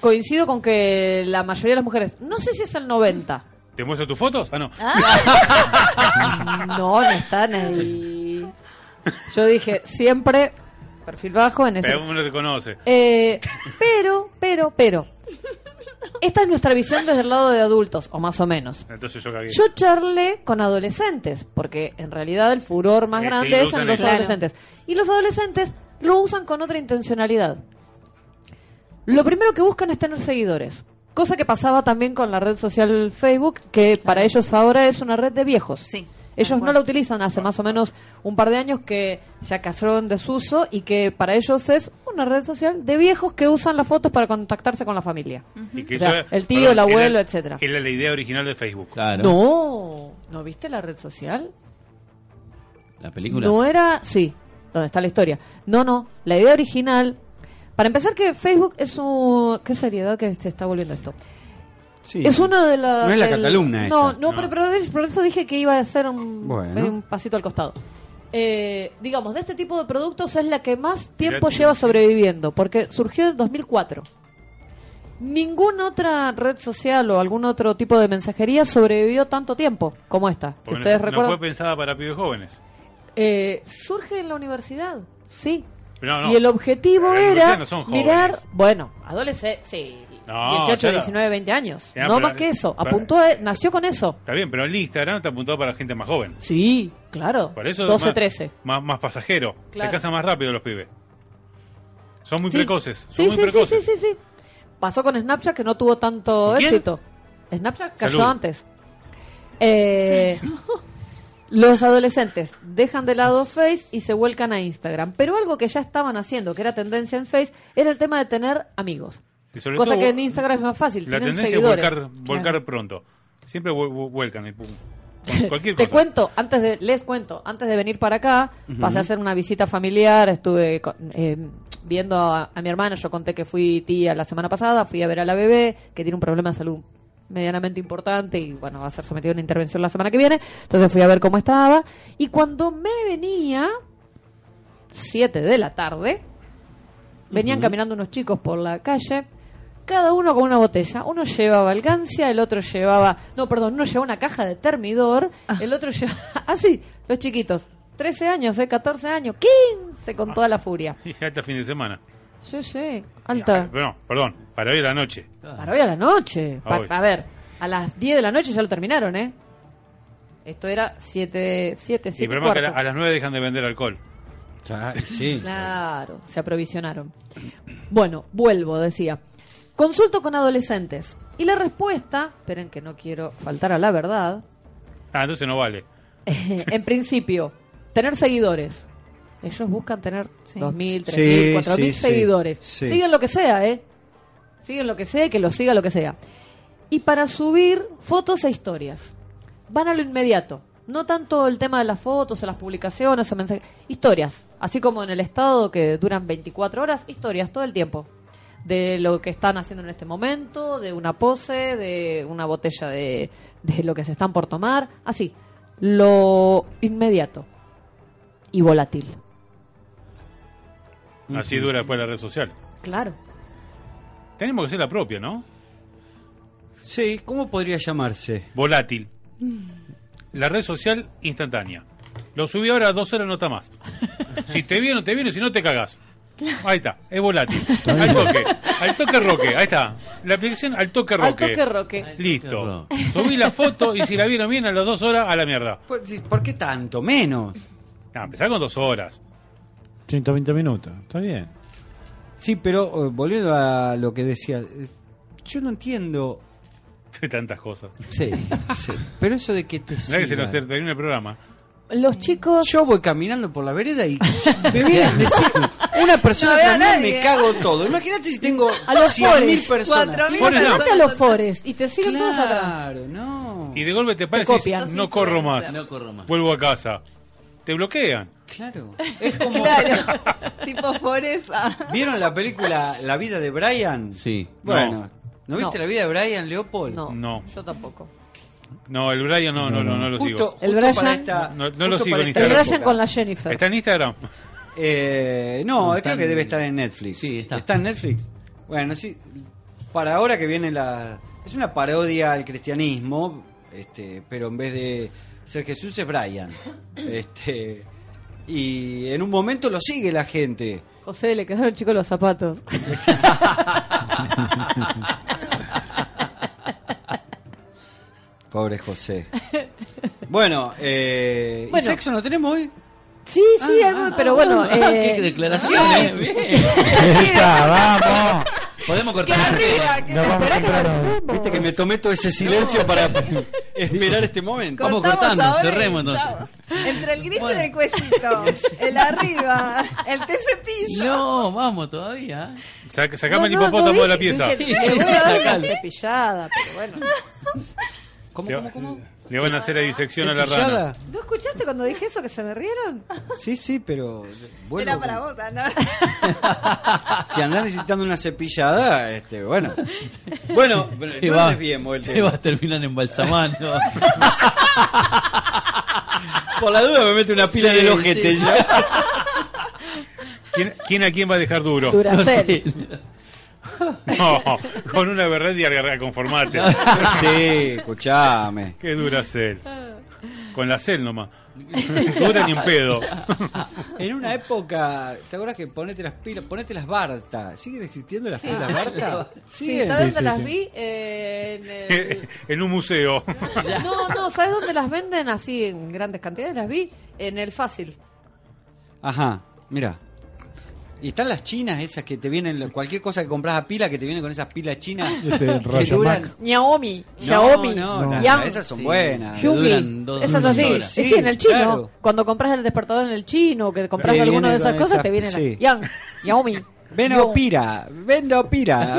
F: coincido con que la mayoría de las mujeres... No sé si es el 90.
D: ¿Te muestro tus fotos? Ah, no.
F: No, no están ahí. Yo dije, siempre perfil bajo en ese...
D: Pero uno te conoce.
F: Eh, pero, pero, pero. Esta es nuestra visión desde el lado de adultos, o más o menos.
D: Entonces yo cagué.
F: Yo charlé con adolescentes, porque en realidad el furor más
D: Eh, sí,
F: grande
D: lo
F: es en
D: usan
F: los
D: ellos.
F: adolescentes. Y los adolescentes lo usan con otra intencionalidad. Lo primero que buscan es tener seguidores. Cosa que pasaba también con la red social Facebook, que para ellos ahora es una red de viejos. Ellos no la utilizan hace más o menos un par de años que ya cayó en desuso y que para ellos es una red social de viejos que usan las fotos para contactarse con la familia.
D: Y que
F: O sea,
D: eso-
F: el tío, el
D: era-
F: abuelo, etcétera.
D: Era la idea original de Facebook.
G: Claro.
F: No, ¿no viste la red social?
G: La película.
F: No era, sí, donde está la historia. No, no, la idea original. Para empezar que Facebook es un qué seriedad que se está volviendo esto.
E: Sí.
F: Es una de las
E: No es la Catalumna
F: No,
E: esta.
F: no,
E: No.
F: pero, pero por eso dije que iba a ser un,
E: Bueno.
F: medio un pasito al costado. Eh, digamos, de este tipo de productos es la que más tiempo
B: Mirá,
F: lleva sobreviviendo, porque surgió en 2004. Ninguna otra red social o algún otro tipo de mensajería sobrevivió tanto tiempo como esta. Si
D: Porque
F: ustedes
D: no,
F: recuerdan,
D: no fue pensada para pibes jóvenes.
F: eh, surge en la universidad, sí.
D: Pero no, no.
F: Y el objetivo
D: Pero la
F: era
D: universidad no son jóvenes.
F: mirar, bueno, adolescentes, sí,
D: No,
F: 18,
D: claro.
F: 19, 20 años,
D: Ya,
F: no
D: pero-
F: más que eso.
D: pero-
F: Apuntó, a- nació con eso.
D: Está bien, pero el Instagram está apuntado para gente más joven.
F: Sí, claro.
D: Por eso
F: 12,
D: más-
F: 13.
D: Más, más pasajero.
F: Claro.
D: Se casan más rápido los pibes. Son muy
F: Sí.
D: precoces. Son
F: Sí,
D: muy
F: sí, sí,
D: precoces.
F: sí, sí, sí. Pasó con Snapchat que no tuvo tanto
D: ¿Con quién?
F: éxito. Snapchat cayó
D: Salud.
F: antes. Eh, los adolescentes dejan de lado Face y se vuelcan a Instagram. Pero algo que ya estaban haciendo, que era tendencia en Face, era el tema de tener amigos.
D: Y sobre
F: Cosa
D: todo,
F: que en Instagram es más fácil,
D: La
F: tienen
D: tendencia
F: seguidores.
D: es volcar, volcar
F: Claro.
D: pronto. Siempre vu- vu- vuelcan
F: [LAUGHS]
D: y pum. Con Cualquier
F: Te
D: cosa.
F: cuento, antes de, les cuento, antes de venir para acá,
D: Ujú.
F: pasé a hacer una visita familiar, estuve con- eh, viendo a, a mi hermana, yo conté que fui tía la semana pasada, fui a ver a la bebé, que tiene un problema de salud medianamente importante y bueno, va a ser sometida a una intervención la semana que viene, entonces fui a ver cómo estaba y cuando me venía, 7 de la tarde, venían
B: Ujú.
F: caminando unos chicos por la calle, cada uno con una botella. Uno llevaba alcancia, el otro llevaba. No, perdón, uno llevaba una caja de termidor, el otro [LAUGHS] llevaba. Así, los chiquitos. 13 años, eh, 14 años, 15 con toda la furia.
D: [LAUGHS] Y Hasta el fin de semana. Ah,
F: Yo sé, alta.
D: Pero no, perdón. Para hoy a la noche.
F: Para hoy a la noche. Pa-
D: Ah, Hoy.
F: a ver, a las 10 de la noche ya lo terminaron, ¿eh? Esto era 7, 7,
D: Y
F: 7
D: problema que a, la- a las 9 dejan de vender alcohol.
E: sí.
F: Claro, se aprovisionaron. Bueno, vuelvo, decía. Consulto con adolescentes. Y la respuesta, esperen que no quiero faltar a la verdad, [LAUGHS]
D: Ah, entonces no vale.
F: en principio, tener seguidores. Ellos buscan tener 2.000, 3.000,
D: Sí,
F: 4.000
D: sí, sí.
F: seguidores.
D: Sí.
F: Siguen lo que sea, ¿eh? Siguen lo que sea, que lo siga lo que sea. Y para subir fotos e historias, van a lo inmediato. No tanto el tema de las fotos o las publicaciones o mensajes. Historias. Así como en el estado que duran 24 horas, historias todo el tiempo. de lo que están haciendo en este momento, de una pose, de una botella de, de lo que se están por tomar, así, lo inmediato y volátil. Mm.
D: Así dura después la red social.
F: Claro.
D: Tenemos que ser la propia, ¿no?
E: Sí, ¿cómo podría llamarse?
D: Volátil.
F: Mm.
D: La red social instantánea. Lo subí ahora a dos horas, no
F: [LAUGHS]
D: está más. Si te viene, te viene, si no, te cagás. Ahí está, es volátil. Al toque, al toque roque, ahí está. La aplicación al toque roque.
F: Al toque roque.
D: Listo. Subí la foto y si la vieron bien a las dos horas, a la mierda.
E: ¿Por, Pues, por qué tanto? Menos.
D: Ah, empezar con dos horas.
N: 120 minutos, está bien.
E: Sí, pero eh, volviendo a lo que decía, eh, yo no entiendo.
D: De [LAUGHS] tantas cosas.
E: Sí, sí. Pero eso de que te
D: Mirá que se
E: sigan.
D: nos termina el programa.
F: Los chicos.
E: Yo voy caminando por la vereda
F: [LAUGHS]
E: y me vienen a decir una persona
F: No veo a
E: tras mí
F: nadie.
E: me cago todo. Imagínate si tengo
F: A los
E: 100.000
F: fores.
E: personas.
F: Imagínate a los fores y te siguen todos atrás.
E: Claro, no.
D: Y de golpe te parece,
F: copian.
D: no corro más.
G: No corro más.
D: Vuelvo a casa. Te bloquean.
E: Claro.
F: [LAUGHS]
M: Claro. tipo Foresa.
E: ¿Vieron la película La vida de Brian?
G: Sí.
E: Bueno, ¿no, viste
F: No.
E: la vida de Brian Leopold?
F: No.
D: No,
F: Yo tampoco.
D: no, el Brian no, no, no, no lo
E: Justo,
D: sigo.
F: El
E: justo para
F: Brian-
E: esta-
D: No, no lo
E: justo
D: sigo
E: para
D: en
E: esta
F: El
D: Instagram.
F: Brian con la Jennifer.
D: ¿Está en Instagram?
E: Eh, no,
G: No,
E: creo
G: está
E: que
G: en-
E: debe estar en Netflix.
G: Sí, está.
E: en Netflix? Bueno, sí. Para ahora que viene la. Es una parodia al cristianismo, este, pero en vez de ser Jesús es Brian. Este, y en un momento lo sigue la gente.
F: José, le quedaron chicos los zapatos.
E: Pobre José. Bueno, eh, ¿y
F: Bueno.
E: sexo no tenemos hoy?
F: Sí, sí, algo, pero bueno.
G: Ah,
F: eh, ah,
G: ¡Qué declaraciones! Bien.
N: ¡Esa, vamos!
G: Podemos cortar.
N: Nos vamos temprano.
E: Viste que me tomé todo ese silencio para esperar este momento.
G: Vamos cortando, cerremos entonces.
M: Entre el gris en el cuellito, el arriba, el te cepillo.
G: No, vamos todavía.
D: Sac- sacame
F: no,
D: el
F: no,
D: hipopótamo
F: no
D: de la
F: dije-
D: pieza.
F: dije,
G: Sí, sí,
F: "Te
G: sí,
F: voy a dar
G: sacalo".
F: una Cepillada, pero bueno.
E: ¿Cómo,
D: Le,
E: cómo, cómo?
D: le van a hacer la disección a la
G: ¿Cepillada?
D: rana.
F: ¿No escuchaste cuando dije eso que se me rieron?
E: Sí, sí, pero. Bueno,
M: Era para vos, Ana.
E: Si andás necesitando una cepillada, este, bueno. Bueno,
G: Te
E: no
G: va-
E: desviemos el
G: te
E: tema.
G: vas a
E: [LAUGHS]
G: terminar embalsamando.
E: Por la duda me mete una pila
G: Sí,
E: en el ojete
G: sí.
E: ya.
D: ¿Quién, quién a quién va a dejar duro?
G: No
F: Duracel.
G: sé.
D: [LAUGHS] No, con una verdad y
F: [LAUGHS]
D: algarra, conformate.
E: Sí, escuchame.
D: Qué dura cel. Con la cel nomás. [LAUGHS] Dura ni un pedo.
E: En una época, ¿te acuerdas que ponete las pilas, ponete las Barta? ¿Siguen existiendo las pilas Barta?
F: Sí,
E: Siguen.
F: ¿sabes dónde
N: sí,
F: las
N: sí.
F: vi? Eh, en
D: [LAUGHS]
F: el-
D: en un museo.
F: No, no, ¿sabes dónde las venden así en grandes cantidades? Las vi en el fácil.
E: Ajá, mira. Y están las chinas esas que te vienen, cualquier cosa que compras a pila, que te vienen con esas pilas chinas.
N: Ese
E: que
N: rayo
E: duran-
N: Mac.
F: Xiaomi,
E: No,
F: Xiaomi,
E: no,
N: No.
E: las-
F: Yang,
E: esas son
G: Sí.
E: buenas.
G: Yo-
F: Yubi.
G: duran dos-
F: Esas
G: dos
F: así.
G: horas.
F: Sí, en el chino.
E: claro.
F: Cuando compras el despertador en el chino, que compras
E: Te
F: alguna de
E: viene
F: esas
E: con
F: cosas,
E: esas-
F: te vienen
E: sí.
F: las Yang, Xiaomi.
E: Vendo pira, vendo pira.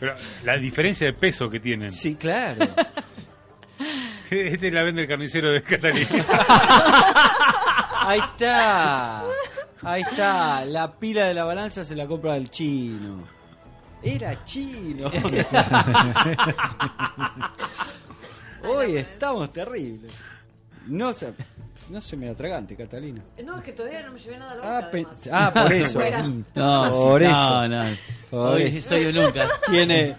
D: Pero la diferencia de peso que tienen.
E: Sí, claro.
D: Este la vende el carnicero de Catalina.
E: Ahí está. Ahí está. La pila de la balanza se la compra del chino. Era
F: [LAUGHS]
E: chino. Hoy estamos terribles. No se, no se me atragante, Catalina.
F: [LAUGHS] No, es que todavía no me llevé nada
E: Ah, pe- ah,
F: [LAUGHS]
E: por eso.
F: Fuera.
G: No,
E: Por
G: sí,
E: eso.
G: No, no.
E: Por
G: Hoy
E: eso.
G: soy un
E: [LAUGHS]
G: Lucas.
E: Tiene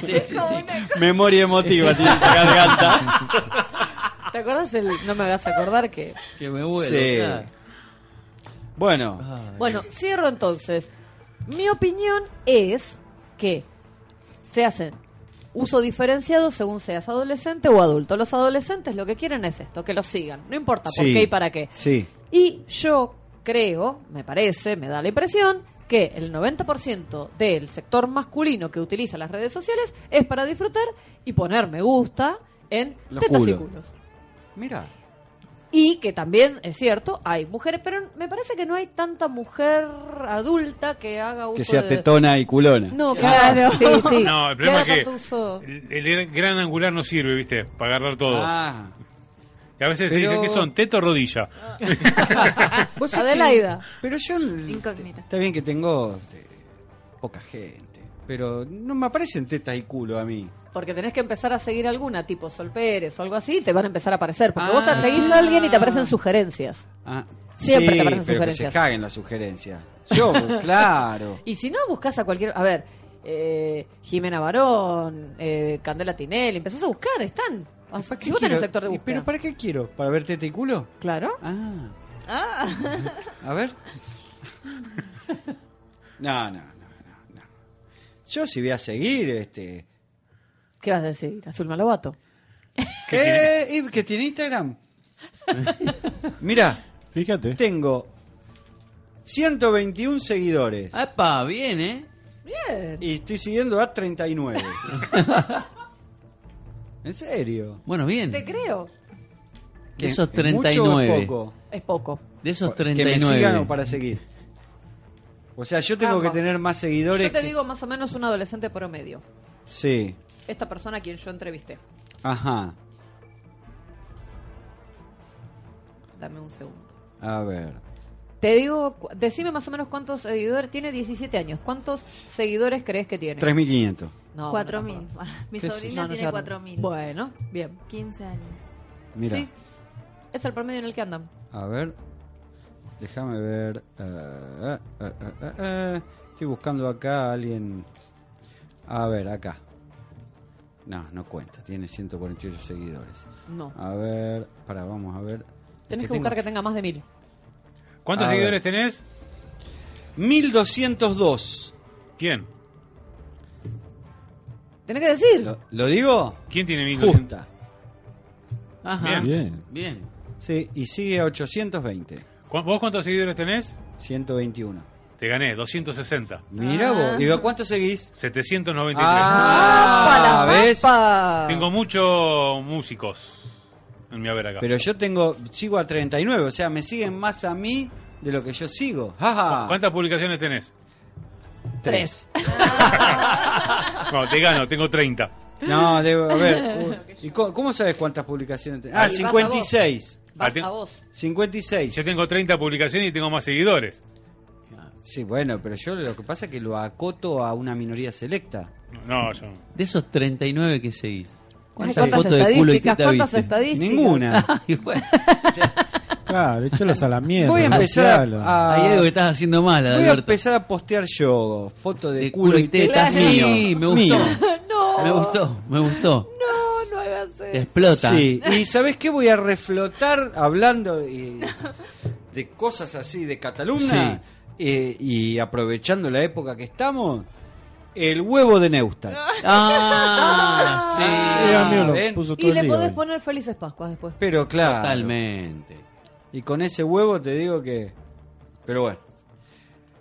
G: Sí, sí, sí.
E: memoria emotiva, tiene esa garganta.
F: ¿Te acuerdas? El, no me hagas acordar que...
G: Que me vuelvo.
E: Sí.
G: claro.
E: Bueno,
G: Ay.
F: Bueno, cierro entonces. Mi opinión es que se hacen uso diferenciado según seas adolescente o adulto. Los adolescentes lo que quieren es esto, que los sigan. No importa por
E: Sí.
F: qué y para qué.
E: sí.
F: Y yo creo, me parece, me da la impresión que el 90% del sector masculino que utiliza las redes sociales es para disfrutar y poner me gusta en
E: Los
F: tetas y
E: culos.
F: culos.
E: Mira.
F: Y que también, es cierto, hay mujeres, pero me parece que no hay tanta mujer adulta que haga uso
E: Que sea
F: de-
E: tetona y culona.
F: No, claro. Sí, sí.
D: [LAUGHS] No, el problema
F: Que haga
D: es que
F: tanto uso.
D: el, el gran angular no sirve, ¿viste? Para agarrar todo.
E: Ah.
D: y a veces se
E: pero-
D: dicen que son teto o rodilla.
E: ¿Vos sabés que-
F: Adelaida.
E: Pero yo
M: Incógnita.
E: Está bien que tengo eh, poca gente. Pero no me aparecen tetas y culo a mí.
F: Porque tenés que empezar a seguir alguna, tipo Sol Pérez o algo así, y te van a empezar a aparecer. Porque vos seguís a alguien y te aparecen sugerencias.
E: Ah,
F: Siempre
E: sí,
F: te aparecen
E: pero
F: sugerencias.
E: Que se caguen las sugerencias.
F: [LAUGHS]
E: Yo, claro.
F: Y si no, buscas a cualquier. A ver, eh, Jimena Barón, eh, Candela Tinelli, empezás a buscar, están. Si vos tenés
E: quiero?
F: sector de
E: ¿Y
F: búsqueda.
E: ¿Pero para qué quiero? ¿Para ver teta y culo?
F: Claro.
E: Ah,
M: Ah.
F: [LAUGHS]
E: a ver. No, no, no, no, no. Yo si voy a seguir, este.
F: ¿Qué vas a decir? Azul Malobato.
E: ¿Qué? Eh, ¿Y ¿Que tiene Instagram? Mira,
N: fíjate.
E: Tengo 121 seguidores
F: Ah.
G: ¡Epa! Bien, ¿eh?
F: Bien.
E: y estoy siguiendo a
F: [LAUGHS]
E: 39. ¿En serio?
G: Bueno, bien.
E: Mm.
F: Te creo.
G: De esos
E: ¿Es mucho o es
G: 39.
E: poco?
F: Es poco.
G: De esos
E: Que me
G: 39.
E: sigan o para seguir. O sea, yo tengo
F: Ambas.
E: que tener más seguidores.
F: Yo te
E: que-
F: digo más o menos un adolescente promedio.
E: Sí,
F: Esta persona a quien yo entrevisté.
E: ajá.
F: Dame un segundo.
E: A ver.
F: Te digo, cu- decime más o menos cuántos seguidores. Tiene 17 años. ¿Cuántos seguidores crees que tiene?
E: 3.500.
F: No,
O: 4.000.
F: bueno, tampoco.
O: Mi
F: ¿Qué sé yo?
O: sobrina
F: No, no se
O: tiene
F: va-
O: 4.000.
F: Bueno, bien.
O: 15 años.
E: Mira,
F: Sí. Es el promedio en el que andan.
E: a ver. Déjame ver. eh, eh, eh, eh, eh. Estoy buscando acá a alguien. A ver, acá. No, no cuenta. Tiene 148 seguidores.
F: No.
E: A ver, para, vamos a ver.
F: Tenés
E: Es
F: que buscar que tenga más de mil.
D: ¿Cuántos
E: A
D: seguidores tenés?
E: 1202.
D: ¿Quién?
F: Tenés que decir.
E: ¿Lo, lo digo?
D: ¿Quién tiene 1200?
E: Justa.
F: Ajá.
N: Bien.
G: Bien.
E: Sí, y sigue a 820.
D: ¿Cu- ¿Vos cuántos seguidores tenés?
E: 121.
D: Te gané, 260.
F: Ah.
E: Mira vos. Digo, ¿a ¿cuánto seguís?
D: 793.
E: Ah, ¿ves?
D: Tengo muchos músicos en mi haber acá.
E: Pero yo tengo, sigo a 39, o sea, me siguen más a mí de lo que yo sigo. Jaja.
D: ¿Cuántas publicaciones tenés?
E: Tres.
D: No, te gano, tengo 30.
E: No, debo, a ver. u- ¿y co- ¿Cómo sabes cuántas publicaciones tenés? Ah,
F: Ahí, vas a
E: 56.
F: Vas
D: Ah,
F: a
D: te-
F: vos.
E: 56.
D: Yo tengo 30 publicaciones y tengo más seguidores.
E: Sí, bueno, pero yo lo que pasa es que lo acoto a una minoría selecta.
D: No, yo.
G: De esos 39 que seguís.
F: Ay,
G: ¿Cuántas fotos de culo y
F: estadísticas?
G: teta
F: ¿Cuántas
G: viste?
F: estadísticas?
G: [LAUGHS]
E: Ninguna.
G: Ay, bueno.
N: Claro, échalos a la mierda.
E: Voy a
N: no
E: empezar
N: tiralo.
E: a,
G: Hay algo que estás haciendo mal,
E: voy a
G: Alberto.
E: empezar a postear yo fotos de,
G: De
E: culo y tetas mío.
G: Sí, me gustó.
E: Mío.
F: [LAUGHS] no.
G: Me gustó, me gustó.
F: No, no hagas eso.
G: Te explota.
E: Sí, y ¿sabes qué? Voy a reflotar hablando de, de cosas así de Cataluña eh, y aprovechando la época que estamos, el huevo de Neustar.
F: [LAUGHS]
G: Ah, sí.
N: Era mío, lo
E: ¿ven?
N: puso todo
F: Y
N: el
F: le
N: lío
F: podés
N: ahí.
F: poner felices Pascuas después.
E: Pero claro,
G: Totalmente.
E: y con ese huevo te digo que... Pero bueno.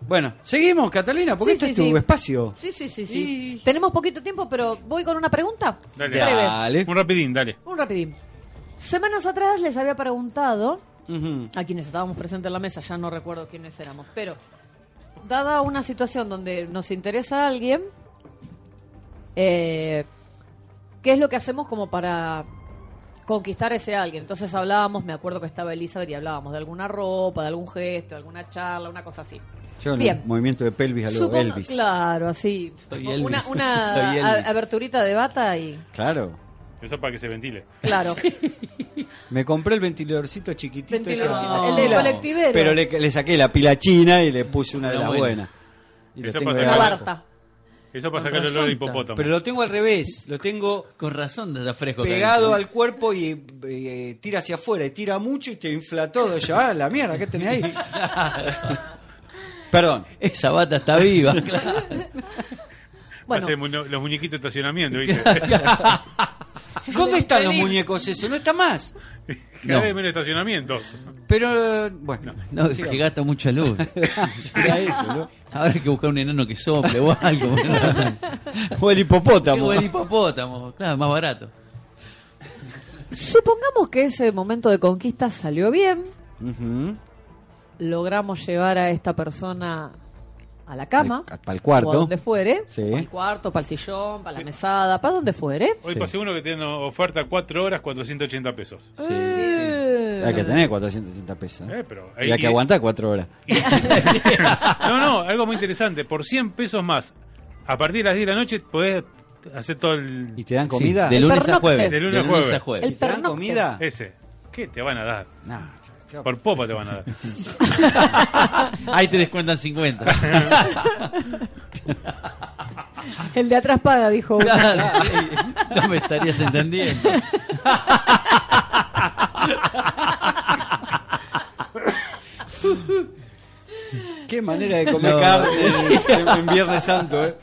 E: Bueno, seguimos, Catalina, porque
F: Sí,
E: este
F: sí,
E: es tu
F: sí.
E: espacio.
F: Sí, sí, sí, sí. Tenemos poquito tiempo, pero voy con una pregunta.
D: Dale.
F: Breve.
E: Dale.
D: Un rapidín, dale.
F: Un rapidín. Semanas atrás les había preguntado
E: Ujú.
F: a quienes estábamos presentes en la mesa, ya no recuerdo quiénes éramos, pero dada una situación donde nos interesa a alguien, eh, ¿qué es lo que hacemos como para conquistar ese alguien? Entonces hablábamos, me acuerdo que estaba Elizabeth y hablábamos de alguna ropa, de algún gesto, de alguna charla, una cosa así.
E: Yo en
F: Bien.
E: el movimiento de pelvis a lo
F: Supongo-
E: Elvis.
F: Claro, así.
G: Soy Elvis. [LAUGHS]
F: Una, una
G: Soy Elvis.
F: a- aberturita de bata y...
E: Claro.
D: Eso es para que se ventile.
G: [LAUGHS]
F: Claro.
E: Me compré el ventiladorcito chiquitito.
F: Ventilador.
E: ese
F: No. El
E: sin la
F: del
E: pila,
F: colectivero.
E: Pero le, le saqué la pila china y le puse una de
G: Una
E: las
G: buena.
E: buenas. Y lo
D: Eso
E: tengo
D: pasa
E: de
D: con
F: Una
D: la-
E: abajo.
F: barta.
D: Eso para
G: Con
D: sacar el olor
G: razón,
D: de hipopótamo.
E: Pero lo tengo al revés. Lo tengo
G: Con razón te da fresco.
E: pegado
G: Carlos.
E: al cuerpo y eh, tira hacia afuera. Y tira mucho y te infla todo. Yo, ah, la mierda, ¿qué tenés ahí? Perdón.
G: Esa bata
E: [LAUGHS]
G: está viva. claro.
F: Bueno,
D: Hace mu- los muñequitos de estacionamiento,
E: [LAUGHS]
D: ¿viste?
E: ¿Dónde están los
F: Feliz.
E: muñecos eso? ¿No está más?
D: Cada vez menos estacionamientos.
E: Pero, eh, bueno.
G: No, es
E: sigamos.
G: que gasta mucha luz.
E: [LAUGHS] Era eso, ¿no?
G: Ahora hay que buscar un enano que sople o algo.
E: [LAUGHS] O el hipopótamo.
G: Como el hipopótamo. Claro, más barato.
F: supongamos que ese momento de conquista salió bien,
E: Ujú.
F: logramos llevar a esta persona a la cama,
E: Al- Para el
F: o a
E: cuarto.
F: donde fuere,
E: Sí.
F: para el cuarto, para el sillón, para la mesada, para donde fuere.
D: Hoy
E: Sí.
D: pasé uno que tiene oferta 4 horas, 480 pesos.
G: Sí.
F: Eh, de
E: Hay que
F: lo-
E: tener 480 pesos. ¿eh?
D: Eh, pero
E: y hay
D: ahí-
E: que aguantar 4 horas.
D: [LAUGHS] No, no, algo muy interesante. Por 100 pesos más, a partir de las 10 de la noche podés hacer todo el...
E: ¿Y te dan comida?
G: de lunes a jueves.
D: De lunes,
G: De lunes
D: a
G: a
D: jueves.
G: jueves.
E: ¿Y te dan comida?
D: Ese. ¿Qué te van a dar?
E: Nah,
D: Por popa te van a dar.
G: Ahí te descuentan 50.
F: [LAUGHS] El de atrás paga, dijo uno.
G: Claro, sí. No me estarías entendiendo.
E: Qué manera de comer
F: [LAUGHS]
G: No.
E: carne en, en Viernes Santo, ¿eh?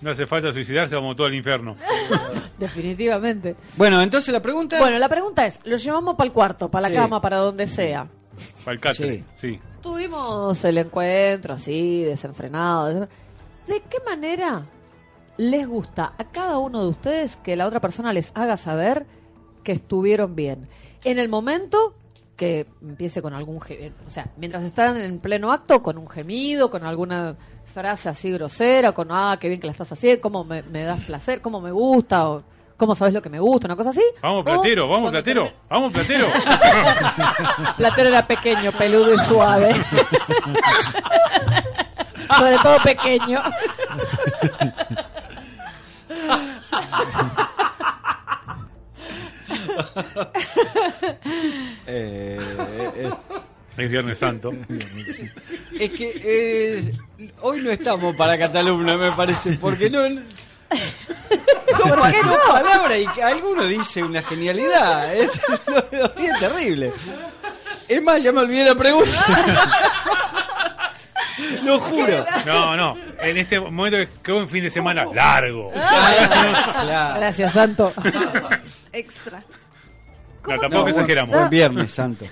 D: No hace falta suicidarse, vamos todo al infierno.
F: Definitivamente.
E: Bueno, entonces la pregunta.
F: Bueno, la pregunta es, ¿lo llevamos para el cuarto, para la
E: Sí.
F: cama, para donde sea?
D: Para el catre, sí.
F: Tuvimos el encuentro así, desenfrenado. desen- ¿De qué manera les gusta a cada uno de ustedes que la otra persona les haga saber que estuvieron bien? En el momento que empiece con algún... ge- eh, O sea, mientras están en pleno acto, con un gemido, con alguna frase así grosera, con, ah, qué bien que la estás haciendo, cómo me, me das placer, cómo me gusta, o cómo sabes lo que me gusta, una cosa así.
D: Vamos, platero,
F: O
D: vamos,
F: cuando
D: platero, vamos,
E: [LAUGHS]
D: platero.
F: Platero era pequeño, peludo y suave. Sobre todo pequeño.
E: Eh, eh,
D: Es Viernes
E: [LAUGHS]
D: Santo.
E: eh. Es que eh, hoy no estamos para Catalumno, me parece, porque no. Dos, pa- dos palabras y que alguno dice una genialidad. Es, lo- lo vi, [LAUGHS] es terrible. Es más, ya me olvidé
F: [LAUGHS]
E: la pregunta. lo juro.
D: No, no. En este momento que quedó un fin de semana largo.
F: Gracias, Santo.
M: Extra.
D: No, tampoco exageramos.
E: Buen viernes, santo.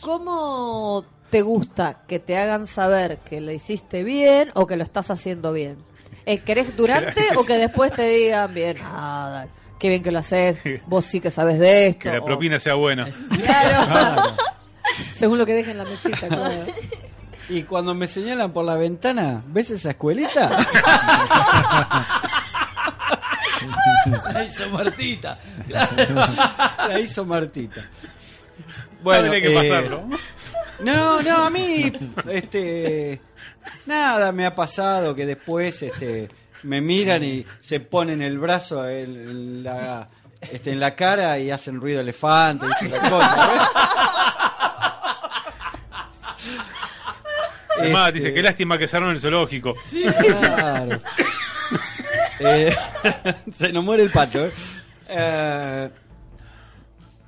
F: ¿Cómo te gusta que te hagan saber que lo hiciste bien o que lo estás haciendo bien? Eh, ¿Querés durante o que después te digan bien? Ah, dale, qué bien que lo haces. Vos sí que sabes de esto.
D: Que la
F: o-
D: propina sea buena. [LAUGHS]
F: Claro. Según lo que dejen en la mesita. claro.
E: Y cuando me señalan por la ventana, ¿ves esa escuelita?
G: La hizo Martita.
E: La hizo Martita. Bueno,
D: Habría que
E: eh,
D: pasarlo.
E: No, no, a mí, este, nada me ha pasado que después, este, me miran y se ponen el brazo en, en la, este, en la cara y hacen ruido elefante. y toda la cosa, ¿ves?
D: Es más,
E: Este-
D: dice, qué lástima que cerraron el zoológico.
E: Claro. Eh, [LAUGHS] se nos muere el pato. ¿eh? Eh,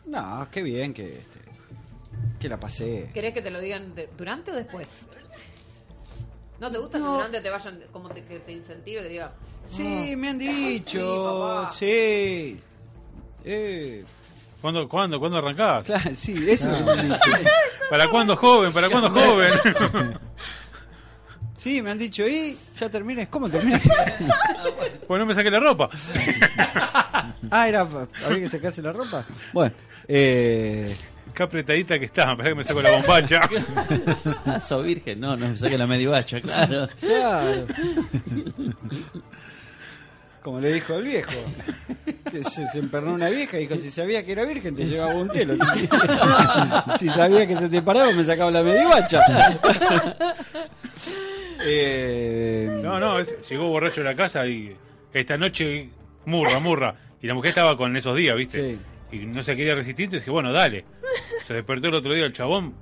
E: no, qué bien que, este, que la pasé.
F: ¿Querés que te lo digan de- durante o después? ¿No te gusta que durante te vayan, como te, que te incentive, que diga...
E: Ah. Sí, me han
F: Sí,
E: dicho.
F: papá.
E: Sí. Eh, [LAUGHS]
D: ¿Cuándo, cuándo, cuándo arrancás?
E: claro, sí, eso
D: Ah.
E: me han dicho.
D: ¿Para cuándo joven? ¿Para
E: [LAUGHS]
D: cuándo joven? [LAUGHS]
E: Sí, me han dicho. ¿Y ya terminas? ¿Cómo terminas?
D: pues no me saqué la ropa.
E: [LAUGHS] ah, era. Había que sacarse la ropa. Bueno, eh,
D: Qué apretadita que está. Pará que me saco la bombacha.
E: [LAUGHS]
G: Ah, Sos virgen, no, no me saque la medivacha, claro.
E: claro. [LAUGHS] Como le dijo el viejo. Que se, se empernó una vieja y dijo, si sabía que era virgen, te llevaba un telo. [LAUGHS] Si, sabía que se te paraba, me sacaba la [LAUGHS] medivacha. Eh,
D: No, no, es- llegó borracho a la casa y esta noche murra, murra. Y la mujer estaba con esos días, ¿viste? Y no se quería resistir, te dije, bueno, dale. Se despertó el otro día el chabón,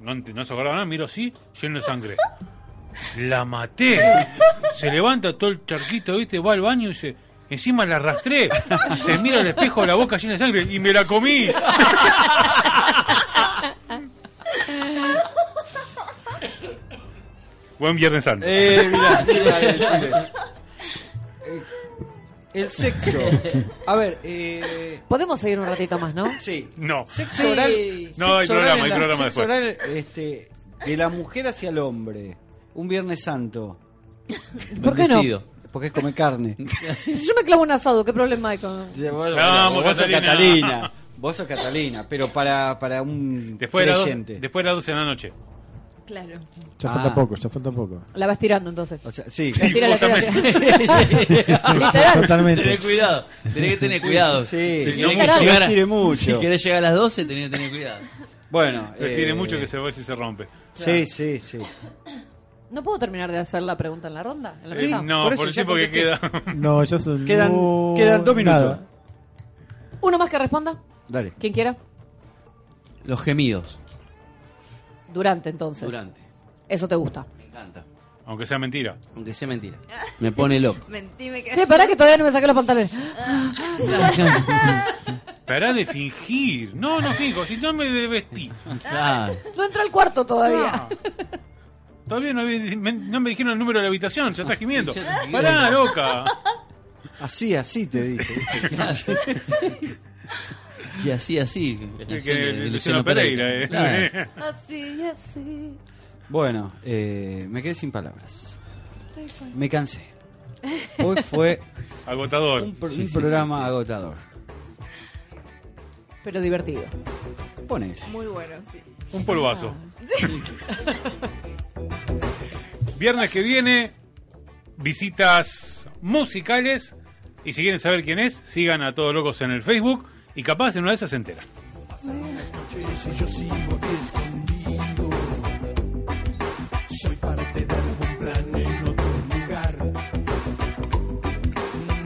D: no, ent- no se acordaba nada, miró sí, lleno de sangre. La maté. Se levanta todo el charquito, ¿viste? Va al baño y se... Encima la arrastré. Se mira al espejo, la boca llena de sangre y me la comí. Buen Viernes Santo.
E: eh,
N: [LAUGHS]
E: mirá, te iba a decir eso. Eh, El sexo. A ver, eh,
F: Podemos seguir un ratito más, ¿no?
E: Sí.
D: No.
E: Sexo
F: Sí.
E: oral.
D: No, hay
E: sexo oral
D: programa,
E: en
D: hay
E: la-
D: programa
E: sexo
D: después.
E: oral, este, de la mujer hacia el hombre. Un Viernes Santo.
F: ¿Por qué no?
E: Bendecido.
G: [LAUGHS]
E: Porque es
D: [LAUGHS]
E: comer carne.
F: Si yo me clavo un asado, ¿qué problema hay con...?
E: Dice, bueno,
D: Vamos,
E: vos sos
D: Catalina.
E: Catalina. Vos sos Catalina, pero para, para un
D: Después de, las do-
E: creyente.
D: después de las 12 de la noche.
O: Claro.
N: Ya
E: Ah.
N: falta poco, ya falta poco.
F: La vas tirando
E: [LAUGHS]
F: entonces.
E: O sea, sí.
F: La tira, la tira, la tira. [LAUGHS]
N: Literal. Totalmente.
G: Tener cuidado. Tenés que tener
E: Sí,
G: cuidado.
E: sí.
G: Si,
E: Sí,
G: no
E: que
G: querés
E: no
G: llegar a-
E: estire mucho.
G: si querés llegar a las 12, tenés que tener cuidado.
E: Bueno,
D: Pero
E: eh,
D: tiene mucho que se va si se rompe.
E: Sí, sí, sí.
F: ¿No puedo terminar de hacer la pregunta en la ronda? ¿En la
D: Eh,
F: mesa?
D: no, por, el
E: ya
D: tiempo que
E: contesté.
D: queda. [LAUGHS]
N: No, yo soy.
E: Quedan- quedan dos minutos.
N: Nada.
F: Uno más que responda.
E: Dale.
F: Quien quiera.
G: Los gemidos.
F: Durante entonces.
G: Durante.
F: Eso te gusta.
G: Me encanta.
D: Aunque sea mentira.
G: Aunque sea mentira. Me pone [LAUGHS] loco.
F: Sí, pará que todavía no me saqué los pantalones.
D: Pará de fingir. No, no finjo. Si no me de- vestí.
F: No entré al cuarto todavía.
D: Todavía no, había- me, no me dijeron el número de la habitación. Ya estás gimiendo.
F: [LAUGHS]
E: Ya te digo.
D: Pará, loca.
E: Así, así te dice.
G: Y así, así. la
D: Que-
G: canción
D: que
G: de
D: Luciano Pereira, eh. [LAUGHS]
G: Claro.
F: [LAUGHS]
O: Así, así.
E: Bueno, eh, me quedé sin palabras. Me cansé. Hoy fue
D: Agotador.
E: un, pro- un programa agotador.
F: Pero divertido.
E: Ponele.
M: Muy bueno, sí.
D: Un polvazo. Viernes que viene, visitas musicales. Y si quieren saber quién es, sigan a Todos Locos en el Facebook. Y capaz en una de esas se entera.
P: noches y yo sigo escondido. Soy parte de algún plan en otro lugar.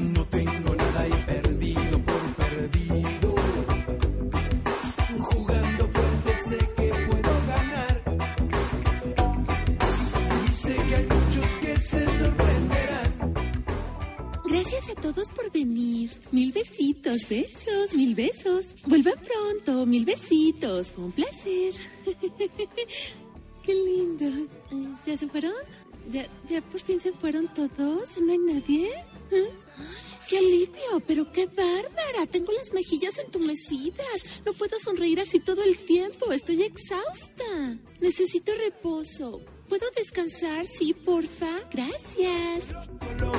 P: No tengo nada y perdido por perdido. Jugando fuerte sé que puedo ganar. Y sé que hay muchos que se sorprenderán.
B: Gracias a todos por venir. Mil besitos, besos, mil besos. Vuelvan pronto, mil besitos. Fue un placer. [LAUGHS] Qué lindo. ¿Ya se fueron? ¿Ya, ya por fin se fueron todos? ¿No hay nadie? ¿Eh? ¡Qué alivio! ¡Pero qué bárbara! Tengo las mejillas entumecidas. No puedo sonreír así todo el tiempo. Estoy exhausta. Necesito reposo. ¿Puedo descansar? Sí, porfa. Gracias.